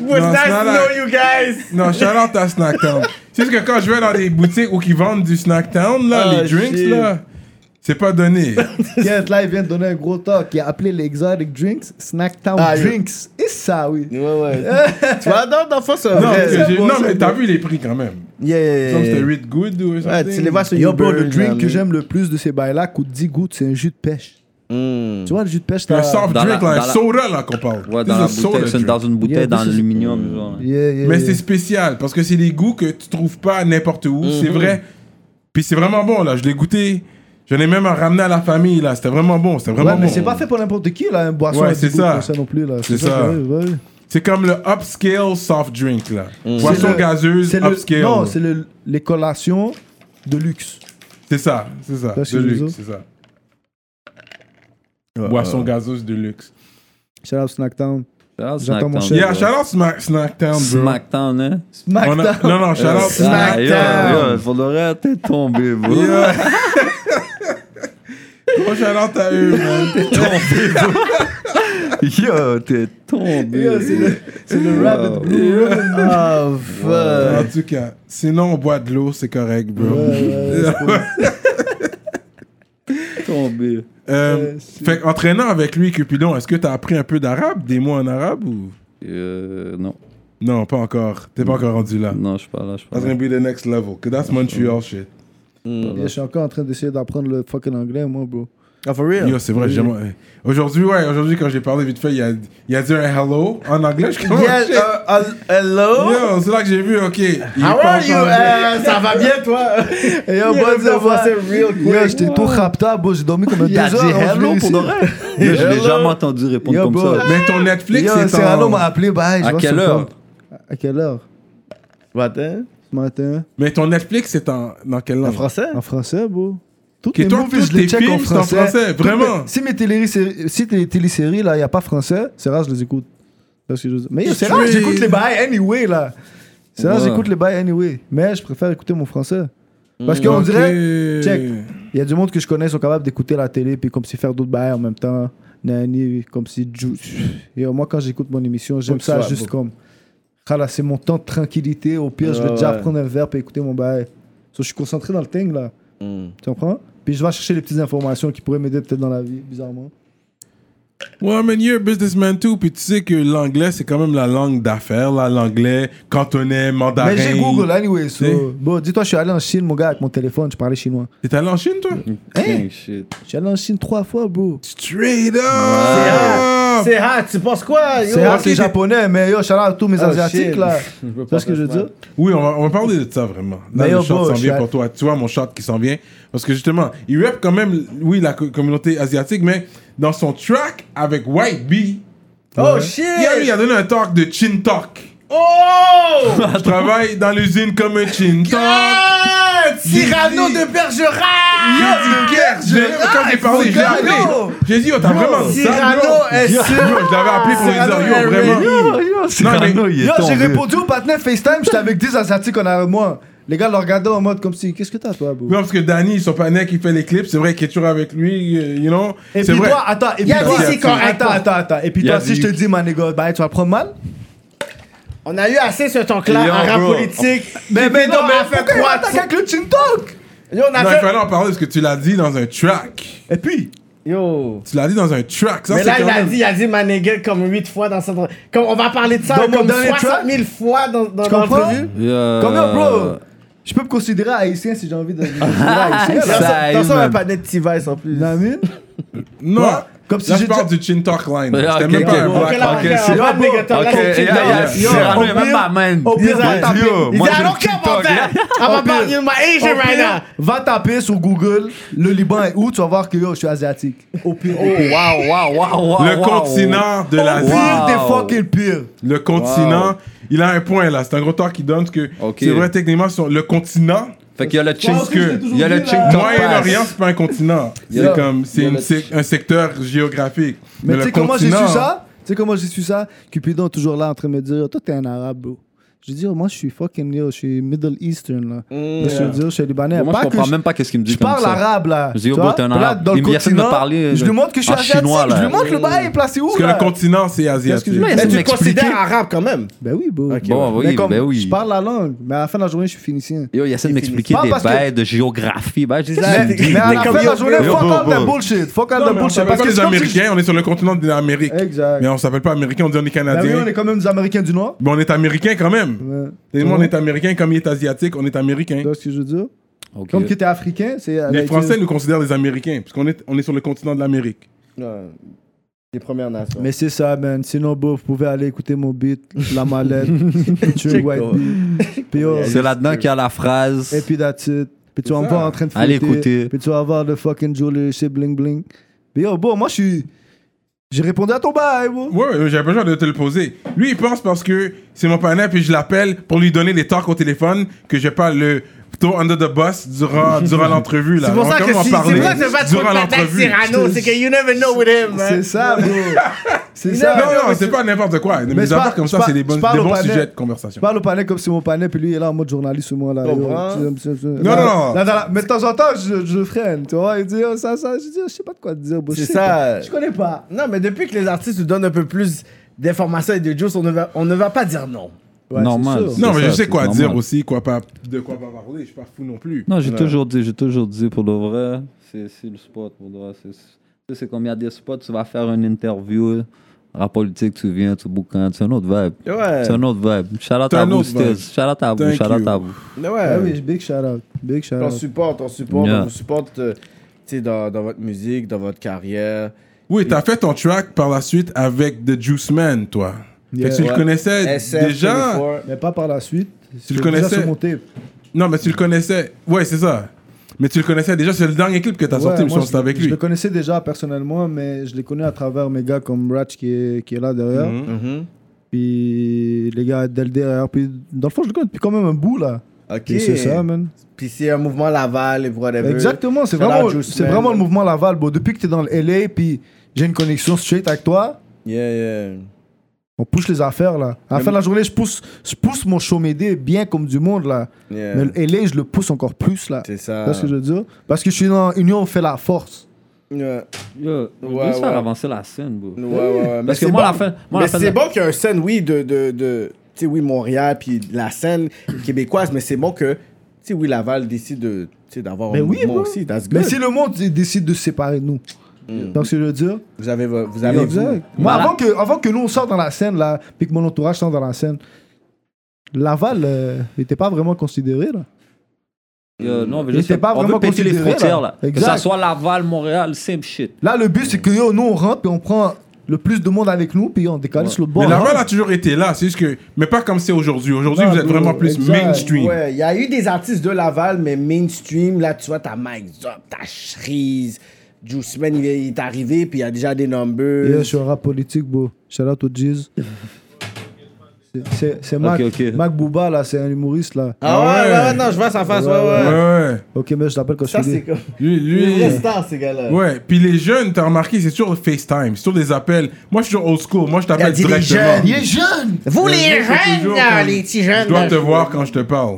mean? Was Non, nice c'est to malade. know you guys! Non, shout out à Snacktown. C'est juste que quand je vais dans des boutiques où ils vendent du Snacktown, là, Ah, les drinks, shit. là, c'est pas donné. Kent, là, il vient de donner un gros talk. Il a appelé les Exotic Drinks Snacktown Ah, yo. Drinks. Et ça, oui. Ouais, ouais. tu vois, dans, dans le fond, c'est Non, parce que vrai. j'ai- bon, non, c'est mais bon. t'as vu les prix quand même. Yeah, yeah, Comme c'était yeah. Read Good ou something. Ouais, tu les vois sur Yo, Uber. bro, le you know what drink I que mean? j'aime le plus de ces bails-là coûte 10 gouttes, c'est un jus de pêche. Mm. Tu vois, le jus de pêche, C'est t'as. un soft Dans la- drink, là, dans un la- soda, là, qu'on parle. Ouais, This dans, is la a soda bouteille, c'est drink. dans une bouteille, Yeah, dans this is- l'aluminium. genre. Yeah, yeah, Mais yeah. c'est spécial parce que c'est des goûts que tu trouves pas n'importe où. C'est vrai. Puis c'est vraiment bon, là. Je l'ai goûté. J'en ai même ramené à la famille, là. C'était vraiment bon. C'était Ouais, vraiment mais bon. c'est pas fait pour n'importe qui, là, un boisson. Ouais, à 10 c'est gouttes ça. comme non plus, là. C'est ça. que- ouais, ouais. C'est comme le upscale soft drink, là. C'est Boisson le- gazeuse, C'est le. upscale. Non, c'est le- les collations de luxe. C'est ça, c'est ça. Là, c'est De les luxe, autres. c'est ça. Boisson gazeuse de luxe. Shout out Snacktown. Shout-out J'attends mon Snacktown, chef. Yeah, bro. shout out Smack, Snacktown, bro. Smacktown, hein? On a- Smackdown. non, non, shout Euh, out. Smack- Smackdown. Yo, yo, Pour le reste, t'es tombé, bro. Yeah. Gros shout out à eux, man. Yo, t'es tombé. Yo, C'est le- c'est le Rabbit Blue. Oh, fuck. En tout cas, sinon on boit de l'eau, c'est correct, bro. tombé. Euh, fait qu'entraînant avec lui, Cupidon, est-ce que t'as appris un peu d'arabe, des mots en arabe ou Euh, non, non, pas encore. T'es pas encore rendu là. non, je suis pas là, je suis pas That's là. gonna be the next level. Cause that's Montreal shit. Je suis encore en train d'essayer d'apprendre le fucking anglais, moi, bro. Oh, for real? Yo, c'est vrai, j'ai jamais- Aujourd'hui, ouais, aujourd'hui quand j'ai parlé vite fait, il y a, il a dit un hello en anglais. Je commence. Oh, Yes, shit. uh, uh, hello? Yo, c'est là que j'ai vu, ok. il How parle are you? pas anglais. Euh, ça va bien, toi? Et Yeah, yo, bonne ça voix. passait real quick. Yo, j'étais tout rapta, bro. J'ai dormi comme un deux Il a heures. dit avant de hello venir pour ici. de vrai. Yo, Je l'ai Hello. jamais entendu répondre Yo, comme bro. ça. Mais ton Netflix, Yo, uh? c'est Cyrano en... m'a appelé, bye. je À vois quelle son heure compte. À quelle heure Matin? Ce matin. Mais ton Netflix, c'est en dans quelle En langue français? En français, bro. Toutes Que mes toi, movies, tous je les tes check en films, c'est en français. français, Toutes mes- vraiment. Si mes téléséries, si tes téléséries, là, y a pas français, c'est rare, je les écoute. C'est ce que je veux dire. Mais yo, c'est rare, Oui. j'écoute les bails anyway, là. C'est rare, Ouais. j'écoute les bails anyway. Mais je préfère écouter mon français. Parce Mm. qu'on Ok. dirait, Check. Il y a du monde que je connais, ils sont capables d'écouter la télé, puis comme si faire d'autres bails en même temps. Nani, comme si. jou- Et euh, moi, quand j'écoute mon émission, j'aime que ça soit juste comme. Voilà, c'est mon temps de tranquillité. Au pire, je vais Ouais, déjà ouais. prendre un verre et écouter mon bail. So, je suis concentré dans le thing, là. Hmm. Tu comprends? Puis je vais chercher les petites informations qui pourraient m'aider peut-être dans la vie, bizarrement. Ouais, mais you're a businessman too. Puis tu sais que l'anglais, c'est quand même la langue d'affaires, là. L'anglais, cantonais, mandarin. Ah, Mais j'ai Google, hein. anyway. so- Si. Bon, dis-toi, je suis allé en Chine, mon gars, avec mon téléphone, je parlais chinois. T'es allé en Chine, toi? Mm-hmm. Hein? King shit. Je suis allé en Chine trois fois, bro. Straight up! C'est hard, tu penses quoi? Yo? C'est rare, ok, c'est t'es- japonais, mais yo, shout out à tous mes Oh, Asiatiques, shit. là. Je peux Tu pas vois ce que je veux faire dire? Oui, on va, on va parler de ça vraiment. Là, Mais le yo, shot bro, s'en je vient suis pour toi. Tu vois mon shot qui s'en vient. Parce que justement, il rap quand même, oui, la co- communauté asiatique, mais dans son track avec White Bee, Oh shit! il a, lui, il a donné un talk de Chin Talk. Oh! Je travaille dans l'usine comme un Chin Talk. Ah, Cyrano Dis- de Bergerac! Yo, du guerre, je l'ai- Quand j'ai parlé, je l'ai gars, appelé. yo. J'ai dit, yo, t'as vraiment dit ça, Cyrano bro? est Yo, Je l'avais appelé pour lui Cyrano dire, yo, est vraiment. Cyrano, il est Yo, j'ai tombé. répondu au partenaire FaceTime, j'étais avec 10 Asiatiques en arrière de moi. Les gars le regardaient en mode comme si, qu'est-ce que t'as toi, bro? Non, parce que Danny, son panel qui fait les clips, c'est vrai qu'il est toujours avec lui, euh, you know. Et C'est puis vrai. toi, attends, et puis Il a toi, dit, c'est correct, attends, quoi. attends, attends. Et puis Il toi, a si dit- je te dis, my nigga, bah, tu vas le prendre mal? On a eu assez ce temps-là Yo, en rap bro. politique. Ben, Mais, mais non, mais ah, pourquoi il pourquoi m'attaque avec le chin talk? Yo, on a Non, il fait- fallait en parler parce que tu l'as dit dans un track. Et puis, Yo. Tu l'as dit dans un track. Ça, Mais c'est là, quand il a même- dit, il a dit ma nigga comme 8 fois dans cette. Comme, on va parler de ça Dans mon comme dernier 60 000 fois dans, dans comprends? l'entrevue. combien, Euh. bro Je peux me considérer haïtien si j'ai envie de me considérer haïtien. Ça, là. il T'as Ah, ça, un même. panet de T-Vice en plus. You know what I mean? Non. Quoi? Comme si là, je j'ai parle du Chin Talk Line. Ouais, C'était ok, même ok, pas un bon, Ok, black. là, ok, ok, on c'est- va bon, négocier. Là, Ok, c'est Kim yeah, Dog. yeah, Yo, Cyrano, au il est même pire- pas man. Au pire, Ils va ont- taper- Yo, Il dit, moi, I je don't care about that. I'm Au about pire- you, my au Asian right now. pire, Va taper sur Google, le Liban est où, tu vas voir que yo, je suis asiatique. Au pire, au pire. Waouh, waouh, waouh, waouh. Le continent de Au l'Asie. pire des Wow. fucking pire. Le continent. Il a un point là. C'est un gros talk qui donne que Ok. c'est vrai techniquement sur le continent. Fait qu'il y a le chink. Parce que Il y a le chink Talk Moyen-Orient, Pass. c'est pas un continent. Yeah. C'est comme c'est Yeah, une le- sec- un secteur géographique. Mais, tu le sais comment j'ai su continent- ça Tu sais comment j'ai su ça Cupidon est toujours là en train de me dire Yo, Toi, t'es un arabe, bro. Je dis, Yo, moi, je suis fucking yo, je suis Middle Eastern, là. Yo, Je veux dire, je suis libanais. Moi, Pas je que comprends même pas qu'est-ce qu'il me Je dit comme parle ça. arabe, là. Je dis, Tu oh, vois? bah, t'es un Puis là, arabe. Dans le Il me essaie de me continent, parler, Je euh, lui montre que je suis en asiatique. chinois, là. Je lui montre le bail est placé où, Parce que là le continent, c'est asiatique. Excuse-moi, il y a Mais de tu te m'expliquer. considères arabe quand même. Ben oui, bro. Bon, Mais oui, comme, ben oui. Je parle la langue, mais à la fin de la journée, je suis phénicien. Yo, il essaie de m'expliquer Pas des parce que- bails de géographie. Ben, je dis, Mais- qu'est-ce Mais, qu'il me dit, mais à la mec? fin de la journée, Yo, fuck bro, all bro. the bullshit. Fuck all Non, the mais on bullshit. s'appelle Parce pas que les c'est comme si- Américains, on est sur le continent de l'Amérique. Exact. Mais on s'appelle pas Américain, on dit on est Ben oui, on Canadien. est quand même des Américains du Nord. Mais on est Américain quand même. Ouais. Et moi, on Ouais. est Américain comme il est asiatique, on est Américain. Tu vois ce que je veux dire? Ok. Comme que t'es africain, c'est. euh, Les Français nous considèrent des Américains, parce qu'on est, on est sur le continent de l'Amérique. Ouais. Les Premières Nations. Mais c'est ça, man. Sinon, bro, vous pouvez aller écouter mon beat, La Mallette, Future Check White out. Beat. Puis, oh, C'est là-dedans qu'il y a la phrase. Et puis that's it. Puis tu vas me voir en train de flûter. Allez écouter. Puis tu vas voir le fucking jewelry chez Bling Bling. Puis yo, bon, moi je suis. J'ai répondu à ton bail, bro. Ouais, ouais, j'avais besoin de te le poser. Lui, il pense parce que c'est mon partenaire, puis je l'appelle pour lui donner des talks au téléphone, que je parle le tôt under the bus durant, durant l'entrevue. là. C'est pour On ça que commence à si- c'est parler pour ça que je vais durant trop Patek l'entrevue. Cyrano, c'est que you never know with him. man. C'est ça, bro. C'est ça. Non, non, c'est pas n'importe quoi. Mais Mais des je affaires parle- comme je ça, parle- c'est des je bons, parle des au bons panel. sujets de Je conversation. parle au panel comme si mon panel, puis lui il est là en mode journaliste, moi là. yo. Comprends? Non, non, non. mais de temps en temps, je, je freine, tu vois. Il dit, oh, ça, ça, je dis, oh, je sais pas de quoi te dire, bro. Je C'est sais ça. pas. Je connais pas. Non, mais depuis que les artistes nous donnent un peu plus d'informations et de juice, on ne va, on ne va pas dire non. Ouais, c'est Normal. sûr. C'est Non, mais ça, je sais c'est quoi normal. dire aussi, quoi pas, de quoi pas parler. Je suis pas fou non plus. Non, j'ai toujours dit, j'ai toujours dit pour le vrai, c'est c'est le spot pour le vrai. C'est- c'est- tu sais, C'est comme il y a des spots, tu vas faire une interview, rap politique, tu viens, tu bouquins, c'est un autre vibe. Ouais. C'est un autre vibe. Shout out C'est à un vous, autre vibe. Stiz. Shout out à vous, Thank shout out you. à vous. Ouais. Ah oui, big shout out. Big shout On out. supporte, on supporte, Yeah. on supporte euh, tu sais, dans, dans votre musique, dans votre carrière. Oui, t'as fait ton track par la suite avec The Juice Man, toi. Fait que tu le Ouais. connaissais SF, Euh, déjà. 24. Mais pas par la suite. Tu le Déjà connaissais? sur mon tape. Non, mais tu le connaissais. Ouais, c'est ça. Mais tu le connaissais déjà. C'est le dernier clip que t'as Ouais, sorti, mais moi, c'était je- avec Je lui. le connaissais déjà personnellement, mais je l'ai connu à travers mes gars comme Ratch qui est, qui est là derrière. Mhm. Mm-hmm. Mhm. Puis les gars d'El derrière. Puis dans le fond, je le connais depuis quand même un bout là. Ok. Puis c'est ça, man. Puis c'est un mouvement Laval et whatever. Exactement, c'est Shout out vraiment, Juice c'est Man. vraiment le mouvement Laval. Bon, depuis que t'es dans le LA, puis j'ai une connexion straight avec toi. Yeah, yeah. On push les affaires là. À la fin de la journée, je pousse, je pousse mon show m'aider bien comme du monde là. yeah. Mais le LA, je le pousse encore plus là. C'est Tu ça. vois ce que je veux dire Parce que je suis dans Union, on fait la force. Ouais, Yo, on Ouais, doit se faire ouais. avancer la scène, bro. ouais, ouais. Mais Parce que c'est moi, bon. la fin. mais Moi, la fin de c'est la- bon qu'il y ait un scène, oui, de, de, de tu sais, oui, Montréal, puis la scène québécoise, mais c'est bon que, tu sais, oui, Laval décide de, tu sais, d'avoir Mais un oui, mouvement bro. Oh, aussi. That's Mais good. si le monde il décide de se séparer de nous, donc ce que je veux dire, Vous avez, vo- vous avez Exact. Ah, vous. Moi, Voilà. avant que, avant que nous on sorte dans la scène, là, puis que mon entourage sorte dans la scène, Laval n'était pas vraiment considéré. Là. Yo, non, mais Il juste- était pas on veut vraiment péter les considéré, frontières, là. là. Que Exact. ça soit Laval, Montréal, same shit. là, le but, c'est Mm. que yo, nous on rentre, puis on prend le plus de monde avec nous, puis on décale sur le bord. mais hein. Laval a toujours été là, c'est juste que. Mais pas comme c'est aujourd'hui. Aujourd'hui, Non, vous êtes bro, vraiment plus exact. mainstream. Ouais, il y a eu des artistes de Laval, mais mainstream, là, tu vois, t'as Mike Zop, t'as Shreeze, Juice Man, il est il est arrivé, puis il y a déjà des numbers. Yeah, je suis un rap politique, bro. Shout out au Jeez. C'est- C'est c'est Mac, ok. Mac Booba, là, c'est un humoriste, là. Ah ouais, ouais, ouais, non, je vois sa face, ouais, ouais. Ouais, ouais. Ok, mais je t'appelle quand Ça, je c'est suis comme. Lui, lui. Les stars, ces gars-là. Ouais, puis les jeunes, t'as remarqué, c'est toujours FaceTime, c'est toujours des appels. Moi, je suis toujours old school, moi, je Il a t'appelle dit les directement. jeunes. est jeune Vous, les jeu, c'est jeunes, toujours là, comme- les petits jeunes. Je dois là. te voir quand je te parle.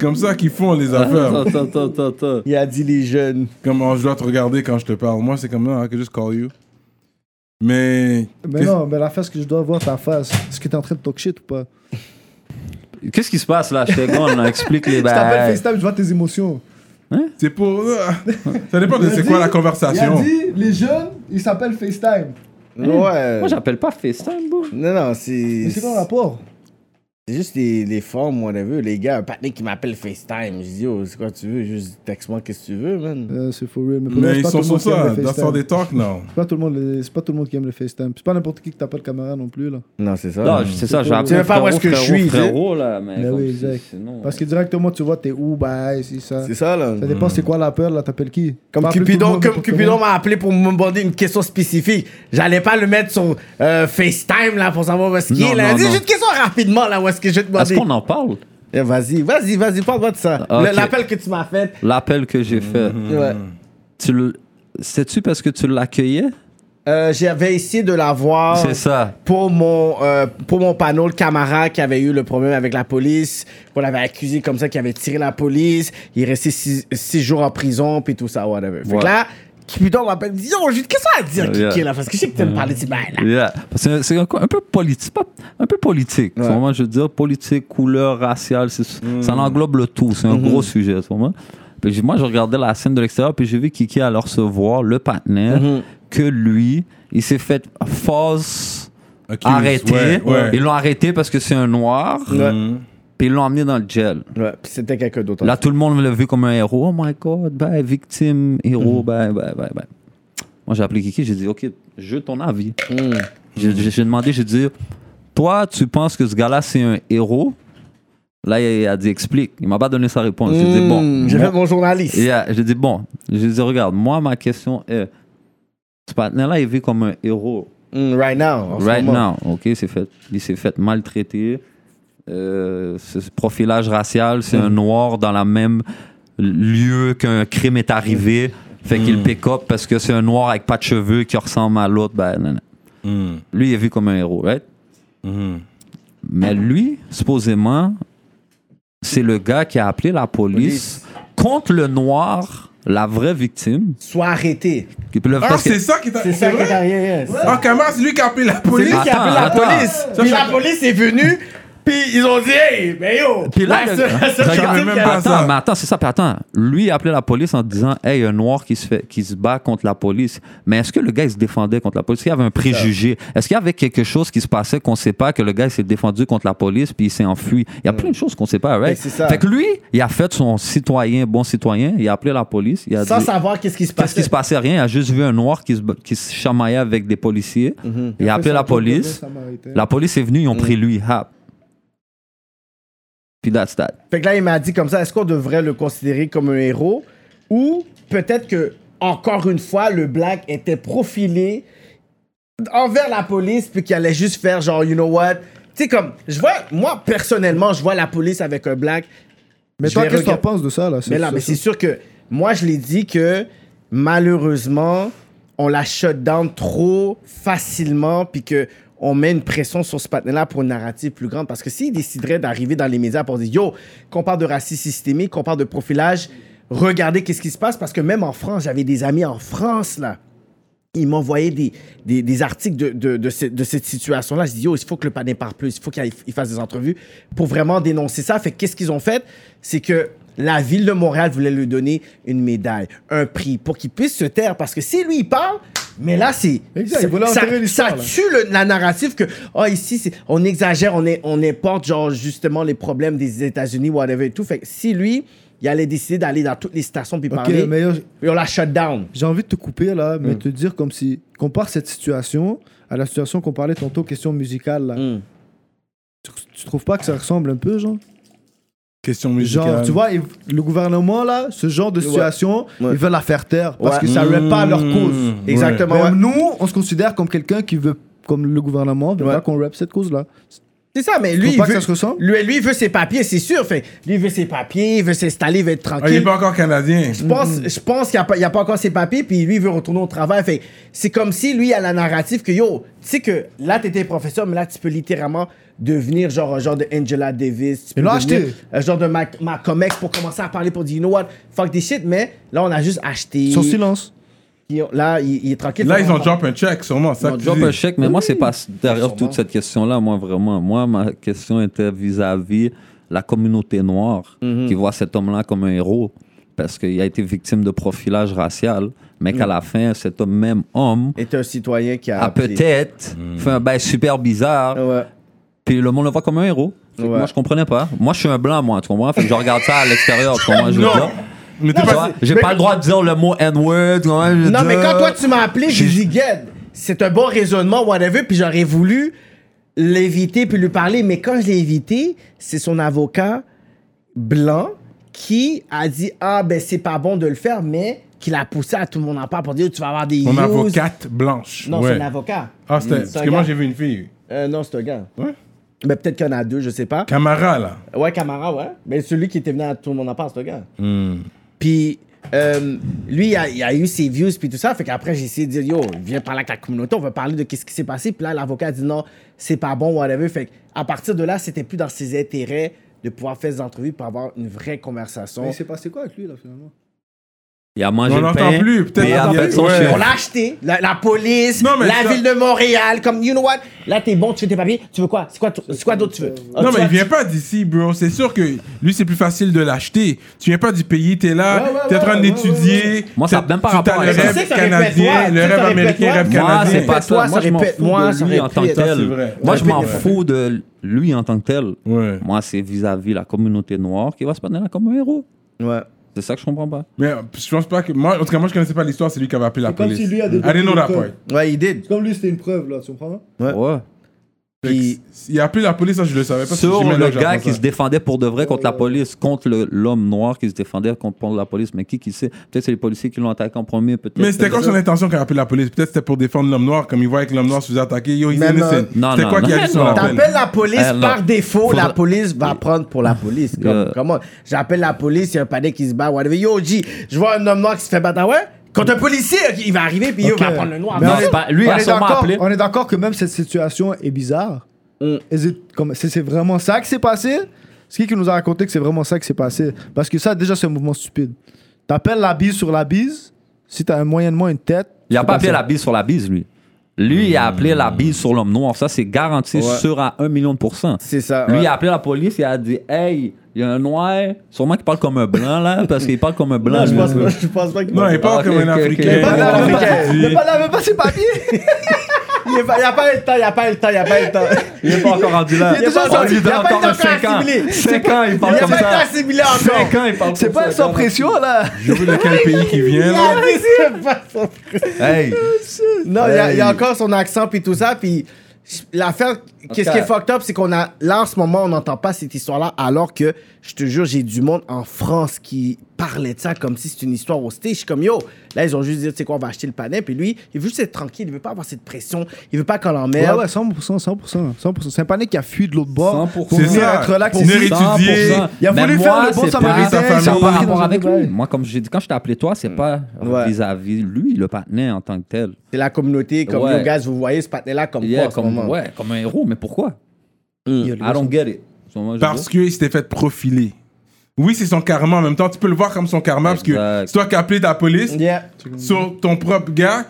Comme ça qu'ils font les Ah. affaires. Attends, attends, attends, attends. Il a dit les jeunes. Comme oh, je dois te regarder quand je te parle. Moi, c'est comme non, I can just call you. Mais. Mais non, mais la face que je dois voir ta face, est-ce que t'es en train de talk shit ou pas Qu'est-ce qui se passe là? Je te on explique les Je t'appelle Bah, bails. FaceTime, je vois tes émotions. Hein? C'est pour. Ça dépend de Il a c'est dit- quoi la Il a conversation. dit, les jeunes, ils s'appellent FaceTime. Mmh. Ouais. Moi, j'appelle pas FaceTime, bro. Non, non, c'est. Mais c'est quoi le rapport C'est juste les, les formes, whatever. Les gars, un patiné qui m'appelle FaceTime. Je dis, oh, c'est quoi tu veux? Juste texte-moi qu'est-ce que tu veux, man. Euh, C'est for real. Mais, pour moi, Mais c'est ils pas sont tout le sur monde qui ça. aime le Dans FaceTime. sur des talks, non. C'est pas tout le monde, le- c'est pas tout le monde qui aime le FaceTime. C'est pas n'importe qui que t'appelles caméra non plus là. Non, c'est ça. Non, Euh, c'est ça, j'ai appelé. même pas où est-ce que frérot, je suis, Ben frérot, frérot, là. Mais, Mais comme oui, si- exact. sinon- euh, Parce que directement tu vois t'es où, bah c'est ça. C'est ça, là. Ça dépend c'est quoi la peur là, t'appelles qui Comme Pas appeler tout le Cupidon, monde, comme n'importe Cupidon comment. m'a appelé pour me demander une question spécifique. J'allais pas le mettre sur euh, FaceTime là pour savoir où est-ce qu'il Non, est. Là. non, Dis non. juste une question rapidement là où est-ce que je vais te Est-ce demander. qu'on en parle Eh, Vas-y, vas-y, vas-y, parle-moi de ça. Ah, Le- ok. L'appel que tu m'as fait. L'appel que j'ai fait. Mm. Ouais. Tu le- Sais-tu parce que tu l'accueillais Euh, J'avais essayé de l'avoir C'est ça. pour mon euh, pour mon panneau le camarade qui avait eu le problème avec la police. On l'avait accusé comme ça qu'il avait tiré la police. Il est resté six, six jours en prison puis tout ça whatever. Fait que Ouais. là, Cupidon m'appelle. Dis oh, j'ai une question à dire Euh, Kiki yeah. là parce que je sais que t'aimes parler de ces bails, là. Yeah. Parce que C'est un, un peu politique. Un peu politique. tu Ouais. comprends? je veux dire, politique, couleur, raciale, c'est- ça en englobe le tout. C'est un Mhm. gros sujet. tu comprends? Puis j'ai- moi, je regardais la scène de l'extérieur, puis j'ai vu Kiki alors se voir le partenaire, Mhm. que lui, il s'est fait force Ok, arrêter. ouais, ouais. Ils l'ont arrêté parce que c'est un noir, Ouais. puis ils l'ont emmené dans le gel. Ouais, puis c'était quelqu'un d'autre. Mm. Là, tout le monde l'a vu comme un héros. Oh my God, ben, victime, héros, ben, ben, ben, ben. Moi, j'ai appelé Kiki, j'ai dit, OK, je veux ton avis. Mm. J'ai- J'ai j'ai demandé, j'ai dit, toi, tu penses que ce gars-là, c'est un héros? Là, il a dit, explique. Il m'a pas donné sa réponse. J'ai dit, bon. Mm, J'ai moi- fait mon journaliste. Yeah, j'ai dit, bon. J'ai dit, regarde, moi, ma question est, ce partenaire-là, il vit comme un héros. Mm, right now. en ce Right moment. now, ok, c'est fait. Il s'est fait maltraiter. Euh, ce ce profilage racial, c'est Mm. un noir dans la même lieu qu'un crime est arrivé. Mm. Fait qu'il pick up parce que c'est un noir avec pas de cheveux qui ressemble à l'autre. Ben, nan, nan. Mhm. Lui, il est vu comme un héros, right? Mhm. Mais Mm. lui, supposément, c'est le gars qui a appelé la police, contre le noir, la vraie victime. Sois arrêté. Qui peut le- Ah, parce que- c'est ça qui t'a. C'est ça qui est vrai? arrivé. yes. Ah, comment c'est lui qui a appelé la police? Lui qui a appelé la Attends, attends. police. Puis la police est venue. Puis ils ont dit, hey, ben yo. Puis là, ouais, le- ça- ça- regarde, ça- savais même ça- pas attends, ça. mais attends, c'est ça, puis attends. Lui, il a appelé la police en disant Hey, un noir qui se, fait, qui se bat contre la police. Mais est-ce que le gars, il se défendait contre la police Est-ce qu'il y avait un préjugé Est-ce qu'il y avait quelque chose qui se passait qu'on ne sait pas, que le gars, il s'est défendu contre la police, puis il s'est enfui Il y a plein de choses qu'on ne sait pas, right Fait que c'est ça. Fait que lui, il a fait son citoyen, bon citoyen, il a appelé la police, il a Sans dit. savoir qu'est-ce qui se Qu'est-ce passe. qui se passait Rien. Il a juste vu un noir qui se, bat- qui se chamaillait avec des policiers. Il a appelé la police. La police est venue, ils ont pris Mm. lui. Hap. Puis that's that. Fait que là, il m'a dit comme ça, est-ce qu'on devrait le considérer comme un héros ou peut-être que, encore une fois, le black était profilé envers la police puis qu'il allait juste faire genre, you know what? Tu sais, comme, je vois, moi, personnellement, je vois la police avec un black. Mais Je toi, vais qu'est-ce que t'en regarder- penses de ça là Mais là, mais c'est sûr que moi, je l'ai dit que malheureusement, on la shut down trop facilement, puis que on met une pression sur ce patin-là pour une narrative plus grande. Parce que s'il déciderait d'arriver dans les médias pour dire Yo, qu'on parle de racisme systémique, qu'on parle de profilage, regardez qu'est-ce qui se passe. Parce que même en France, j'avais des amis en France, là il m'envoyait des, des, des articles de, de, de, ce- de cette situation-là. Je dis, yo, il faut que le panel parle plus, il faut qu'il aille- il fasse des entrevues pour vraiment dénoncer ça. Fait que qu'est-ce qu'ils ont fait? C'est que la ville de Montréal voulait lui donner une médaille, un prix, pour qu'il puisse se taire. Parce que si lui, il parle, mais là, c'est. Exact, c'est- il voulait ça, enterrer l'histoire, ça là. tue le- la narrative que, oh, ici, c'est- on exagère, on, est, on importe, genre, justement, les problèmes des États-Unis, whatever et tout. Fait que si lui, il allait décider d'aller dans toutes les stations puis parler, Ok, mais yo, et on la shut down. j'ai envie de te couper là, Hmm. mais te dire comme si compare cette situation à la situation qu'on parlait tantôt question musicale là. Mm. Tu, tu trouves pas que ça ressemble un peu genre Question musicale. Genre, tu vois, il- le gouvernement, là, ce genre de situation, Ouais. ils veulent la faire taire parce Ouais. que ça ne pas à leur cause. Mmh. Exactement. Mais ouais. nous, on se considère comme quelqu'un qui veut, comme le gouvernement, veut Ouais. pas qu'on rappe cette cause-là. C'est ça, mais Tu lui, trouves il pas que veut- ça se ressemble Lui, lui, il veut ses papiers, c'est sûr. Fait, lui, il veut ses papiers, il veut s'installer, il veut être Ah, il est tranquille. pas encore canadien. Je pense, je pense qu'il n'y a, pas encore ses papiers, puis lui, il veut retourner au travail. Fait, c'est comme si lui, il a la narrative que yo, tu sais que là, t'étais professeur, mais là, tu peux littéralement devenir genre un genre de Angela Davis. Tu peux Ils l'ont devenir acheté. Un genre de Mac- Malcolm X pour commencer à parler, pour dire, you know what, fuck this shit, mais là, on a juste acheté. Son silence. Ils ont- Là, il, il est tranquille. Là, Fait ils qu'on- ont drop un check, sûrement. Ça On que tu drop dis. un chèque, mais moi, c'est pas derrière Sûrement. toute cette question-là, moi, vraiment. Moi, ma Mm-hmm. question était vis-à-vis la communauté noire qui voit cet homme-là comme un héros. parce qu'il a été victime de profilage racial, mais qu'à la fin, cet homme, même homme Mm. Et Mm. t'es un citoyen qui a. a appelé. Ah, peut-être fait un bail super bizarre, Ouais. puis le monde le voit comme un héros. Fait que Ouais. Moi, je comprenais pas. Moi, je suis un blanc, moi, tu comprends? Fait que je regarde ça à l'extérieur, tu comprends? Je veux Non. dire. Mais t'es Tu pas. vois, J'ai mais- pas le droit de dire le mot N-word, tu comprends? Je veux Non, mais dire- quand toi, tu m'as appelé, j'ai dit, Gued, c'est un bon raisonnement, whatever, puis j'aurais voulu l'éviter puis lui parler. Mais quand je l'ai évité, c'est son avocat blanc qui a dit, ah, ben, c'est pas bon de le faire, mais qui l'a poussé à tout le monde en parle pour dire, tu vas avoir des Mon views. avocate blanche. Non, ouais. c'est un avocat. Ah, c'était. Mm. C'est Parce un que moi, gars. j'ai vu une fille. Euh, non, c'est un gars. Ouais. Mais peut-être qu'il y en a deux, je sais pas. Camara, là. Ouais, Camara, ouais. Mais celui qui était venu à tout le monde en parle, ce gars. Puis, euh, lui, il a, il a eu ses views, puis tout ça. Fait qu'après, j'ai essayé de dire, yo, viens parler avec la communauté, on va parler de qu'est-ce qui s'est passé. Puis là, l'avocat a dit, non, c'est pas bon, whatever. Fait qu'à partir de là, c'était plus dans ses intérêts de pouvoir faire des entrevues pour avoir une vraie conversation. Mais c'est passé quoi avec lui, là, finalement Il a mangé On le l'entend pain. plus, peut-être mais il a l'entend fait plus. son Ouais. shit. On l'a acheté, la, la police, Non, mais la ça- ville de Montréal, comme, you know what, là, t'es bon, tu fais tes papiers, tu veux quoi? C'est quoi, tu- c'est quoi d'autre tu veux? Ah, Non, tu mais il vois, vient pas d'ici, bro. C'est sûr que lui, c'est plus facile de l'acheter. Tu viens pas du pays, t'es là, Ouais, ouais, t'es en train ouais, d'étudier. Moi, ça t'as- a même pas tu rapport t'as à le Je ça. sais rêve que ça répète, ouais. canadien, le Je sais que rêve ça répète, américain, ouais. rêve Moi, Moi, c'est canadien. pas Répète-moi, ça. Moi, ça je m'en répète- fous moi, ça de lui en tant que répète. C'est tel. vrai. Moi, je m'en Répète-moi. fous de lui en tant que tel. Ouais. Moi, c'est vis-à-vis la communauté noire qui va se prendre là comme un héros. Ouais. C'est ça que je comprends pas. Mais euh, je pense pas que. Moi, en tout cas, moi, je connaissais pas l'histoire, c'est lui qui avait appelé la C'est comme police. si lui a I didn't know that part. Ouais, il did. C'est comme lui, c'était une preuve, là, tu comprends hein Ouais. Ouais. Puis- Il a appelé la police, ça, je le savais pas. Sur c'est le gars qui se défendait pour de vrai contre la police, contre le- l'homme noir qui se défendait contre contre la police, mais qui qui sait Peut-être c'est les policiers qui l'ont attaqué en premier, peut-être. Mais c'était quoi son intention quand il a appelé la police Peut-être c'était pour défendre l'homme noir, comme il voit que l'homme noir se faisait attaquer. Yo, il Mais est non. innocent. Non, C'était non, quoi qui a non. dit son Non. appel T'appelles la police Eh, non. par défaut, Faudra- la police va prendre pour la police. Comme, Euh. comment J'appelle la police, il y a un panier qui se bat, whatever. Yo, G, je vois un homme noir qui se fait battre, Ah ouais Quand un policier, il va arriver, puis yo, il va prendre le noir. Mais Non, on c'est est- pas- lui, il on a est sûrement d'accord- appelé. On est d'accord que même cette situation est bizarre. Is it- comme- C'est c'est vraiment ça qui s'est passé C'est qui qui nous a raconté que c'est vraiment ça qui s'est passé Parce que ça, déjà, c'est un mouvement stupide. T'appelles la bise sur la bise, si t'as un moyennement une tête. Il a c'est pas appelé ça. la bise sur la bise, lui. Lui, il a appelé la bise sur l'homme noir. Ça, c'est garanti sur à 1 million de pourcents. C'est ça. Lui, ouais. il a appelé la police et il a dit Hey, il y a un noir, sûrement qu'il parle comme un blanc, là, parce qu'il parle comme un blanc. Non, je lui. pense pas- je pense pas qu'il Non, il il parle Ok, comme un ok, ok. Africain. Pas comme un Il Africain. dit- Mais pas là, mais pas ses papiers est pas- il a pas eu le temps, il a pas eu le temps, il a pas eu le temps. Il est pas encore rendu là. Il est toujours encore sorti, il a pas été encore encore 5 ans. assimilé. 5 ans, il Il parle a comme pas été ça. assimilé encore. 5 ans, il parle comme ça. C'est pas sans pression, là Je veux de quel pays qui vient, Il là. a dit, c'est pas son- Hey, Non, il y a- il y, a encore son accent puis tout ça. Puis l'affaire, qu'est-ce cas- qui est fucked up, c'est qu'on a là en ce moment, on n'entend pas cette histoire-là, alors que je te jure, j'ai du monde en France qui parlait de ça comme si c'était une histoire au stage. Je suis comme yo, là ils ont juste dit, tu sais quoi, on va acheter le panel. Puis lui, il veut juste être tranquille, il veut pas avoir cette pression, il veut pas qu'on Ouais, l'emmerde. ouais, 100%, 100%. 100%. C'est un panier qui a fui de l'autre bord. 100%. Pour C'est venir ça. être relax Pour ici. venir étudier. 100%. Il a Mais voulu moi, faire le bon c'est samaritain, pas- sa famille. Ça n'a il pas est rapport dans avec un lui. bail. Moi, comme j'ai dit, quand je t'ai appelé toi, c'est pas Ouais. vis-à-vis lui, le partenaire en tant que tel. C'est la communauté, comme Ouais. yo, guys, vous voyez ce panel-là comme Yeah, quoi en ce comme, moment. ouais, comme un héros, mais pourquoi Hmm. I don't get it. So, moi, je dis- Parce qu'il s'était fait profiler. Oui, c'est son karma en même temps. Tu peux le voir comme son karma parce que Exact. c'est toi qui as appelé ta police Yeah. sur ton propre gars.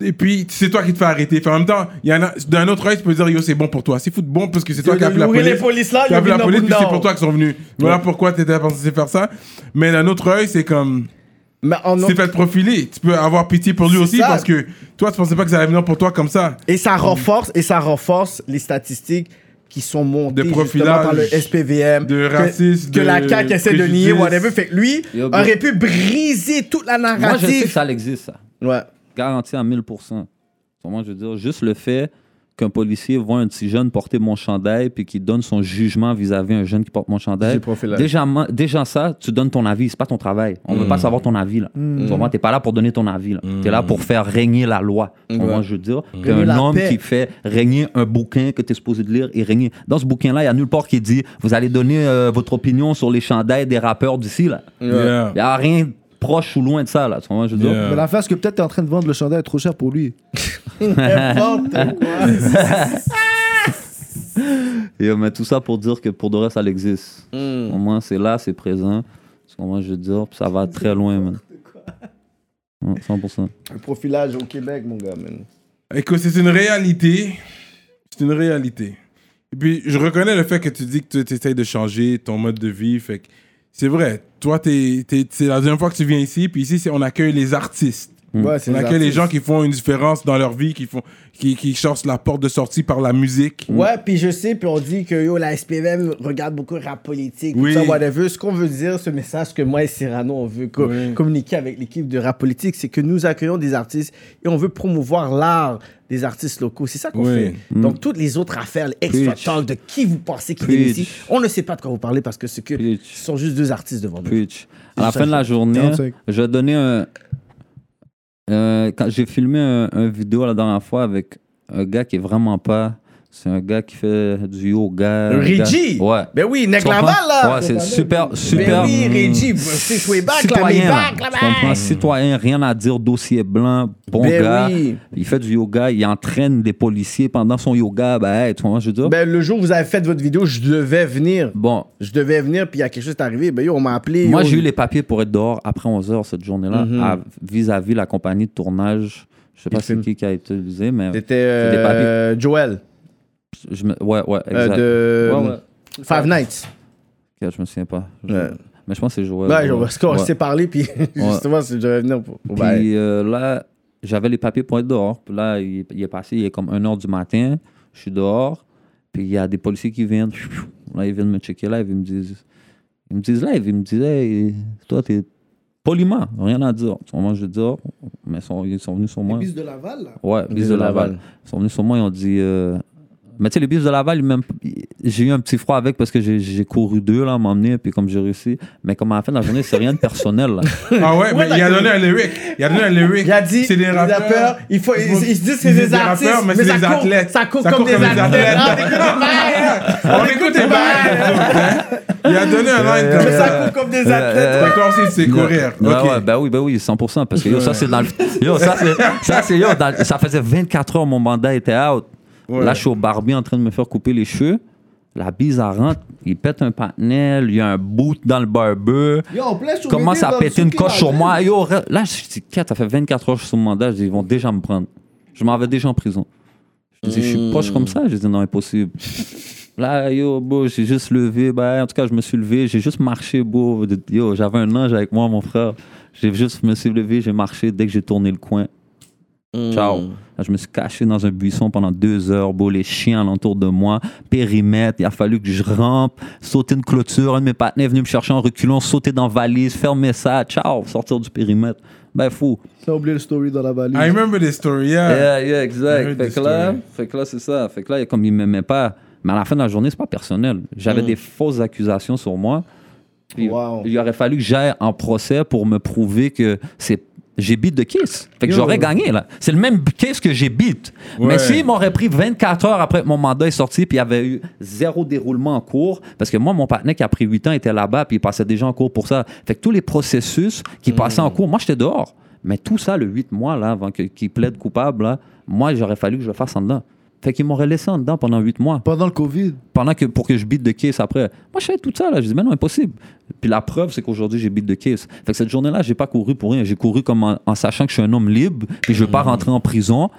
Et puis, c'est toi qui te fais arrêter. Fait, en même temps, il y en a- d'un autre œil, tu peux dire Yo, c'est bon pour toi. C'est fou de bon parce que c'est toi qui as appelé la Ouvrez police. les polices là, Tu as appelé la ils ont mis police, dans puis c'est le pour toi qu'ils sont venus. Voilà pourquoi tu étais censé faire ça. Mais d'un autre œil, c'est comme. Mais en Tu t'es fait profiler. Tu peux avoir pitié pour lui C'est aussi ça. parce que toi, tu pensais pas que ça allait venir pour toi comme ça. Et ça renforce, et ça renforce les statistiques qui sont montées De justement profilage, par le SPVM. de que- racisme, Que, de la CAQ essaie de préjudice. nier, whatever. Fait que lui Yo, bro. aurait pu briser toute la Moi, je sais que narrative. ça existe, ça. ouais. Garanti à 1000%. Moi, je veux dire, juste le fait qu'un policier voit un petit jeune porter mon chandail puis qu'il donne son jugement vis-à-vis un jeune qui porte mon Du chandail. profilage. Déjà, ma- déjà ça, tu donnes ton avis, c'est pas ton travail. On veut pas savoir ton avis là. Mm. Tu comprends? T'es pas là pour donner ton avis là. T'es là pour faire régner la loi. Tu comprends, je veux dire, Mm. Régner qu'un la homme paix. qui fait régner un bouquin que t'es supposé de lire et régner. Dans ce bouquin là, il y a nulle part qui dit vous allez donner euh, votre opinion sur les chandails des rappeurs d'ici là. Il Ah. Yeah. y a rien de proche ou loin de ça là. Tu comprends, je veux dire. Yeah. Mais l'affaire, c'est que peut-être t'es en train de vendre le chandail trop cher pour lui. N'importe quoi. Et, euh, mais tout ça pour dire que pour de vrai, ça existe. Hmm. Au moins, c'est là, c'est présent. Parce que moi, je veux dire, puis ça va très loin, man. Ouais, 100%. Le profilage au Québec, mon gars, man. Écoute, c'est une réalité. C'est une réalité. Et puis, je reconnais le fait que tu dis que tu essayes de changer ton mode de vie. Fait que c'est vrai. Toi, t'es- t'es- c'est la deuxième fois que tu viens ici, puis ici, c'est- on accueille les artistes. Ouais, c'est on les accueille les artistes. gens qui font une différence dans leur vie, qui font, qui, qui chassent la porte de sortie par la musique. Mm. Ouais, puis je sais, puis on dit que yo, la SPVM regarde beaucoup le rap politique, Oui. tout ça, whatever. Ce qu'on veut dire, ce message que moi et Cyrano, on veut co- communiquer avec l'équipe de rap politique, c'est que nous accueillons des artistes et on veut promouvoir l'art des artistes locaux. C'est ça qu'on Oui. fait. Mm. Donc, toutes les autres affaires, les extra Preach. talk de qui vous pensez qui Preach. vient ici, on ne sait pas de quoi vous parlez parce que ce que Preach. ce sont juste deux artistes devant nous. Preach. À la ça, fin de la journée, 45. je donnais un. euh, quand j'ai filmé un, un vidéo la dernière fois avec un gars qui est vraiment pas. C'est un gars qui fait du yoga. un gars- Reggie! Ouais. Ben oui, Tu Nec comprends? Laval, là! Ouais, c'est super, super. Ben oui, Reggie, Mm. c'est Chouébac, là, Citoyen, Maybach, là, là. Tu comprends? ben. Citoyen, rien à dire, dossier blanc, bon Ben gars. oui. Il fait du yoga, il entraîne des policiers pendant son yoga. Ben, hey, tu comprends, je veux dire. Ben, le jour où vous avez fait votre vidéo, je devais venir. bon, je devais venir, puis il y a quelque chose qui est arrivé. Ben, yo, on m'a appelé. Moi, yo, j'ai eu les papiers pour être dehors après 11 h cette journée-là, Mhm. à- vis-à-vis la compagnie de tournage. Je sais pas Il c'est filme. qui qui a utilisé, mais C'était euh, C'est des papiers. euh, Joel je me... ouais, ouais, euh, exact. de euh, Ouais, ouais. Five Nights. Ok, je me souviens pas. Je- Ouais. Ben, Mais je pense que c'est Joël. Ouais, genre, parce qu'on Ouais. s'est parlé, puis justement, c'est- je devais venir pour. pour bailler. Puis euh, là, j'avais les papiers pour être dehors. Puis là, il, il est passé, il est comme 1h du matin. Je suis dehors. Puis il y a des policiers qui viennent. Là, ils viennent me checker live. Ils me disent, ils me disent live. Ils me disent, hey, toi, t'es poliment, rien à dire. Moi, je veux dire, mais ils sont, ils sont venus sur moi. Bis de Laval, là. Ouais, Bis bis de de Laval. Laval. Ils sont venus sur moi, ils ont dit. euh, Mais tu sais, les bis de Laval, ils m'aiment- ils- j'ai eu un petit froid avec parce que j'ai- j'ai couru deux, là, à m'emmener, puis comme j'ai réussi. Mais comme à la fin de la journée, c'est rien de personnel, là. Ah ouais, mais il a donné un lyric. Il a donné un lyric. Il a dit, c'est des rappeurs. il faut, ils, faut- ils se disent que c'est des, artistes, rappeurs, mais, mais c'est ça, des court, athlètes. ça court comme, des athlètes. Ah, t'écoutes pas, hein. On écoute les balles. Il a donné un line comme Mais ça ça. court comme des athlètes. C'est comme si c'est courir. Ouais, Ok. ouais, ben oui, ben oui, 100%. Parce que yo, ça, c'est dans le- Yo, ça, c'est. Ça, c'est- yo, dans- ça faisait 24 heures, mon mandat était out. Là, je suis au barbier en train de me faire couper les cheveux. La bise, elle rentre. Il pète un panel. Il y a un boot dans le barber. Yo, en plein sur commence BD, à dans le péter une Suki, coche là, sur j'ai- moi. Yo, re- là, je dis, Kat, ça fait 24 heures que je suis sur mon mandat. Je dis, ils vont déjà me prendre. Je m'en vais déjà en prison. Je dis, je suis proche comme ça. Je dis, non, impossible. Là, yo, bro, j'ai juste levé. Ben, en tout cas, je me suis levé. J'ai juste marché, bro. De- Yo, j'avais un ange avec moi, mon frère. J'ai juste, je me suis levé, j'ai marché. Dès que j'ai tourné le coin, ciao. Mm. Là, je me suis caché dans un buisson pendant deux heures, bro. Les chiens alentour de moi, périmètre. Il a fallu que je rampe, sauter une clôture. Un de mes partenaires est venu me chercher en reculant, sauter dans la valise, fermer ça, ciao, sortir du périmètre. Ben, fou. T'as oublié le story dans la valise. I remember this story, yeah. Yeah, yeah, I heard exact. Fait this que, là, story. fait que là, c'est ça. Fait que là, comme il m'aimait pas, mais à la fin de la journée, c'est pas personnel. J'avais des fausses accusations sur moi. Puis Wow. Il aurait fallu que j'aille en procès pour me prouver que c'est j'ai beat de case. Fait que j'aurais gagné, là. C'est le même case que j'ai beat. Ouais. Mais s'ils m'auraient pris 24 heures après que mon mandat est sorti, puis il y avait eu zéro déroulement en cours, parce que moi, mon partenaire qui a pris 8 ans était là-bas, puis il passait déjà en cours pour ça. Fait que tous les processus qui passaient Hmm. en cours, moi, j'étais dehors. Mais tout ça, le 8 mois, là, avant que- qu'il plaide coupable, là, moi, j'aurais fallu que je le fasse en dedans. Fait qu'ils m'auraient laissé en dedans pendant 8 mois Pendant le Covid. pendant que pour que je beat de kiss après. Moi, je savais tout ça, là. Je dis, mais non, impossible. Puis la preuve, c'est qu'aujourd'hui, j'ai beat de kiss. Fait que cette journée-là, j'ai pas couru pour rien. J'ai couru comme en, en sachant que je suis un homme libre, puis je veux pas rentrer en prison. Hmm. Toi,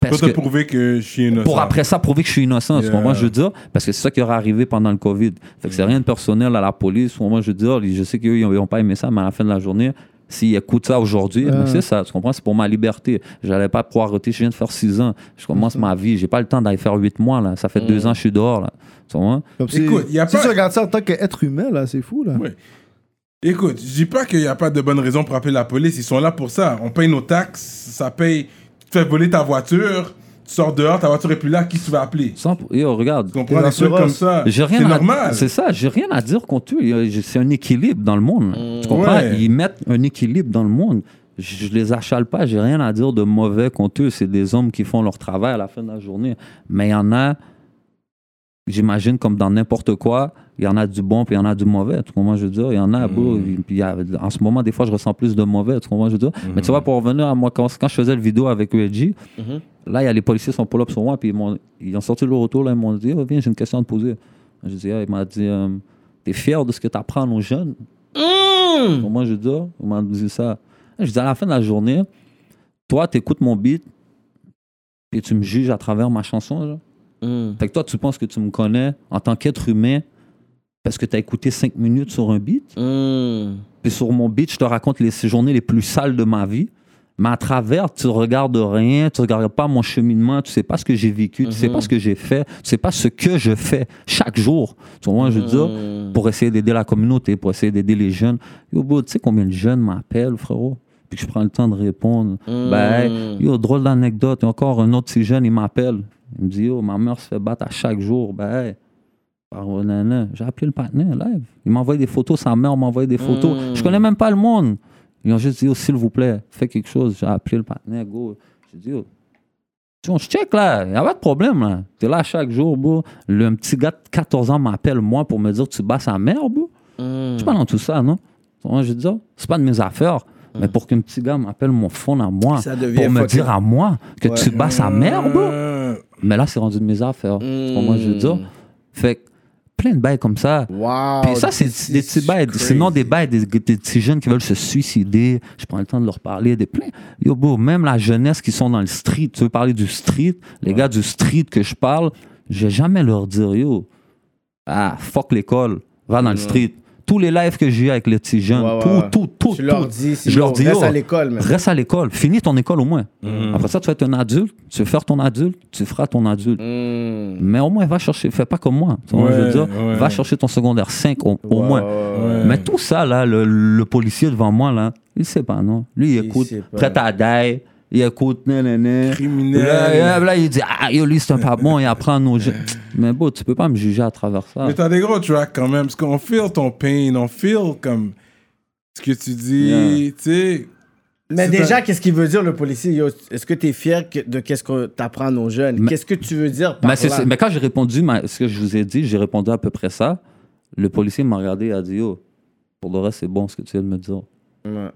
Parce t'as que prouvé que je suis innocent. pour après ça prouver que je suis innocent, tu Yeah. comprends, je veux dire, parce que c'est ça qui aurait arrivé pendant le Covid. Fait que c'est rien de personnel à la police, au moment je veux dire, je sais qu'ils n'ont pas aimé ça, mais à la fin de la journée, s'ils écoutent ça aujourd'hui, mais c'est ça, tu comprends, c'est pour ma liberté. J'allais pas pouvoir arrêter, je viens de faire six ans, je commence ma vie, j'ai pas le temps d'aller faire huit mois, là, ça fait deux ans que je suis dehors, là, tu comprends? Comme si- Écoute, y a si pas- tu regardes ça en tant qu'être humain, là, c'est fou, là. Ouais. Écoute, je dis pas qu'il n'y a pas de bonne raison pour appeler la police. Ils sont là pour ça. On paye nos taxes, ça paye. Tu te fais voler ta voiture, tu sors dehors, ta voiture est plus là, qui tu vas appeler Sans- Yo, regarde. Tu comprends des trucs assurances. comme ça J'ai rien C'est à- normal. C'est ça, j'ai rien à dire contre eux. Il y a- j'ai- C'est un équilibre dans le monde. Tu comprends? Ouais. Ils mettent un équilibre dans le monde. Je je les achale pas, j'ai rien à dire de mauvais contre eux. C'est des hommes qui font leur travail à la fin de la journée. Mais il y en a, j'imagine, comme dans n'importe quoi, il y en a du bon puis il y en a du mauvais. Tu comprends, je veux dire? Il y en a, Hmm. bro, il- puis il y a- en ce moment, des fois, je ressens plus de mauvais. Tu comprends, je veux dire? Hmm. Mais tu vois, pour revenir à moi, quand, quand je faisais le vidéo avec Reggie, Mm-hmm. Là, il y a les policiers sont pull up sur moi, puis ils, m'ont- ils ont sorti le retour, là, ils m'ont dit, oh, viens, j'ai une question à te poser. Je dis, Ah, il m'a dit, euh, t'es fier de ce que t'apprends aux jeunes? Donc, Moi, je dis, Ah. il m'a dit ça. Je dis, à la fin de la journée, toi, t'écoutes mon beat, puis tu me juges à travers ma chanson. genre. Fait que toi, tu penses que tu me connais en tant qu'être humain, parce que t'as écouté 5 minutes sur un beat. Hmm. Puis sur mon beat, je te raconte les journées les plus sales de ma vie. Mais à travers, tu regardes rien, tu regardes pas mon cheminement, tu sais pas ce que j'ai vécu, tu sais pas ce que j'ai fait, tu sais pas ce que je fais chaque jour. Tu vois, je veux dire, pour essayer d'aider la communauté, pour essayer d'aider les jeunes. Yo, bro, tu sais combien de jeunes m'appellent, frérot? Puis que je prends le temps de répondre. Ben, hey, yo, drôle d'anecdote. Encore un autre de ces jeunes, il m'appelle. Il me dit, yo, ma mère se fait battre à chaque jour. Ben, hey, par un nain. J'ai appelé le partenaire live. Il m'envoie des photos, sa mère m'envoie des photos. Je connais même pas le monde. Ils ont juste dit, oh, s'il vous plaît, fais quelque chose. J'ai appelé le partenaire, go. J'ai dit, oh, tu- on se check là, y a pas de problème là. T'es là chaque jour, bro. Le petit gars de 14 ans m'appelle moi pour me dire, tu bats sa mère, bro. Je suis pas dans tout ça, non? Tu vois, Je dis, oh, c'est pas de mes affaires. Mais pour qu'un petit gars m'appelle mon fond à moi, Ça devient pour me fucking- dire à moi que tu bats sa mère, bro. Euh, Mais là, c'est rendu de mes affaires. Hmm. C'est pour moi, je veux dire. Fait que plein de bails comme ça. Wow. Puis ça, c'est des petits bails. Sinon, des bails, des, des petits jeunes qui veulent se suicider. Je prends le temps de leur parler. Des plein. Yo, bro, même la jeunesse qui sont dans le street. Tu veux parler du street? Les gars du street que je parle, je vais jamais leur dire, yo, ah, fuck l'école, va dans le street. Tous les lives que j'ai eu avec les petits jeunes, Hmm. Ouais, ouais, tout, ouais. tout, tout, Je leur tout. dis, si je leur on dis, reste yo, à l'école, même. Reste à l'école. Finis ton école au moins. Mm. Après ça, tu vas être un adulte. Tu veux faire ton adulte, tu feras ton adulte. Hmm. Mais au moins, va chercher. Fais pas comme moi. Tu vois, je veux Mm. Ouais, dire, ouais. Va chercher ton secondaire 5 au, au moins. ouais. Mais tout ça, là, le, le policier devant moi, là, il sait pas, non? Lui, il, Il écoute, sait pas. prêt à die, il écoute, nan, nan, nan. Criminel. Là, là, là, il dit, ah, yo, lui, c'est un pas bon, il apprend à nos jeux. Mais bon, tu peux pas me juger à travers ça. Mais t'as des gros tracks quand même, parce qu'on feel ton pain, on feel comme ce que tu dis, Yeah. tu sais. Mais C'est déjà, un- qu'est-ce qu'il veut dire le policier Yo, Est-ce que tu es fier que- de qu'est-ce que t'apprends à nos jeunes Mais- Qu'est-ce que tu veux dire par Mais, Ben, c'est- là? c'est- mais quand j'ai répondu ma- ce que je vous ai dit, j'ai répondu à peu près ça. Le policier m'a regardé, il a dit Yo, pour le reste, c'est bon ce que tu viens de me dire. Ouais.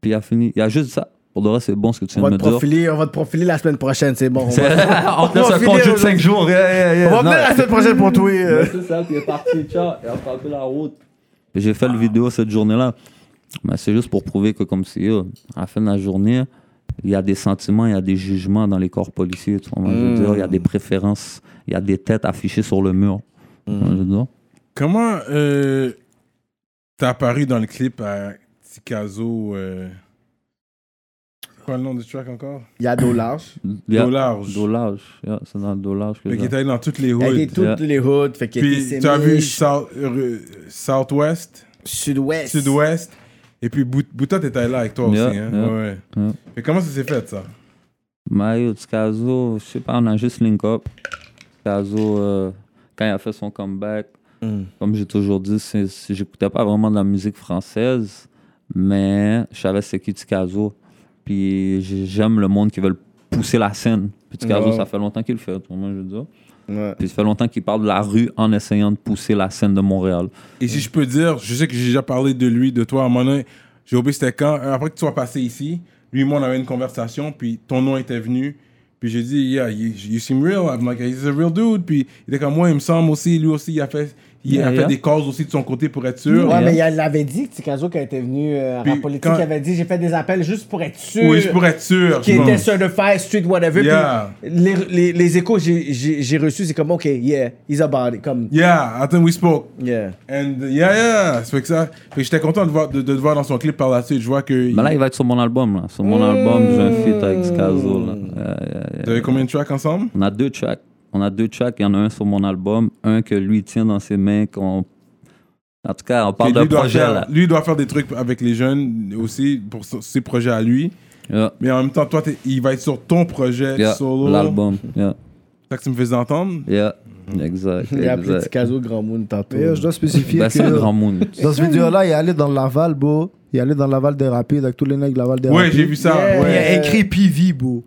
Puis il a fini, il a juste dit ça. Pour le reste, c'est bon ce que tu On viens va de te me dire. profiler, on va te profiler la semaine prochaine, c'est bon. On C'est- va, On te laisse va un filer congé de aujourd'hui. 5 jours. Yeah, yeah, on yeah. va Non. venir la semaine prochaine pour toi. euh. Ouais, c'est ça, puis il est parti, ciao, il a frappé la route. Puis j'ai fait le vidéo cette journée-là. Mais c'est juste pour prouver que, comme si, yo, à la fin de la journée, il y a des sentiments, il y a des jugements dans les corps policiers. tu vois, je veux Hmm. dire, il y a des préférences, il y a des têtes affichées sur le mur. Tu vois, je veux dire. Comment euh, t'as apparu dans le clip à Tikazo euh... c'est Quoi le nom du track encore Il y a dos large. Il y a- Dollar. Dolage, yeah, c'est dans le dolage que Fait qu'il j'ai. est allé dans toutes les Il y a des- hoods. toutes les hoods. Fait qu'il y a Puis des tu as vu Semish, South- euh, Southwest, Sud-Ouest. Sud-Ouest, et puis Bout- Bouta t'étais là avec toi Yeah, aussi. Hein? yeah, ouais. yeah. Mais comment ça s'est fait ça Mario Tikazo, je sais pas, on a juste link up. Tikazo, euh, quand il a fait son comeback, Hmm. comme j'ai toujours dit, c'est- c'est- j'écoutais pas vraiment de la musique française, mais je savais c'est qui Tikazo. Puis j'ai- j'aime le monde qui veut pousser la scène. Puis Tikazo, Ouais. ça fait longtemps qu'il le fait, au moins, je veux dire. Ouais. Puis ça fait longtemps qu'il parle de la rue en essayant de pousser la scène de Montréal. Et si je peux dire, je sais que j'ai déjà parlé de lui, de toi, à un moment donné, j'ai oublié c'était quand. euh, Après que tu sois passé ici, lui et moi, on avait une conversation, puis ton nom était venu. Puis j'ai dit, yeah, you, you seem real. I'm like, he's a real dude. Puis il était comme moi, il me semble aussi, lui aussi, il a fait, il Yeah, a fait yeah. des causes aussi de son côté pour être sûr. Ouais, Yeah. mais il y a- il avait dit, Tikazo, qui était venu euh, à Puis Rap Politique, quand- il avait dit j'ai fait des appels juste pour être sûr. Oui, je pourrais être sûr. qui je était pense. certified, street, whatever. Yeah. Puis les, les, les échos que j'ai- j'ai j'ai reçus, c'est comme, OK, yeah, he's about it. Comme, Yeah, I think we spoke. yeah. And uh, yeah, yeah. Ça fait que ça. Fait que j'étais content de, voir, de, de te voir dans son clip par la suite. Je vois que. Mais là, il va être sur mon album. Là. Sur mon Mmh. album, j'ai un feat avec Tikazo. là. Yeah, yeah, yeah. Vous avez combien de tracks ensemble On a deux tracks. On a deux tracks. Il y en a un sur mon album, un que lui tient dans ses mains. qu'on- En tout cas, on parle Puis d'un lui, doit projet faire- là. lui doit faire des trucs avec les jeunes aussi pour so- ses projets à lui. Yeah. Mais en même temps, toi, t'es- il va être sur ton projet Yeah. solo. L'album. Yeah. C'est ça que tu me fais entendre. Yeah. Mm-hmm. Exact. Il a appelé exact. Tikazo Grand Moon tantôt. Mais euh, je dois spécifier Bah, Ben, que c'est un grand monde. dans ce vidéo-là, il est allé dans Laval, bro. Il est allé dans Laval des Rapides avec tous les nègres de Laval des Ouais, Rapides. j'ai vu ça. Yeah. Il ouais. a écrit PV, bro.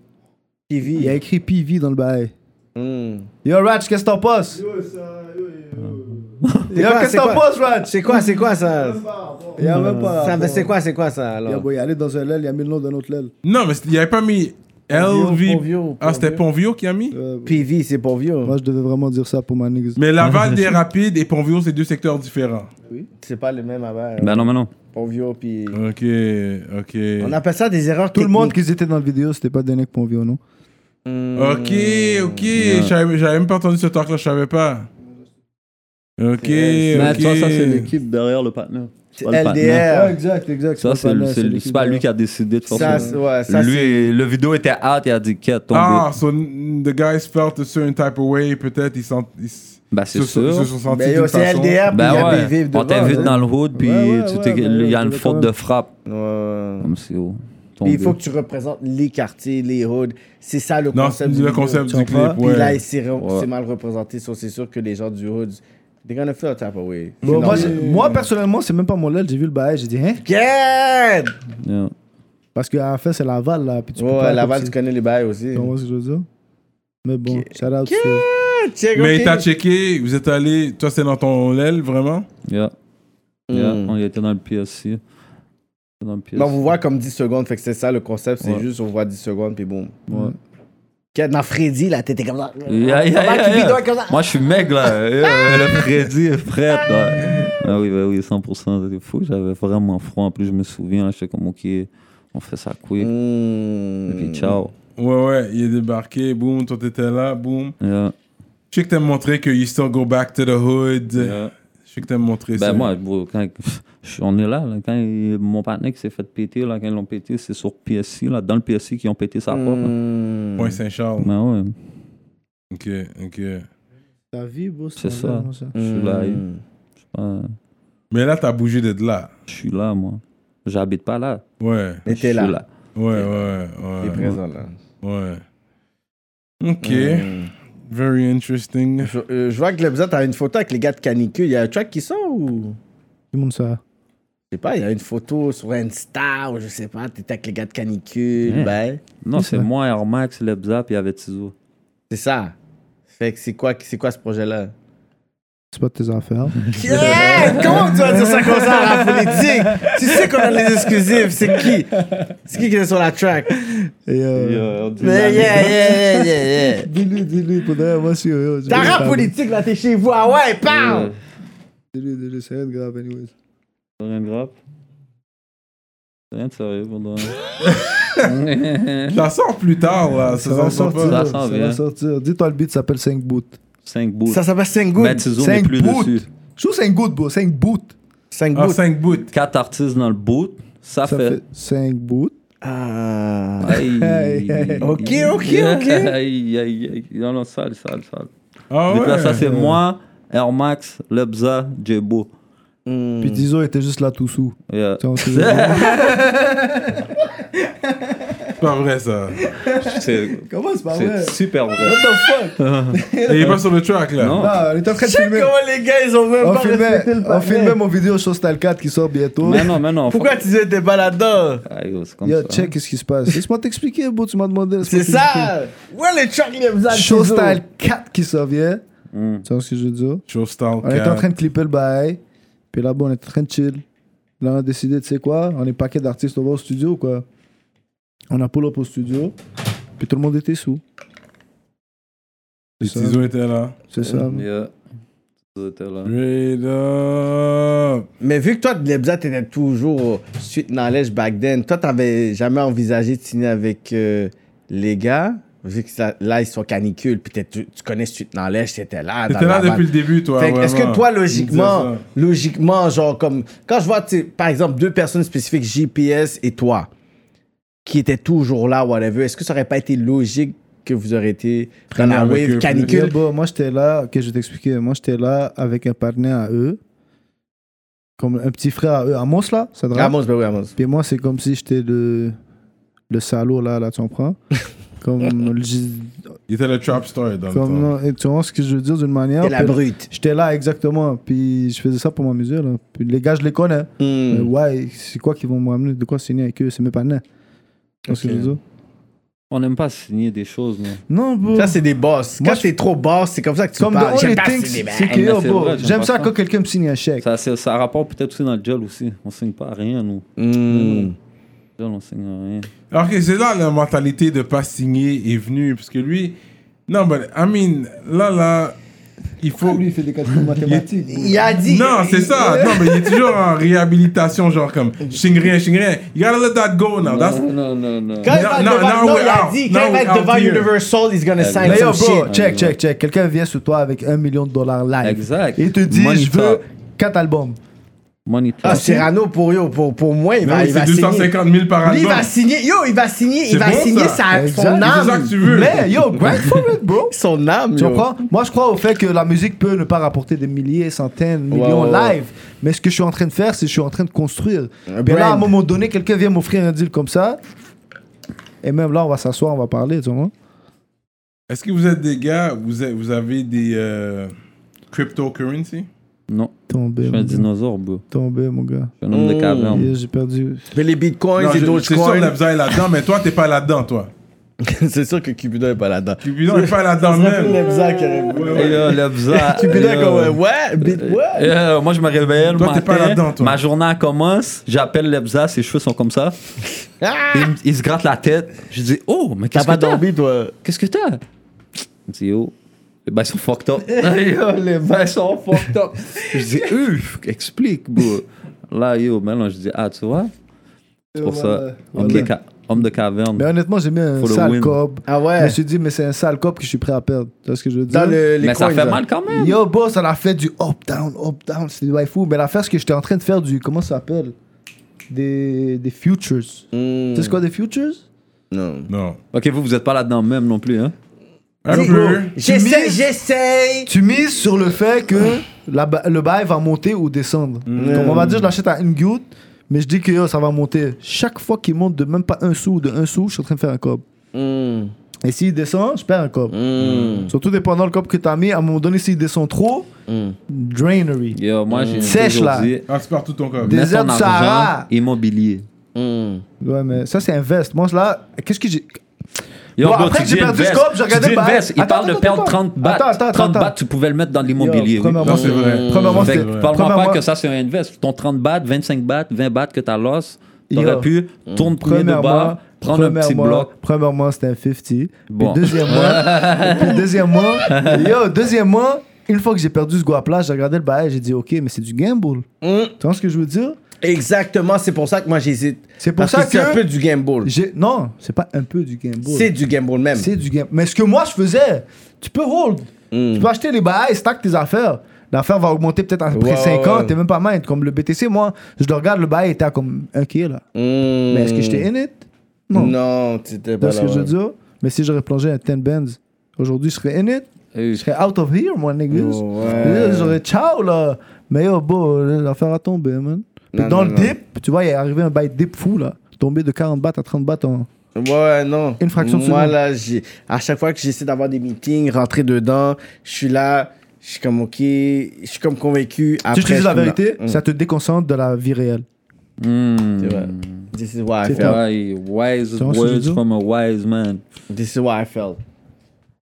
Il a TV. écrit PV dans le bail. Hmm. Yo, Ratch, qu'est-ce que t'en penses? Yo, C'est quoi, qu'est-ce c'est que t'en quoi? penses, Ratch? C'est quoi, c'est quoi ça? Il y a même pas. Ça, rapport. mais C'est quoi, c'est quoi ça Yo, alors? bro, il est allé dans un l'aile, il a mis le nom d'un autre l'aile. Non, mais c'est- il avait pas mis LV. Ponvio, ah, c'était Ponvio. Ponvio qui a mis Euh, PV, c'est pour vieux. Moi, je devais vraiment dire ça pour ma niggas. Mais Laval des Rapides et Ponvio, c'est deux secteurs différents. C'est pas le même avant. Ben non, mais non. Pour vieux, puis. Ok, ok. On appelle ça des erreurs Tout le monde qui était dans la vidéo, c'était pas des nègres Ponvio, non? Hmm. Ok, ok. J'avais j'avais même pas entendu ce talk-là, je savais pas. Ok, ok. Mais toi, ça, c'est l'équipe derrière le partenaire. C'est pas le partenaire. LDR. Ouais, exact, exact. Ça, c'est le- c'est le- c'est pas lui qui a décidé de faire Ça, ça. c'est- ouais, ça, c'est- Lui, le vidéo était out, il a dit qu'elle tombé. Ah, so n- the guys felt a certain type of way, peut-être ils, sont, ils, s- Bah, c'est se, sont- ils sûr. se sont sentis Ben, yo, d'une c'est façon. LDR, puis il y Ben a ouais, des vivres on devant, t'invite hein. dans le hood, puis Ouais, tu ouais, t'es- ouais, ben, il y a mais une quand faute même. de frappe. Ouais. Comme si, oh, Puis il faut tombé. que tu représentes les quartiers, les hoods. C'est ça le Non, c'est concept. du le vidéo, concept tu du comprends? clip, ouais. Puis là, c'est Ouais. c'est mal représenté. so c'est sûr que les gens du hood, they're gonna feel a type of way. Bon, moi, C'est j'ai- moi, personnellement, c'est même pas mon lol. J'ai vu le bail, j'ai dit, hein? normal. Good! Yeah. Parce qu'à la fin, c'est Laval, là. Puis tu peux Ouais, pas Laval, comme tu connais les bails aussi. si- Comment est-ce que je veux dire? Mais bon, shout out. Qui- to- Check, Mais ok. t'as checké, vous êtes allé, toi c'est dans ton aile vraiment Yeah. Yeah. Mm. On était dans le PSC. Dans le PSC. Mais on vous voit comme 10 secondes, fait que c'est ça le concept, c'est Ouais. juste on voit 10 secondes, puis boum. Ouais. Qu'est-ce Dans Freddy, là, t'étais comme ça. Yeah, yeah, Dans yeah, Cupidon, yeah. comme ça. Moi, je suis maigre, là. Euh, le Freddy est prêt, là. Ah oui, bah oui, 100%. C'était fou. J'avais vraiment froid. En plus, je me souviens, là, j'étais comme, OK, on fait ça quick. Mm. Et Hmm. puis, ciao. Ouais, ouais, il est débarqué, boum, toi t'étais là, boum. Yeah. Je sais que t'aimes montrer que you still go back to the hood. Yeah. Je sais que t'aimes montrer ça. Ben moi, bro, quand, je- on est là, là. quand il- mon partenaire qui s'est fait péter, là, quand ils l'ont pété, c'est sur PSC, là, dans le PSC qu'ils ont pété sa Hmm. porte. là. Mm. Point Saint-Charles. Ben ouais, Ok, ok. Ta vie, bro, C'est ça. vraiment ça. je suis Mm. là. Hmm. Je sais pas, Mais là, t'as bougé de là. je suis là, moi. J'habite pas là. Ouais, Je Mais suis t'es là. là. ouais, ouais, T'es ouais. présent, là. ouais. Ok, Mm. very interesting. Je, euh, je vois que l'épisode, t'as une photo avec les gars de canicule. Il y a un track qui sort ou. Tout le monde, ça. Je sais pas, il y a une photo sur Insta ou je sais pas, t'étais avec les gars de canicule. Ouais. Ben, Non, c'est moi, Air Max, Lebza, puis il y avait Tizo. c'est ça. Fait que c'est quoi, c'est quoi ce projet-là? C'est pas tes affaires. Yeah! Comment tu vas dire ça comme ça à la politique? Tu sais qu'on a les exclusives, c'est qui? C'est qui qui est sur la track? Et euh, Mais yeah, yeah, yeah, yeah, euh, yeah. dis-lui, dis-lui, pour d'ailleurs, moi, je suis heureux. Je- T'as rap politique là, t'es chez vous, ah ouais, Euh, parle! Dis-lui, dis-lui, c'est rien de grave, anyways. rien de grave. Rien de sérieux pour toi. Ça sort plus tard, là. Ah, Ça, va sort sortir, pas. Ça ça, sent bien. va sortir. Dis-toi, le beat s'appelle 5 boots. 5 bouts. Ça s'appelle 5 Mais gouttes. Tizo n'est Cinq plus bouts. dessus. Je trouve 5 boots, bro. 5 boots. 5 Ah, gouttes. 5 bouts. 4 artistes dans le boot, ça, Ça fait. fait 5 boots. Ah. Aïe. Ok, ok, ok. Aïe, aïe, aïe. Non, non, sale, sale, sale. Ah Vu que ouais. là, ça, c'est moi, Air Max, Lebza, Jebo. Puis Tizo était juste là tout sous. Yeah. Tu vois ce que je veux dire? C'est pas vrai, ça. C'est Comment c'est pas c'est vrai? super vrai. What the fuck? Et il est pas sur le track, là. Non. Ah, on était en train de Check filmer. comment les gars ils ont même On pas filmait, respecté le on partenaire. filmait mon vidéo sur Style 4 qui sort bientôt. Mais non, mais non. Pourquoi tu étais pas là-dedans? faut- Aïe, oh, c'est comme Yo, ça. check, qu'est-ce qui se passe? Laisse-moi t'expliquer, bro. Tu m'as demandé. laisse-moi C'est ça! Ouais, les Chuck t'expliquer. Lebzad. Show Style 4 qui sort vient. Hmm. Tu vois ce que je veux dire? Showstar. On était en train de clipper le bail. Puis là-bas, on était en train de chill. Là, on a décidé, tu sais quoi, on est paquet d'artistes, on va au studio, quoi. On a pull up au studio. Puis tout le monde était sous. Les ciseaux étaient là. C'est ça. Yeah. Tizo était là. Straight up. Mais vu que toi, Lebzad, t'étais toujours suite knowledge back then, toi, t'avais jamais envisagé de signer avec euh, les gars? Vu que ça- là, ils sont canicules, puis t'es- tu, tu connais suite knowledge, t'étais là. dans T'étais là la depuis le début, toi. Fait que est-ce vraiment. que toi, Il logiquement, disait logiquement, genre, comme, quand je vois, tu sais, par exemple, deux personnes spécifiques, GPS et toi, qui étaient toujours là, whatever, est-ce que ça aurait pas été logique que vous auriez été dans la avec wave eux, Yeah, canicule? bro, moi, j'étais là, ok, je vais t'expliquer. Moi, j'étais là avec un partenaire à eux. Comme un petit frère à eux. Amos, là, ça te rappelle? Ramos, ben oui, Ramos. Puis moi, c'est comme si j'étais le, le salaud, là, là, tu comprends? comme, le- ça. Il était le trap star dans comme le temps. non, et tu vois ce que je veux dire d'une manière? Et la Puis- brute. J'étais là exactement, puis je faisais ça pour ma mesure. Là. Puis les gars, je les connais. Mais Hmm. ouais, c'est quoi qu'ils vont me ramener De quoi signer avec eux C'est mes partenaires. Tu vois ce que je veux dire? On n'aime pas signer des choses, mais. Non, bro. Ça, c'est des boss. Quand Moi, t'es trop boss, c'est comme ça que tu Comme parles. the J'aime only pas thing, ces c'est que Mais yo, c'est bro, vrai, j'aime j'aime pas ça ça. quand quelqu'un me signe un chèque. Ça, c'est- ça rapporte peut-être aussi dans le gel aussi. On signe pas à rien, nous. Hmm. Gel, on signe à rien. Alors que c'est là la mentalité de pas signer est venue. Parce que lui. Non, mais I mean, là, là. il faut. Lui, il fait des calculs mathématiques. Il a dit. Non, c'est ça. Non, mais il est toujours en réhabilitation, genre comme Shingrien, Shingrien. You gotta let that go now. That's... Non, non, non. Quand il va être Non, devant- non, non, we're il a out. dit, Non, quand il we're va être devant out here. Universal, he's gonna sign Mais yo, some bro, shit. check, check, check. Quelqu'un vient sur toi avec un million de dollars live. Exact. Et il te dit, Money je veux talk. 4 albums. Money talk. Ah, Cyrano, pour, yo, pour, pour moi, Mais il va, Ben oui, il c'est va signer. 250 000 par Lui, il album. va signer. Yo, il va signer, C'est il va bon, signer ça. sa- Exact. son C'est ça âme. que tu veux. Mais yo, grind for it, bro. Son âme, Tu yo. comprends? Moi, je crois au fait que la musique peut ne pas rapporter des milliers, centaines, millions ouais, ouais. live. Mais ce que je suis en train de faire, c'est que je suis en train de construire. Un Puis là, à un brand. moment donné, quelqu'un vient m'offrir un deal comme ça. Et même là, on va s'asseoir, on va parler, tu vois. Est-ce que vous êtes des gars, vous, êtes- vous avez des euh, cryptocurrency? Non, je Tombé, suis un mon gars. dinosaure, bro. Tombé, mon gars. Je suis un homme de caverne. Yeah, J'ai perdu. Mais les bitcoins Non, et je- d'autres C'est sûr que coins. Labza est là-dedans, mais toi, t'es pas là-dedans, toi. C'est sûr que Cupidon est pas là-dedans. Cupidon est pas là-dedans même. Lebza qui aurait- Ouais, Et ouais. là, lève ça. Cupidon, Yo. comme, euh, ouais, bit, ouais. Euh, moi, je me réveillais le Toi, t'es matin. pas là-dedans, toi. Ma journée elle commence. J'appelle Lebza, ses cheveux sont comme ça. Ah! il, me- il se gratte la tête. Je dis Oh, mais T'as qu'est-ce que pas t'as dormi, toi? Qu'est-ce que t'as Il me dit Yo, les bails sont fucked up. Yo, oh, les bails sont fucked up. je dis Uf, explique, bro. Là, yo, maintenant, je dis Ah, tu vois C'est pour ça. Homme, de ca- homme de caverne. Mais honnêtement, j'ai mis un Faut le sale win. cob. Ah Je me ouais? suis dit, mais c'est un sale cop que je suis prêt à perdre. Tu vois ce que je veux dire? Dans le, les Mais ça coins, là. fait mal quand même. Yo, boss, on a fait du up-down, up-down, c'est des fou. Mais l'affaire, c'est que j'étais en train de faire du. Comment ça s'appelle? Des, des futures. Mm. Hmm. Tu sais c'est quoi des futures? Non. Non. Ok, vous, vous êtes pas là-dedans même non plus, hein Un Dis, peu. J'essaye, mises- j'essaye. Tu mises sur le fait que la ba- le bail va monter ou descendre. Mm. Donc, on va dire, je l'achète à une goutte, mais je dis que yo, ça va monter. Chaque fois qu'il monte de même pas un sou ou de un sou, je suis en train de faire un cob. Mm. Et s'il descend, je perds un cob. Mm. Surtout dépendant le cob que t'as mis, à un moment donné, s'il descend trop, Mm. drainery. Yo, moi, j'ai Sèche, toujours là. dit, Ah, c'est partout ton corps. Des- mets ton Désert du argent Sahara. immobilier. Mm. Ouais, mais ça, c'est invest. Moi, là, qu'est-ce que j'ai. Yo, Bon, bro, après tu que j'ai dis perdu une ce scope, veste. j'ai Tu regardé dis le une bail. veste. Il Attends, parle de attends, perdre attends. 30 bahts. Attends, attends, 30 attends. bahts, tu pouvais le mettre dans Yo, l'immobilier. oui. premièrement, Non, c'est vrai. Premièrement, Fait c'est. que Parle-moi pas premièrement- que ça, c'est un invest. Ton 30 bahts, 25 bahts, 20 bahts que t'as loss, t'aurais Yo. pu tourner premier de Premièrement, bar, prendre un petit premièrement- bloc. Premièrement, c'était un 50. Bon. Puis deuxièmement, puis deuxièmement, yo, deuxièmement, une fois que j'ai perdu ce guapla, j'ai regardé le bail, j'ai dit, OK, mais c'est du gamble. Mm. Tu vois ce que je veux dire? Exactement, c'est pour ça que moi j'hésite. C'est pour Parce ça c'est que- un peu du gamble. J'ai- Non, c'est pas un peu du gamble. C'est du gamble même. C'est du gamble. Mais ce que moi, je faisais, tu peux hold. Tu peux acheter les bails, stack tes affaires. L'affaire va augmenter peut-être à peu près Ouais, 50 ouais. et même pas mal. Comme le BTC, moi, je le regarde, le bail était à comme 1 k là. Mm. Mais est-ce que j'étais in it? Non. Non, t'étais Tu pas vois là. ce que je veux ouais. dire? Mais si j'aurais plongé à 10 bands, aujourd'hui, je serais in it. Euh, Je serais out of here, moi, niggas. Oh, Là, ouais. J'aurais ciao, là. Mais yo, bon, l'affaire a tombé, man. Puis Non, dans non, le non. dip, tu vois, il est arrivé un bail dip fou, là. Tombé de 40 bahts à 30 bahts en. Ouais, non. Une fraction de Moi, seconde. là, j'ai- à chaque fois que j'essaie d'avoir des meetings, rentrer dedans, je suis là, je suis comme OK, je suis comme convaincu. Après, Tu te dis je la suis là. vérité, Mm. ça te déconcentre de la vie réelle. hmm. C'est vrai. This is what I C'est felt. Ouais, wise Tu vois ce que je words dis? from a wise man. This is what I felt.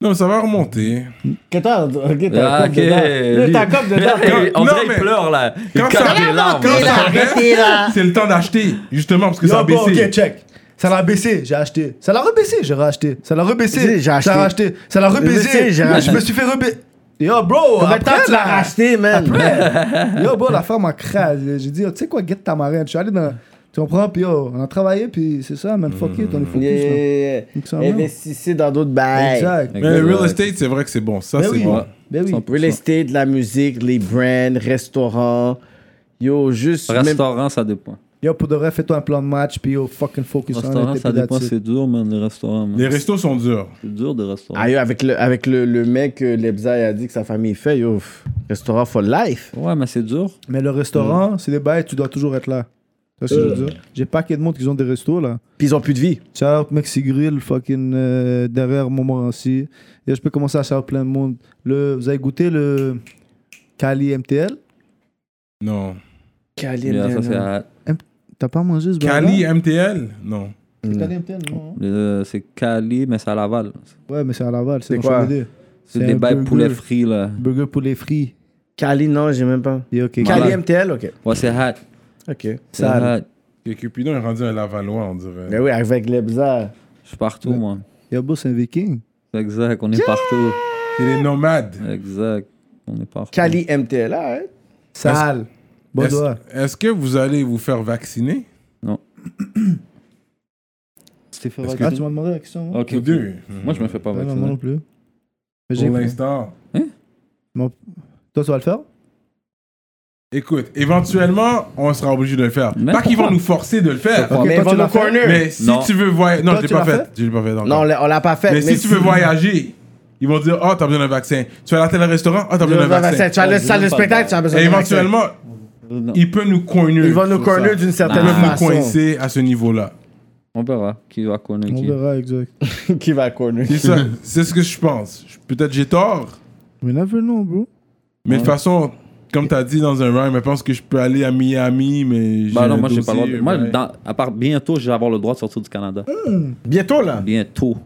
Non, mais ça va remonter. Que t'as ok, t'as Ah, un ok. cope dedans. Là, t'as un cope dedans. Hey, Non, André, il mais- pleure là. Il Quand ça- cache des larmes. quand ça Arrêtez, là. baisse, c'est le temps d'acheter, justement, parce que ça a Yo, bon, baissé. ok, check. Ça l'a baissé, j'ai acheté. Ça l'a rebaissé, j'ai racheté. Ça l'a rebaissé, J'ai acheté. Ça l'a racheté. Ça l'a Rebaissé, rebaissé, j'ai je racheté. me suis fait rebaisser. Yo, bro, Combien de temps après, tu l'as là, racheté, man? Yo, bro, la femme m'a crasé. J'ai dit, yo, tu sais quoi, get ta marraine. Je suis allé dans. Tu comprends, puis yo, on a travaillé, puis c'est ça, man, fuck it, on est focus. Yeah, là. yeah, yeah. Donc, ça va. Investissez dans d'autres bails. Exact. Mais le real Ouais. estate, c'est vrai que c'est bon. Ça, Ben c'est oui. bon. Ben oui. Real estate, la musique, les brands, restaurants. Yo, juste. même- Restaurant, ça dépend. Yo, pour de vrai, fais-toi un plan de match, puis yo, fucking focus hein, on Restaurant, it, ça puis that's dépend. it. C'est dur, man, les restaurants. man. Les restos sont durs. C'est dur, des restaurants. Ah, yo, avec le, avec le, le mec que Lebza a dit que sa famille fait, yo, pff, restaurant for life. Ouais, mais c'est Mm. dur. Mais le restaurant, c'est des bails, tu dois toujours être là. Tu vois ce que Euh. je veux dire? J'ai paquet de monde qui ont des restos, là. Puis ils ont plus de vie. Shout out Mexi Grill, fucking euh, derrière Montmorency. Et je peux commencer à shout out plein de monde. Le, vous avez goûté le Cali MTL Non. Mais là, ça, c'est à- T'as pas mangé ce Cali, MTL Non. C'est Cali MTL, non euh, c'est Cali, mais c'est à Laval. Ouais, mais c'est à Laval, c'est C'est dans quoi CBD. C'est C'est des un bails burger. poulet frit, là. Burger poulet frit. Cali, non, j'ai même pas. Et ok, Malade. Cali MTL, ok. Ouais, c'est hot. Ok. C'est Sale. hot. Et Cupidon est rendu à Lavallois, on dirait. Mais Ben oui, avec Lebza. Je suis partout, moi. Yabo, c'est un viking. Exact, on est partout. Il est nomade. Exact. On est parti. Cali MTLA, hein? Sale. Bon Est-ce doigt. est-ce que vous allez vous faire vacciner T'es fait Est-ce que- vacciner. Ah, tu m'as demandé la question. non? Ok, Vous ok. deux Mhm. Moi, je me fais pas Ouais, non, vacciner. moi non plus. Mais j'ai Pour l'instant. Toi, tu vas le faire Écoute, éventuellement, on sera obligé de le faire. Mais pas qu'ils pourquoi vont nous forcer de le faire. Ok, mais toi, tu Van l'as le fait Corner. Mais si Non. tu veux voyager. Non, Toi, je l'ai tu pas l'as fait. Je l'ai pas fait encore. Non, on l'a on l'a pas fait. mais, si tu veux voyager, ils vont dire Oh, t'as besoin d'un vaccin. Tu vas à tel restaurant Oh, t'as Tu besoin d'un vas vaccin. Tu as le Ouais, salle de je veux pas spectacle, le tu as besoin Et d'un vaccin. éventuellement, Non. il peut nous corner. Ils vont nous sur corner ça. d'une Ils certaine peuvent nous façon. coincer à ce niveau-là. On verra qui va connaître On qui. verra, exact. Qui va corner C'est ça. C'est ce que je pense. Je- Peut-être j'ai tort, Mais never know, bro. mais de toute façon. Comme t'as dit dans un rhyme, je pense que je peux aller à Miami, mais j'ai Bah non, un moi, j'ai pas le droit. de- dossier, Moi, ouais. dans- à part bientôt, je vais avoir le droit de sortir du Canada. Bientôt, là. Bientôt.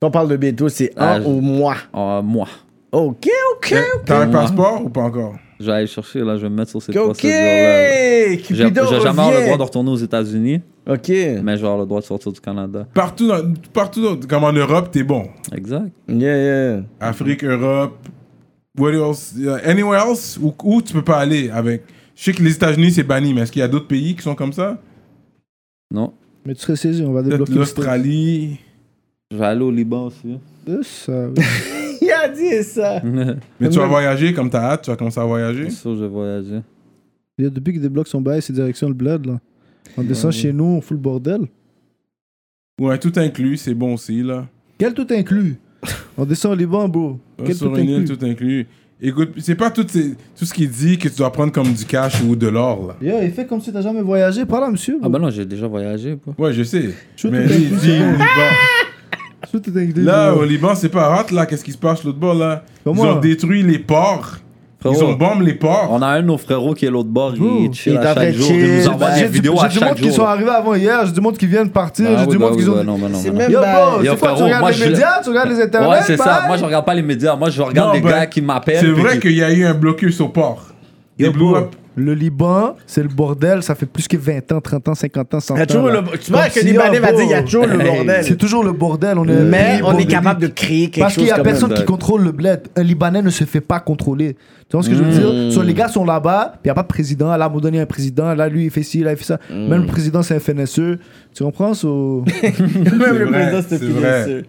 On parle de bientôt, c'est Ah, un je- ou moi. Ah, moi. Ok, ok, T'as un passeport ou pas encore Je vais aller chercher, là, je vais me mettre sur ces ok. Ok. procédures-là. J'ai j'ai Cupidon jamais avoir le revient. droit de retourner aux États-Unis, Ok. mais je vais avoir le droit de sortir du Canada. Partout, dans- partout dans- comme en Europe, t'es bon. Exact. Yeah, yeah. Afrique, Europe, what else? Uh, anywhere else où, où tu peux pas aller avec. Je sais que les États-Unis c'est banni, mais est-ce qu'il y a d'autres pays qui sont comme ça? Non. Mais tu serais saisi, on va Peut-être débloquer. le l'Australie. Je vais aller au Liban aussi. truc. Euh, ça, oui. Il a dit ça. Mais tu vas voyager comme t'as hâte, tu vas commencer à voyager. Bien sûr, je vais voyager. Il y a- Depuis qu'ils débloquent son bail, c'est direction le bled, là. On descend chez nous, on fout le bordel. Ouais, tout inclus, c'est bon aussi là. Quel tout inclus On descend au Liban, bro. Quel tout Sur une île, inclus tout inclus. Écoute, c'est pas tout, ces- tout ce qui dit que tu dois prendre comme du cash ou de l'or là. Yo, il fait comme si t'as jamais voyagé. Parle à monsieur, Ah bro. ben non, j'ai déjà voyagé. bro. Ouais, je sais. Je suis Mais tout lui, il inclus. Ah! dit au Liban. Je suis tout inclus, Là, bro. au Liban, c'est pas hot là. Qu'est-ce qui se passe l'autre bord là? Ils Comment? ont détruit les ports. Ils Frérot. ont bombé les ports. On a un de nos frérots qui est l'autre bord, il chill Il est en train à de chaque jour. chill. Il nous envoie J'ai des J'ai du, vidéos à j'ai du chaque monde qui sont jour. arrivés avant hier, j'ai du monde qui vient de partir, Ah j'ai oui, du bah monde oui, qui bah ont. non, bah non, C'est bah non. même Yo, pas- bro, Yo, c'est quoi, tu frérot, regardes moi, les je- médias, tu regardes les internets Ouais, c'est ça. bye. Moi, je regarde pas les médias. Moi, je regarde Non, les ben, gars qui m'appellent. C'est puis vrai qui- qu'il y a eu un blocus au port. Des Yo, blew bro, up. Le Liban, c'est le bordel, ça fait plus que 20 ans, 30 ans, 50 ans, 100 ans. Il y a toujours là. le- Tu vois Comme que si, Libanais oh, va dire, il y a bro, toujours le hey, bordel. C'est toujours le bordel, on est. Mais un on est bordélique. capable de créer quelque Parce qu'il chose n'y a comme personne ça. qui contrôle le bled. Un Libanais ne se fait pas contrôler. Tu vois ce que je veux dire Soit les gars sont là-bas, puis il n'y a pas de président. Là, on donné un président. Là, lui, il fait ci, là, il fait ça. Même le président, c'est un FNSE. Tu comprends so... Même C'est le vrai, président, c'était c'est vrai. financier.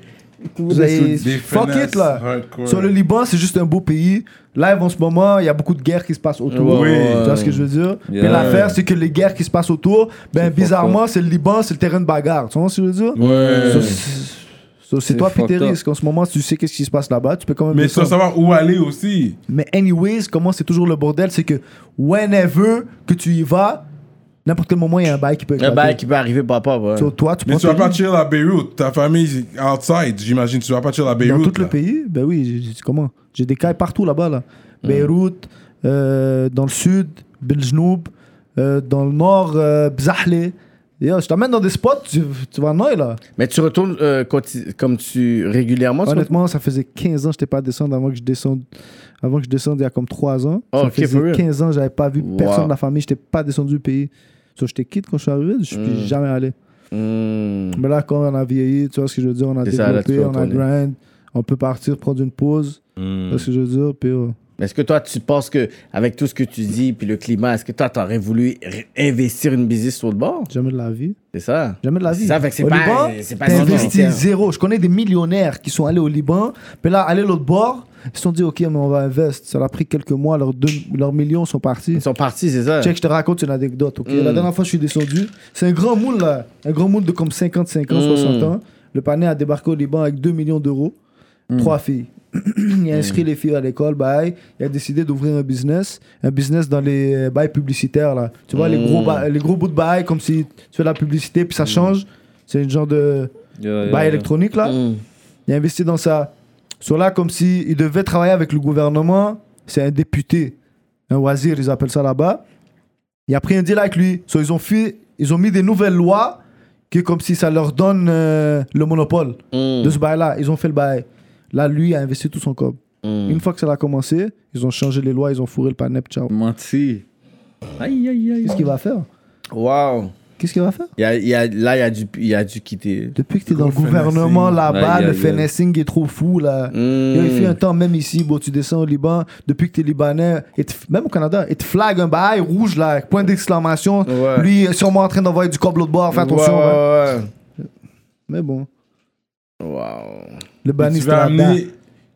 Tout le Vous avez- Des Fuck finesses it, là. hardcore. Sur le Liban, c'est juste un beau pays. Live en ce moment, il y a beaucoup de guerres qui se passent autour. Oui. Tu vois ce que je veux dire Yeah. Mais l'affaire, c'est que les guerres qui se passent autour, ben bizarrement, c'est le Liban, c'est le terrain de bagarre. Tu vois ce que je veux dire Ouais. So, c'est- so, c'est C'est toi, puis fucked tes up. risques. En ce moment, tu sais qu'est-ce qui se passe là-bas, tu peux quand même Mais sans descendre. savoir où aller aussi. Mais anyways, comment c'est toujours le bordel, c'est que whenever que tu y vas, n'importe quel moment, il y a un bail qui peut Le éclater. bail qui peut arriver, papa, ouais. So, toi, tu Mais prends tu vas tes pas risques chill à Beyrouth. Ta famille est outside, j'imagine. Tu vas pas chill à Beyrouth. dans tout là. le pays. Ben oui, j'ai- j'ai- comment J'ai des cailles partout là-bas, là. Beyrouth, euh, dans le sud, Beljnoub, euh, dans le nord, euh, Bzahlé. Yo, je t'amène dans des spots, tu, tu vas en oeil, là. Mais tu retournes euh, quoti- comme tu régulièrement. tu Honnêtement, ça faisait 15 ans que je n'étais pas descendu avant que je descende. Avant que je descende il y a comme 3 ans. Oh, ça ok, for faisait real. 15 ans que j'avais pas vu Wow. personne de la famille, j'étais pas descendu du pays. So, j'étais quitte quand je suis arrivé, je suis Mm. jamais allé. retournes- Hmm. Mais là, quand on a vieilli, tu vois ce que je veux dire, on a C'est ça, là, tu développé, peux on a retourner. Mm. grind, on peut partir, prendre une pause. Tu vois ce que je veux dire, puis euh, Est-ce que toi, tu penses que, avec tout ce que tu dis, puis le climat, est-ce que toi, t'aurais voulu r- investir une business sur le bord? jamais de la vie. C'est ça? Jamais de la C'est vie. ça, fait que c'est au pas- Liban, c'est pas hein. t'investis sécuritaire. zéro. Je connais des millionnaires qui sont allés au Liban, puis là, aller l'autre bord, ils se sont dit, OK, mais on va investir. Ça leur a pris quelques mois, leurs, deux, leurs millions sont partis. Ils sont partis, c'est ça? Check, je te raconte une anecdote, ok? La dernière fois, je suis descendu. C'est un grand moule, là. Un grand moule de comme 55 ans, 60 ans. Le panier a débarqué au Liban avec 2 millions d'euros. Trois filles. il a inscrit les filles à l'école, bye. Il a décidé d'ouvrir un business. Un business dans les euh, bails publicitaires, là. Tu vois, les, gros ba- les gros bouts de bail, comme si tu fais de la publicité, puis ça change. C'est une genre de Yeah, yeah, bail yeah. électronique, là. Hmm. Il a investi dans ça. Sur là, comme si il devait travailler avec le gouvernement, c'est un député, un wazir, ils appellent ça là-bas. Il a pris un deal avec lui. So, ils ont fui, ils ont mis des nouvelles lois que comme si ça leur donne euh, le monopole Hmm. Mm. de ce bail-là. Ils ont fait le bail. Là, lui a investi tout son cob. Mm. Hmm. Une fois que ça a commencé, ils ont changé les lois, ils ont fourré le panep. Ciao. Menti. Aïe, aïe, aïe. Qu'est-ce qu'il va faire Wow. Qu'est-ce qu'il va faire Il y a- il y a- là, il y a dû- il a dû quitter. Depuis que t'es dans le Gros gouvernement fencing. là-bas, Aïe, le aïe, aïe. fencing est trop fou là. Yo, Mm. Hmm. Il fait un temps, même ici, bon, tu descends au Liban, depuis que t'es Libanais, il te- même au Canada, il te flag un bail rouge là, point d'exclamation. Ouais. Lui, il est sûrement en train d'envoyer du câble de bord, fais attention. Ouais, ouais. ouais, Mais bon, ouais. Wow. le banni Tu c'était vas là-dedans. amener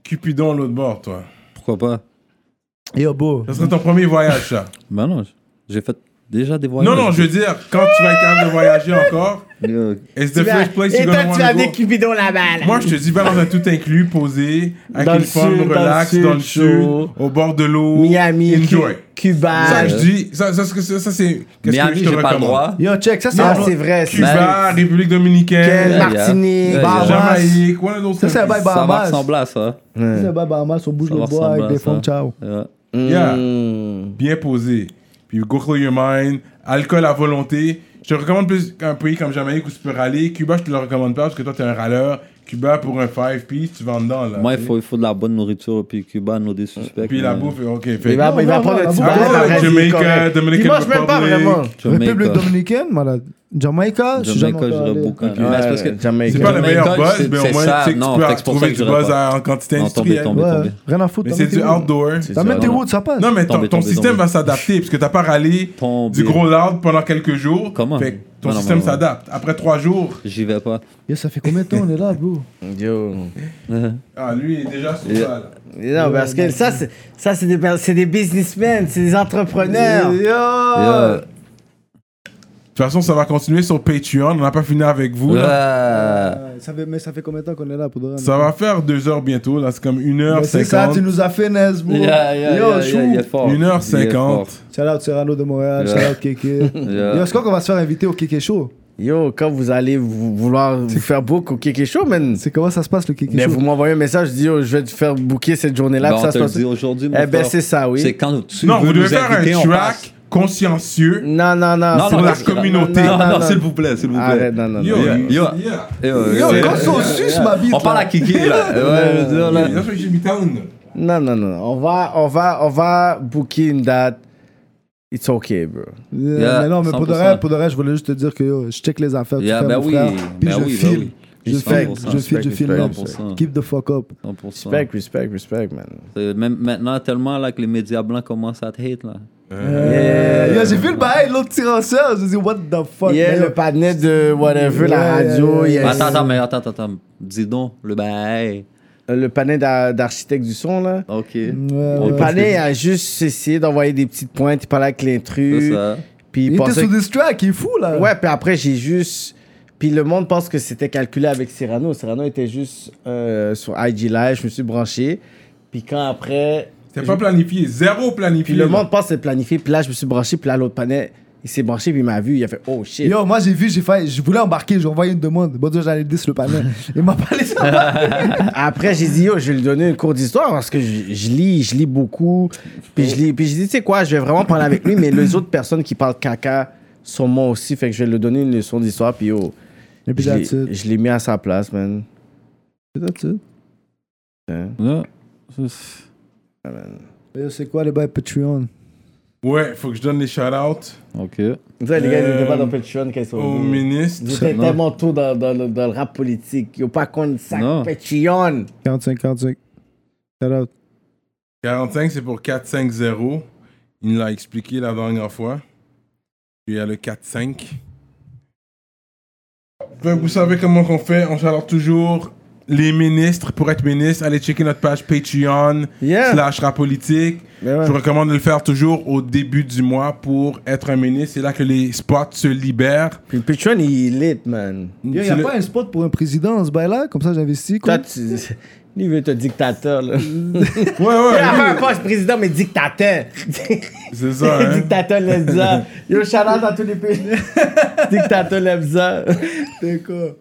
Cupidon l'autre bord, toi. Pourquoi pas Yo, beau. Ça serait ton premier voyage, ça. Ben non, j- j'ai fait déjà des voyages. Non, non, je veux dire, quand tu vas être capable de voyager encore, it's the first place Et you're toi, gonna tu as wanna des go. Cupidons là-bas. là. Moi, je te dis, va dans un tout inclus, posé, Dans avec le une forme sud, dans le relax, sud, dans le sud, chaud. au bord de l'eau. Miami, Ah, euh. Cu- Enjoy. Cuba. Ça, je dis, ça, ça, c'est- ça, ça, c'est. qu'est-ce que Miami, je te j'ai pas le recommande. droit. Yo, check, ça c'est Ah, un c'est vrai. c'est- Cuba, Ben, République Dominicaine, Quel yeah. Martinique. Yeah, yeah. Bahamas. Jamaïque, one of those Ça, c'est un countries. bail Ça va Bahamas. ressembler à ça. Euh, Ça, c'est un bail Bahamas, on bouge Ça le bois ressemble avec à des ça. fonds, ciao. Ouais. Yeah. Mm. bien posé. Puis go clear your mind, alcool à volonté. Je te recommande plus un pays comme Jamaïque où tu peux râler. Cuba, je te le recommande pas parce que toi, t'es un râleur. Cuba, pour un five piece, tu vas en dedans, là. Moi, tu il sais. faut, il faut de la bonne nourriture, puis Cuba, nos euh, des suspects. Puis la mais- bouffe, ok. Il Fait. va, il va non, prendre non, un petit la bouffe- balai, Ah, la reste, il est Jamaica, correct. Dominican Il mange même pas Republic. vraiment. Jamaica. République dominicaine, malade. Jamaica, je suis jamais Jamaica, je encore allé. reboucle. Ouais, Mais c'est parce que- Jamaica. C'est pas le meilleur Jamaica, buzz, c'est- mais au c'est moins, ça. tu sais que Non, tu peux fait que c'est pour ça trouver que du je dirais buzz pas. à- en quantité Non, tombé, industrielle. tombé. Ouais, tombé. rien à foutre. Mais t'as c'est mis du tes woods. outdoor. C'est T'as du mis tes outdoor. woods, ça passe. Non, mais ton, Tombé, ton tombé, système tombé. va s'adapter parce que t'as pas râlé Tombé. du gros loud pendant quelques jours. Comment? Fait que ton Non, non, système non, non. s'adapte. Après trois jours, J'y vais pas. Yo, ça fait combien de temps on est là, bro Yo. ah, lui, il est déjà sur Yeah. ça, là. Non, parce que ça, c'est- ça c'est des, per- c'est des businessmen, c'est des entrepreneurs. Ah. Yeah. De toute façon, ça va continuer sur Patreon. On n'a pas fini avec vous. là. Ouais. Euh, ça fait, mais ça fait combien de temps qu'on est là pour de vrai, Ça va faire deux heures bientôt, là, c'est comme une Mais heure C'est ça, cinquante. tu nous as fait Nes, bro. Yeah, yeah, Yo, yeah, chou. yeah, il est fort. Une heure Il est fort. cinquante. Shout out Serrano de Montréal, Yeah. shout out Kéké. Yeah. Yo, c'est quand qu'on va se faire inviter au Kéké Show Yo, quand vous allez vou- vouloir vous faire book ou quelque chose, man. C'est comment ça se passe le Kéké Ben, Show vous m'envoyez un message, je dis, yo, je vais te faire booker cette journée-là. Ben, puis on ça se te le passe. dit aujourd'hui, mon Eh ben, frère. c'est ça, oui. C'est quand tu Non, veux vous devez nous faire un inviter, on passe. track consciencieux. Non, non, non. Non, c'est non, pas- la communauté. Non, non, Non, non. s'il vous plaît, s'il vous plaît. Arrête, non, non, Yo, non. yo, Yeah. yeah. Eh, euh, Yo, c'est- quand son sus m'habite. On parle à Kiki, là. Eh Ouais, je veux dire, là. Là, je suis down. Non, non, non. On va, on va, on va booker une date. It's okay, bro. Yeah, mais non, mais pour de, 100%. vrai, pour de vrai, je voulais juste te dire que yo, je check les affaires. que Yeah, tu fais, ben mon oui, frère, Puis ben je oui, ben file. oui. Je Respect, file, je file, je respect, file. respect, non. respect. Keep the fuck up. 100%. Respect, respect, respect, man. Euh, Même maintenant, tellement là que les médias blancs commencent à te hate, là. Euh, yo, J'ai vu le bail, l'autre tiranceur. Je dis, what the fuck. Yeah, man. le panel de whatever, la Yeah, yeah, radio. yeah, il y a- Attends, attends, mais attends, attends, attends. Dis donc, le ben, bail. Euh, Le panel d'a- d'architectes du son, là. OK. Ouais, On ouais. Le panel a juste essayé d'envoyer des petites pointes, il parlait avec C'est l'intrus. ça. Puis il Il était pensait. sur des tracks, il est fou là. Ouais, puis après, j'ai juste. Puis le monde pense que c'était calculé avec Cyrano. Cyrano était juste euh, sur IG Live, je me suis branché. Puis quand après. C'était pas planifié, zéro planifié. Puis le là. monde pense que c'est planifié. Puis là, je me suis branché. Puis là, l'autre panel, il s'est branché. Puis il m'a vu. Il a fait Oh shit. Yo, moi j'ai vu, j'ai failli, je voulais embarquer, j'ai envoyé une demande. Bon Dieu, j'allais 10 le panel. Il m'a pas laissé embarquer. Après, j'ai dit Yo, je vais lui donner un cours d'histoire parce que je, je lis, je lis beaucoup. Puis je lis. Puis j'ai dit Tu sais quoi, je vais vraiment parler avec lui. Mais les autres personnes qui parlent caca sont moi aussi. Fait que je vais lui donner une leçon d'histoire. Puis yo, Et puis je that's l'ai- it. je l'ai mis à sa place, man. That's it. Ouais. C'est- Yo, C'est quoi les bails Patreon Ouais, faut que je donne les shout-outs OK. Vous savez, les gars, ils n'étaient pas Euh, dans Patreon quand ils sont au venus. ministre. Vous êtes Non. tellement tôt dans, dans le, dans le rap politique. Yo, pas contre ça, Non. Patreon. 45, 45. Shout out. 45, c'est pour 4-5-0. Il nous l'a expliqué la dernière fois. Puis il y a le 4-5. Fait que Vous savez comment qu'on fait. On chaleur toujours les ministres. Pour être ministre, allez checker notre page Patreon Yeah. slash rap politique. Je vous recommande de le faire toujours au début du mois pour être un ministre. C'est là que les spots se libèrent. Puis Patreon, il est lit, man. Yo, y C'est a le- pas un spot pour un président ce bail là Comme ça j'investis quoi. Toi, tu... Lui, il veut être un dictateur, là. Il Ouais, ouais, a oui, pas un poste président, mais dictateur. c'est ça. hein. dictateur l'aime ça. Yo, shout out à tous les pays. dictateur l'aime ça. D'accord.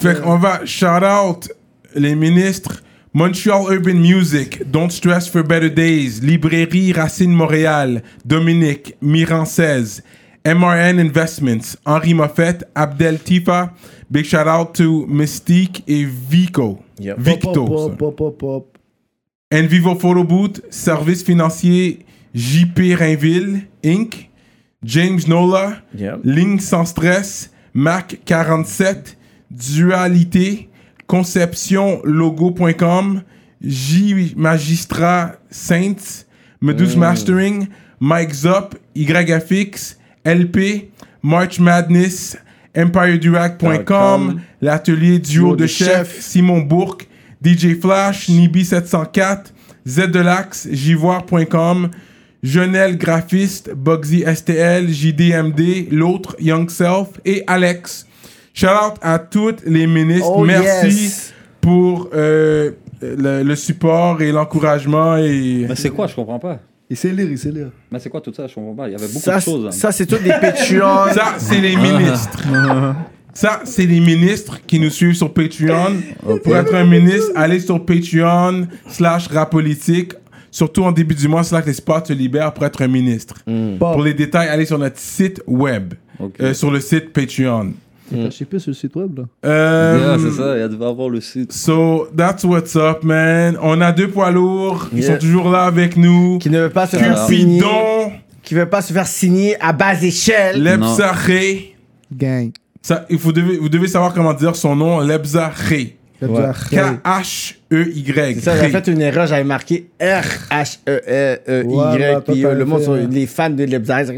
Fait qu'on va shout out les ministres. Montreal Urban Music, Don't Stress for Better Days, Librairie Racine Montréal, Dominique, Miran 16, MRN Investments, Henri Moffett, Abdel Tifa, big shout out to Mystique et Vico. Yep. Victo. Pop, ça. pop, pop, pop. Envivo Photo Boot, Service financier JP Rainville, Inc., James Nola, Yep. Ligne sans stress, Mac 47, Dualité, ConceptionLogo.com, J Magistrat Saints, Medus Mastering, Mike Zop, YFX, LP, March Madness, EmpireDurac.com, l'atelier duo de chef, Simon Bourque, DJ Flash, Nibi704, Z de l'Axe, Jivoire.com, Jonel Graphiste, Bugsy STL, JDMD, l'autre, Young Self et Alex. Shout out à toutes les ministres. Oh, Merci yes. pour euh, le, le support et l'encouragement. Et... Mais c'est quoi, je comprends pas. Il sait lire, il sait lire. Mais c'est quoi tout ça, je comprends pas. Il y avait beaucoup Ça, de choses. hein. ça c'est tout des Patreons. Ça, c'est les ministres. Ça, c'est les ministres qui nous suivent sur Patreon. Pour être un ministre, allez sur Patreon slash rap politique. Surtout en début du mois, c'est là que les spots se libèrent pour être un ministre. Pour les détails, allez sur notre site web. Hmm. Ok. Euh, sur le site Patreon. Mm. Je sais pas sur le site web, là. Euh, Yeah, c'est ça, hum. il devait avoir le site. So, that's what's up, man. On a deux poids lourds. Ils Yeah. sont toujours là avec nous. Qui ne veut pas se faire signer. Cupidon, Qui veut pas se faire signer à bas échelle. Lebsaré. Gang. Ça, il faut devez, vous devez savoir comment dire son nom, Lebsaré. E K-H-E-Y. C'est ça, j'avais fait une erreur, j'avais marqué E Ouais, bah, R-H-E-L-E-Y. Puis toi, euh, le t'as monde, fait, sur- ouais. les fans de Lebzard, ils sont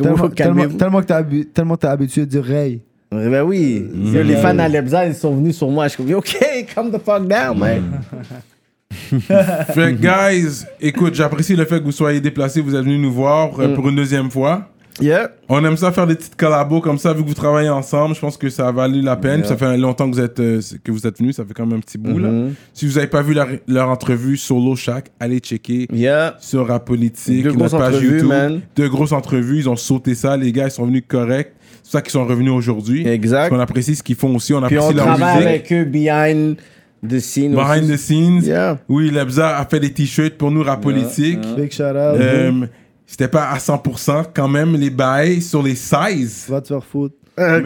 Tellement, comme tellement, calmez-vous. tellement que t'es habi- tellement t'es habitué de dire Ray. Ben oui, Mm. Yo, les fans à Lebzard, ils sont venus sur moi. Je suis comme, OK, calm the fuck down, man. Fait que, guys, écoute, j'apprécie le fait que vous soyez déplacés, vous êtes venus nous voir Mm. euh, pour une deuxième fois. Yeah. On aime ça faire des petites collabos comme ça, vu que vous travaillez ensemble. Je pense que ça a valu la peine. Ça fait longtemps que vous êtes, euh, que vous êtes venus, ça fait quand même un petit bout. Mm-hmm. là. Si vous n'avez pas vu leur, leur entrevue solo chaque, allez checker. Yeah. sur Rap Politique, Deux grosses notre page entrevues, YouTube. man. Deux grosses entrevues, ils ont sauté ça, les gars, ils sont venus corrects. C'est ça qu'ils sont revenus aujourd'hui. Parce Exact. qu'on apprécie ce qu'ils font aussi, on Puis apprécie on leur travaille musique. avec eux behind the scene Behind the aussi. scenes. Yeah. Oui, Lebza a fait des t-shirts pour nous, Rap Politique. Big shout out. Euh, C'était pas à 100% quand même les bails sur les sizes. Va te faire foutre. Mais,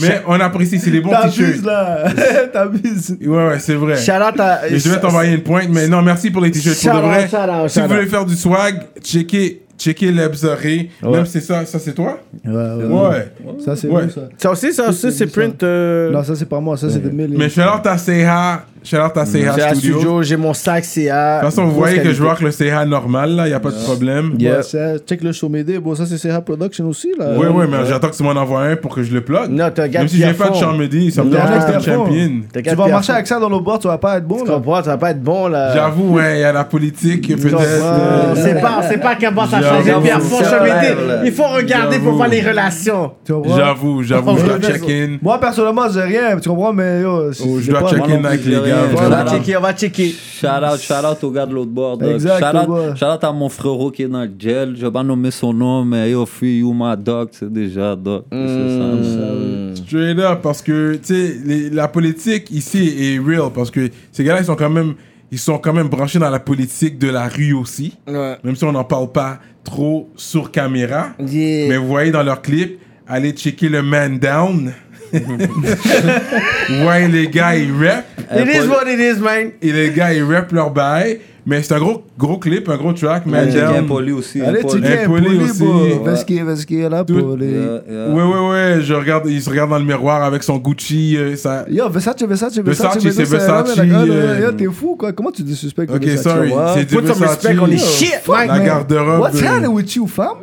mais on apprécie, c'est les bons T'abuses, t-shirts. là. T'abuses. Ouais, ouais, c'est vrai. Shout-out à... Mais je vais t'envoyer une pointe, mais non, merci pour les t-shirts pour de Shout-out, vrai. shout-out, Si vous shout-out. voulez faire du swag, checkez, checkez l'Ebsoré. Même c'est ça, ça c'est toi? Ouais, ouais. Ouais. Ça, c'est Ouais. vous, ça. Ça aussi, ça aussi, c'est print... euh, Non, ça, c'est pas moi. Ça, c'est de Mille. Mais shout out à CH, shout out à CH J'ai un Studio. De toute studio, j'ai mon sac CA. De façon, vous voyez que je rock le CH normal, là, y a pas de problème. Yeah. Ouais, ça, check le show Médé. Bon, ça, c'est CH Production aussi, là. Ouais, ouais, mais j'attends que tu m'en envoies un pour que je le plug. Non, t'as Même si Gap j'ai pas de Pierrefonds. Charmedy, ça me Non, dérange pas Gap de champion. Tu vas marcher avec ça dans le bord, tu vas pas être bon, Tu là. comprends, ça va pas être bon, là. J'avoue, ouais, y a la politique, peut-être. Non, euh, c'est pas, c'est pas comment ça change. J'avoue, Bien, faut ça jamais a dire. l'air, là. Il faut regarder pour J'avoue. voir les relations. Tu comprends? J'avoue, j'avoue, je dois check-in. Moi, personnellement, j'ai rien. Tu comprends, mais yo. c'est- Oh, c'est Je dois pas- check-in avec les gars. On va Voilà. checker, on va checker. Shout out, shout out au gars de l'autre bord. dog. Exact, shout, au gars. out, shout out à mon frérot qui est dans le gel. Je vais pas nommer son nom, mais yo, free you, my dog. C'est déjà dog. C'est ça. Straight up, parce que, tu sais, les- la politique ici est real, parce que ces gars-là, ils sont quand même, ils sont quand même branchés dans la politique de la rue aussi, Ouais. même si on n'en parle pas trop sur caméra. Yeah. Mais vous voyez dans leur clip, allez checker le man down. ouais, les gars, ils rap. It is what it is, man. Et les gars, ils rap leur bail. Mais c'est un gros, gros clip, un gros track, man Allez, checker down. Impoli aussi. Allez, Impoli. checker, Impoli Impoli, aussi. bro. Ouais. Vas-y, qui est- vas-y, qui est là, Tout- euh, pour les- Yeah, yeah. Ouais, ouais, ouais. Je regarde, il se regarde dans le miroir avec son Gucci, euh, ça. Yo, Versace, Versace, Versace. Versace, c'est là, mais Versace, la gueule, euh, Yo, t'es fou, quoi. Comment tu dissuspectes Ok, Versace, sorry. ouais. C'est du Put some Versace. respect on this shit, La man. garde-robe. What's euh, happening with you, fam?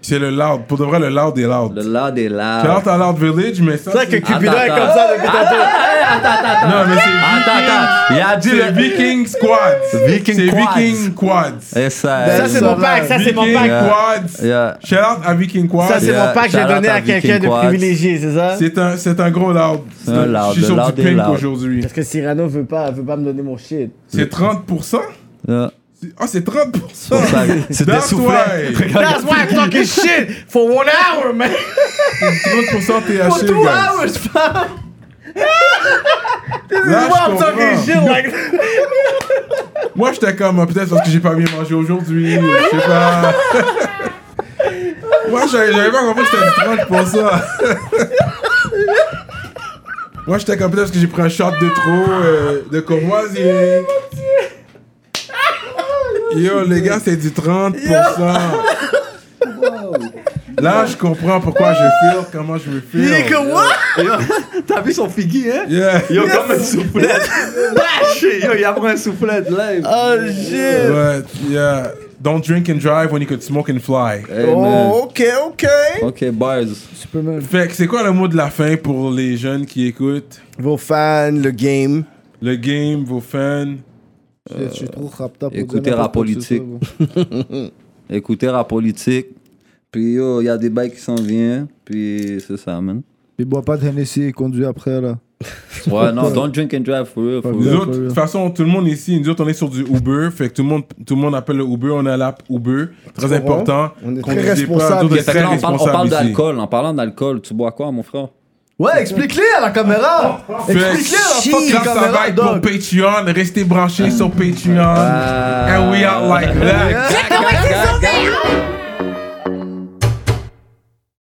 C'est le loud. Pour de vrai, le loud est loud. Le lard est là. Shout out à Loud Village, mais ça. C'est vrai que Ah, c'est- Ah, Cupidon est attends. comme ça depuis tantôt. Non, mais Attends, attends. Il a dit c'est. C'est le. Viking Squad. Viking C'est Quads. Viking Quads. Ça, Eh, ça. c'est mon pack, ça, c'est mon Viking pack. Quads. Yeah. Shout out à Viking Quads. Ça, c'est Yeah, mon pack que j'ai shout out donné à à quelqu'un Viking de Quads. privilégié, c'est ça? C'est un, c'est un gros loud. C'est un loud, Je suis le sur loud du est pink loud. aujourd'hui. Parce que Cyrano veut pas, veut pas me donner mon shit. C'est 30%? Yeah. C'est- Ah, c'est 30%. Pour ça. C'était That's soufflé. why. That's why I'm talking shit for one hour, man. 30% THC, Two guys. hours, fam. Là, Why I'm je talking comprends. shit like that? Moi, j'étais comme, ah, peut-être parce que j'ai pas bien mangé aujourd'hui, ou je sais pas. Moi, j'avais j'avais pas compris que c'était du 30 pour ça. Moi, j'étais comme, peut-être parce que j'ai pris un shot de trop euh, de courvoisier. Yo, les gars, c'est du 30%. Là, je comprends pourquoi je feel, comment je me feel. T'as vu son figgy, hein? Yeah. Yo, comme un soufflette. Lâché. Yo, il apprend un soufflette live. But, yeah. Don't drink and drive when you could smoke and fly. Hey, man. ok, ok. Eh, Ok, bars. Fait que c'est quoi le mot de la fin pour les jeunes qui écoutent Vos fans, le game. Le game, vos fans. Je je suis trop rapta pour écoutez dire n'importe rap quoi que ce politique. soit, bon. Écoutez rap politique. Puis yo, il y a des bails qui s'en viennent. Puis c'est ça, man. Mais bois pas de Hennessy et conduis après, là. Ouais, non, don't drink and drive for real. For Nous real. autres, de toute façon, tout le monde ici, nous autres, on est sur du Uber. Fait que tout le monde, tout le monde appelle le Uber. On a l'app Uber. Très important. On est Qu'on très dise pas, responsable. nous autres, on est Fait que très là, on parle, on responsable parle ici. d'alcool. En parlant d'alcool, tu bois quoi, mon frère Ouais, explique-les à la caméra. Fait Explique-les à la fucking que ça, ça va caméra, être pour dog. Patreon. Restez Ah. branchés sur Patreon. And we are like that. Caca, caca.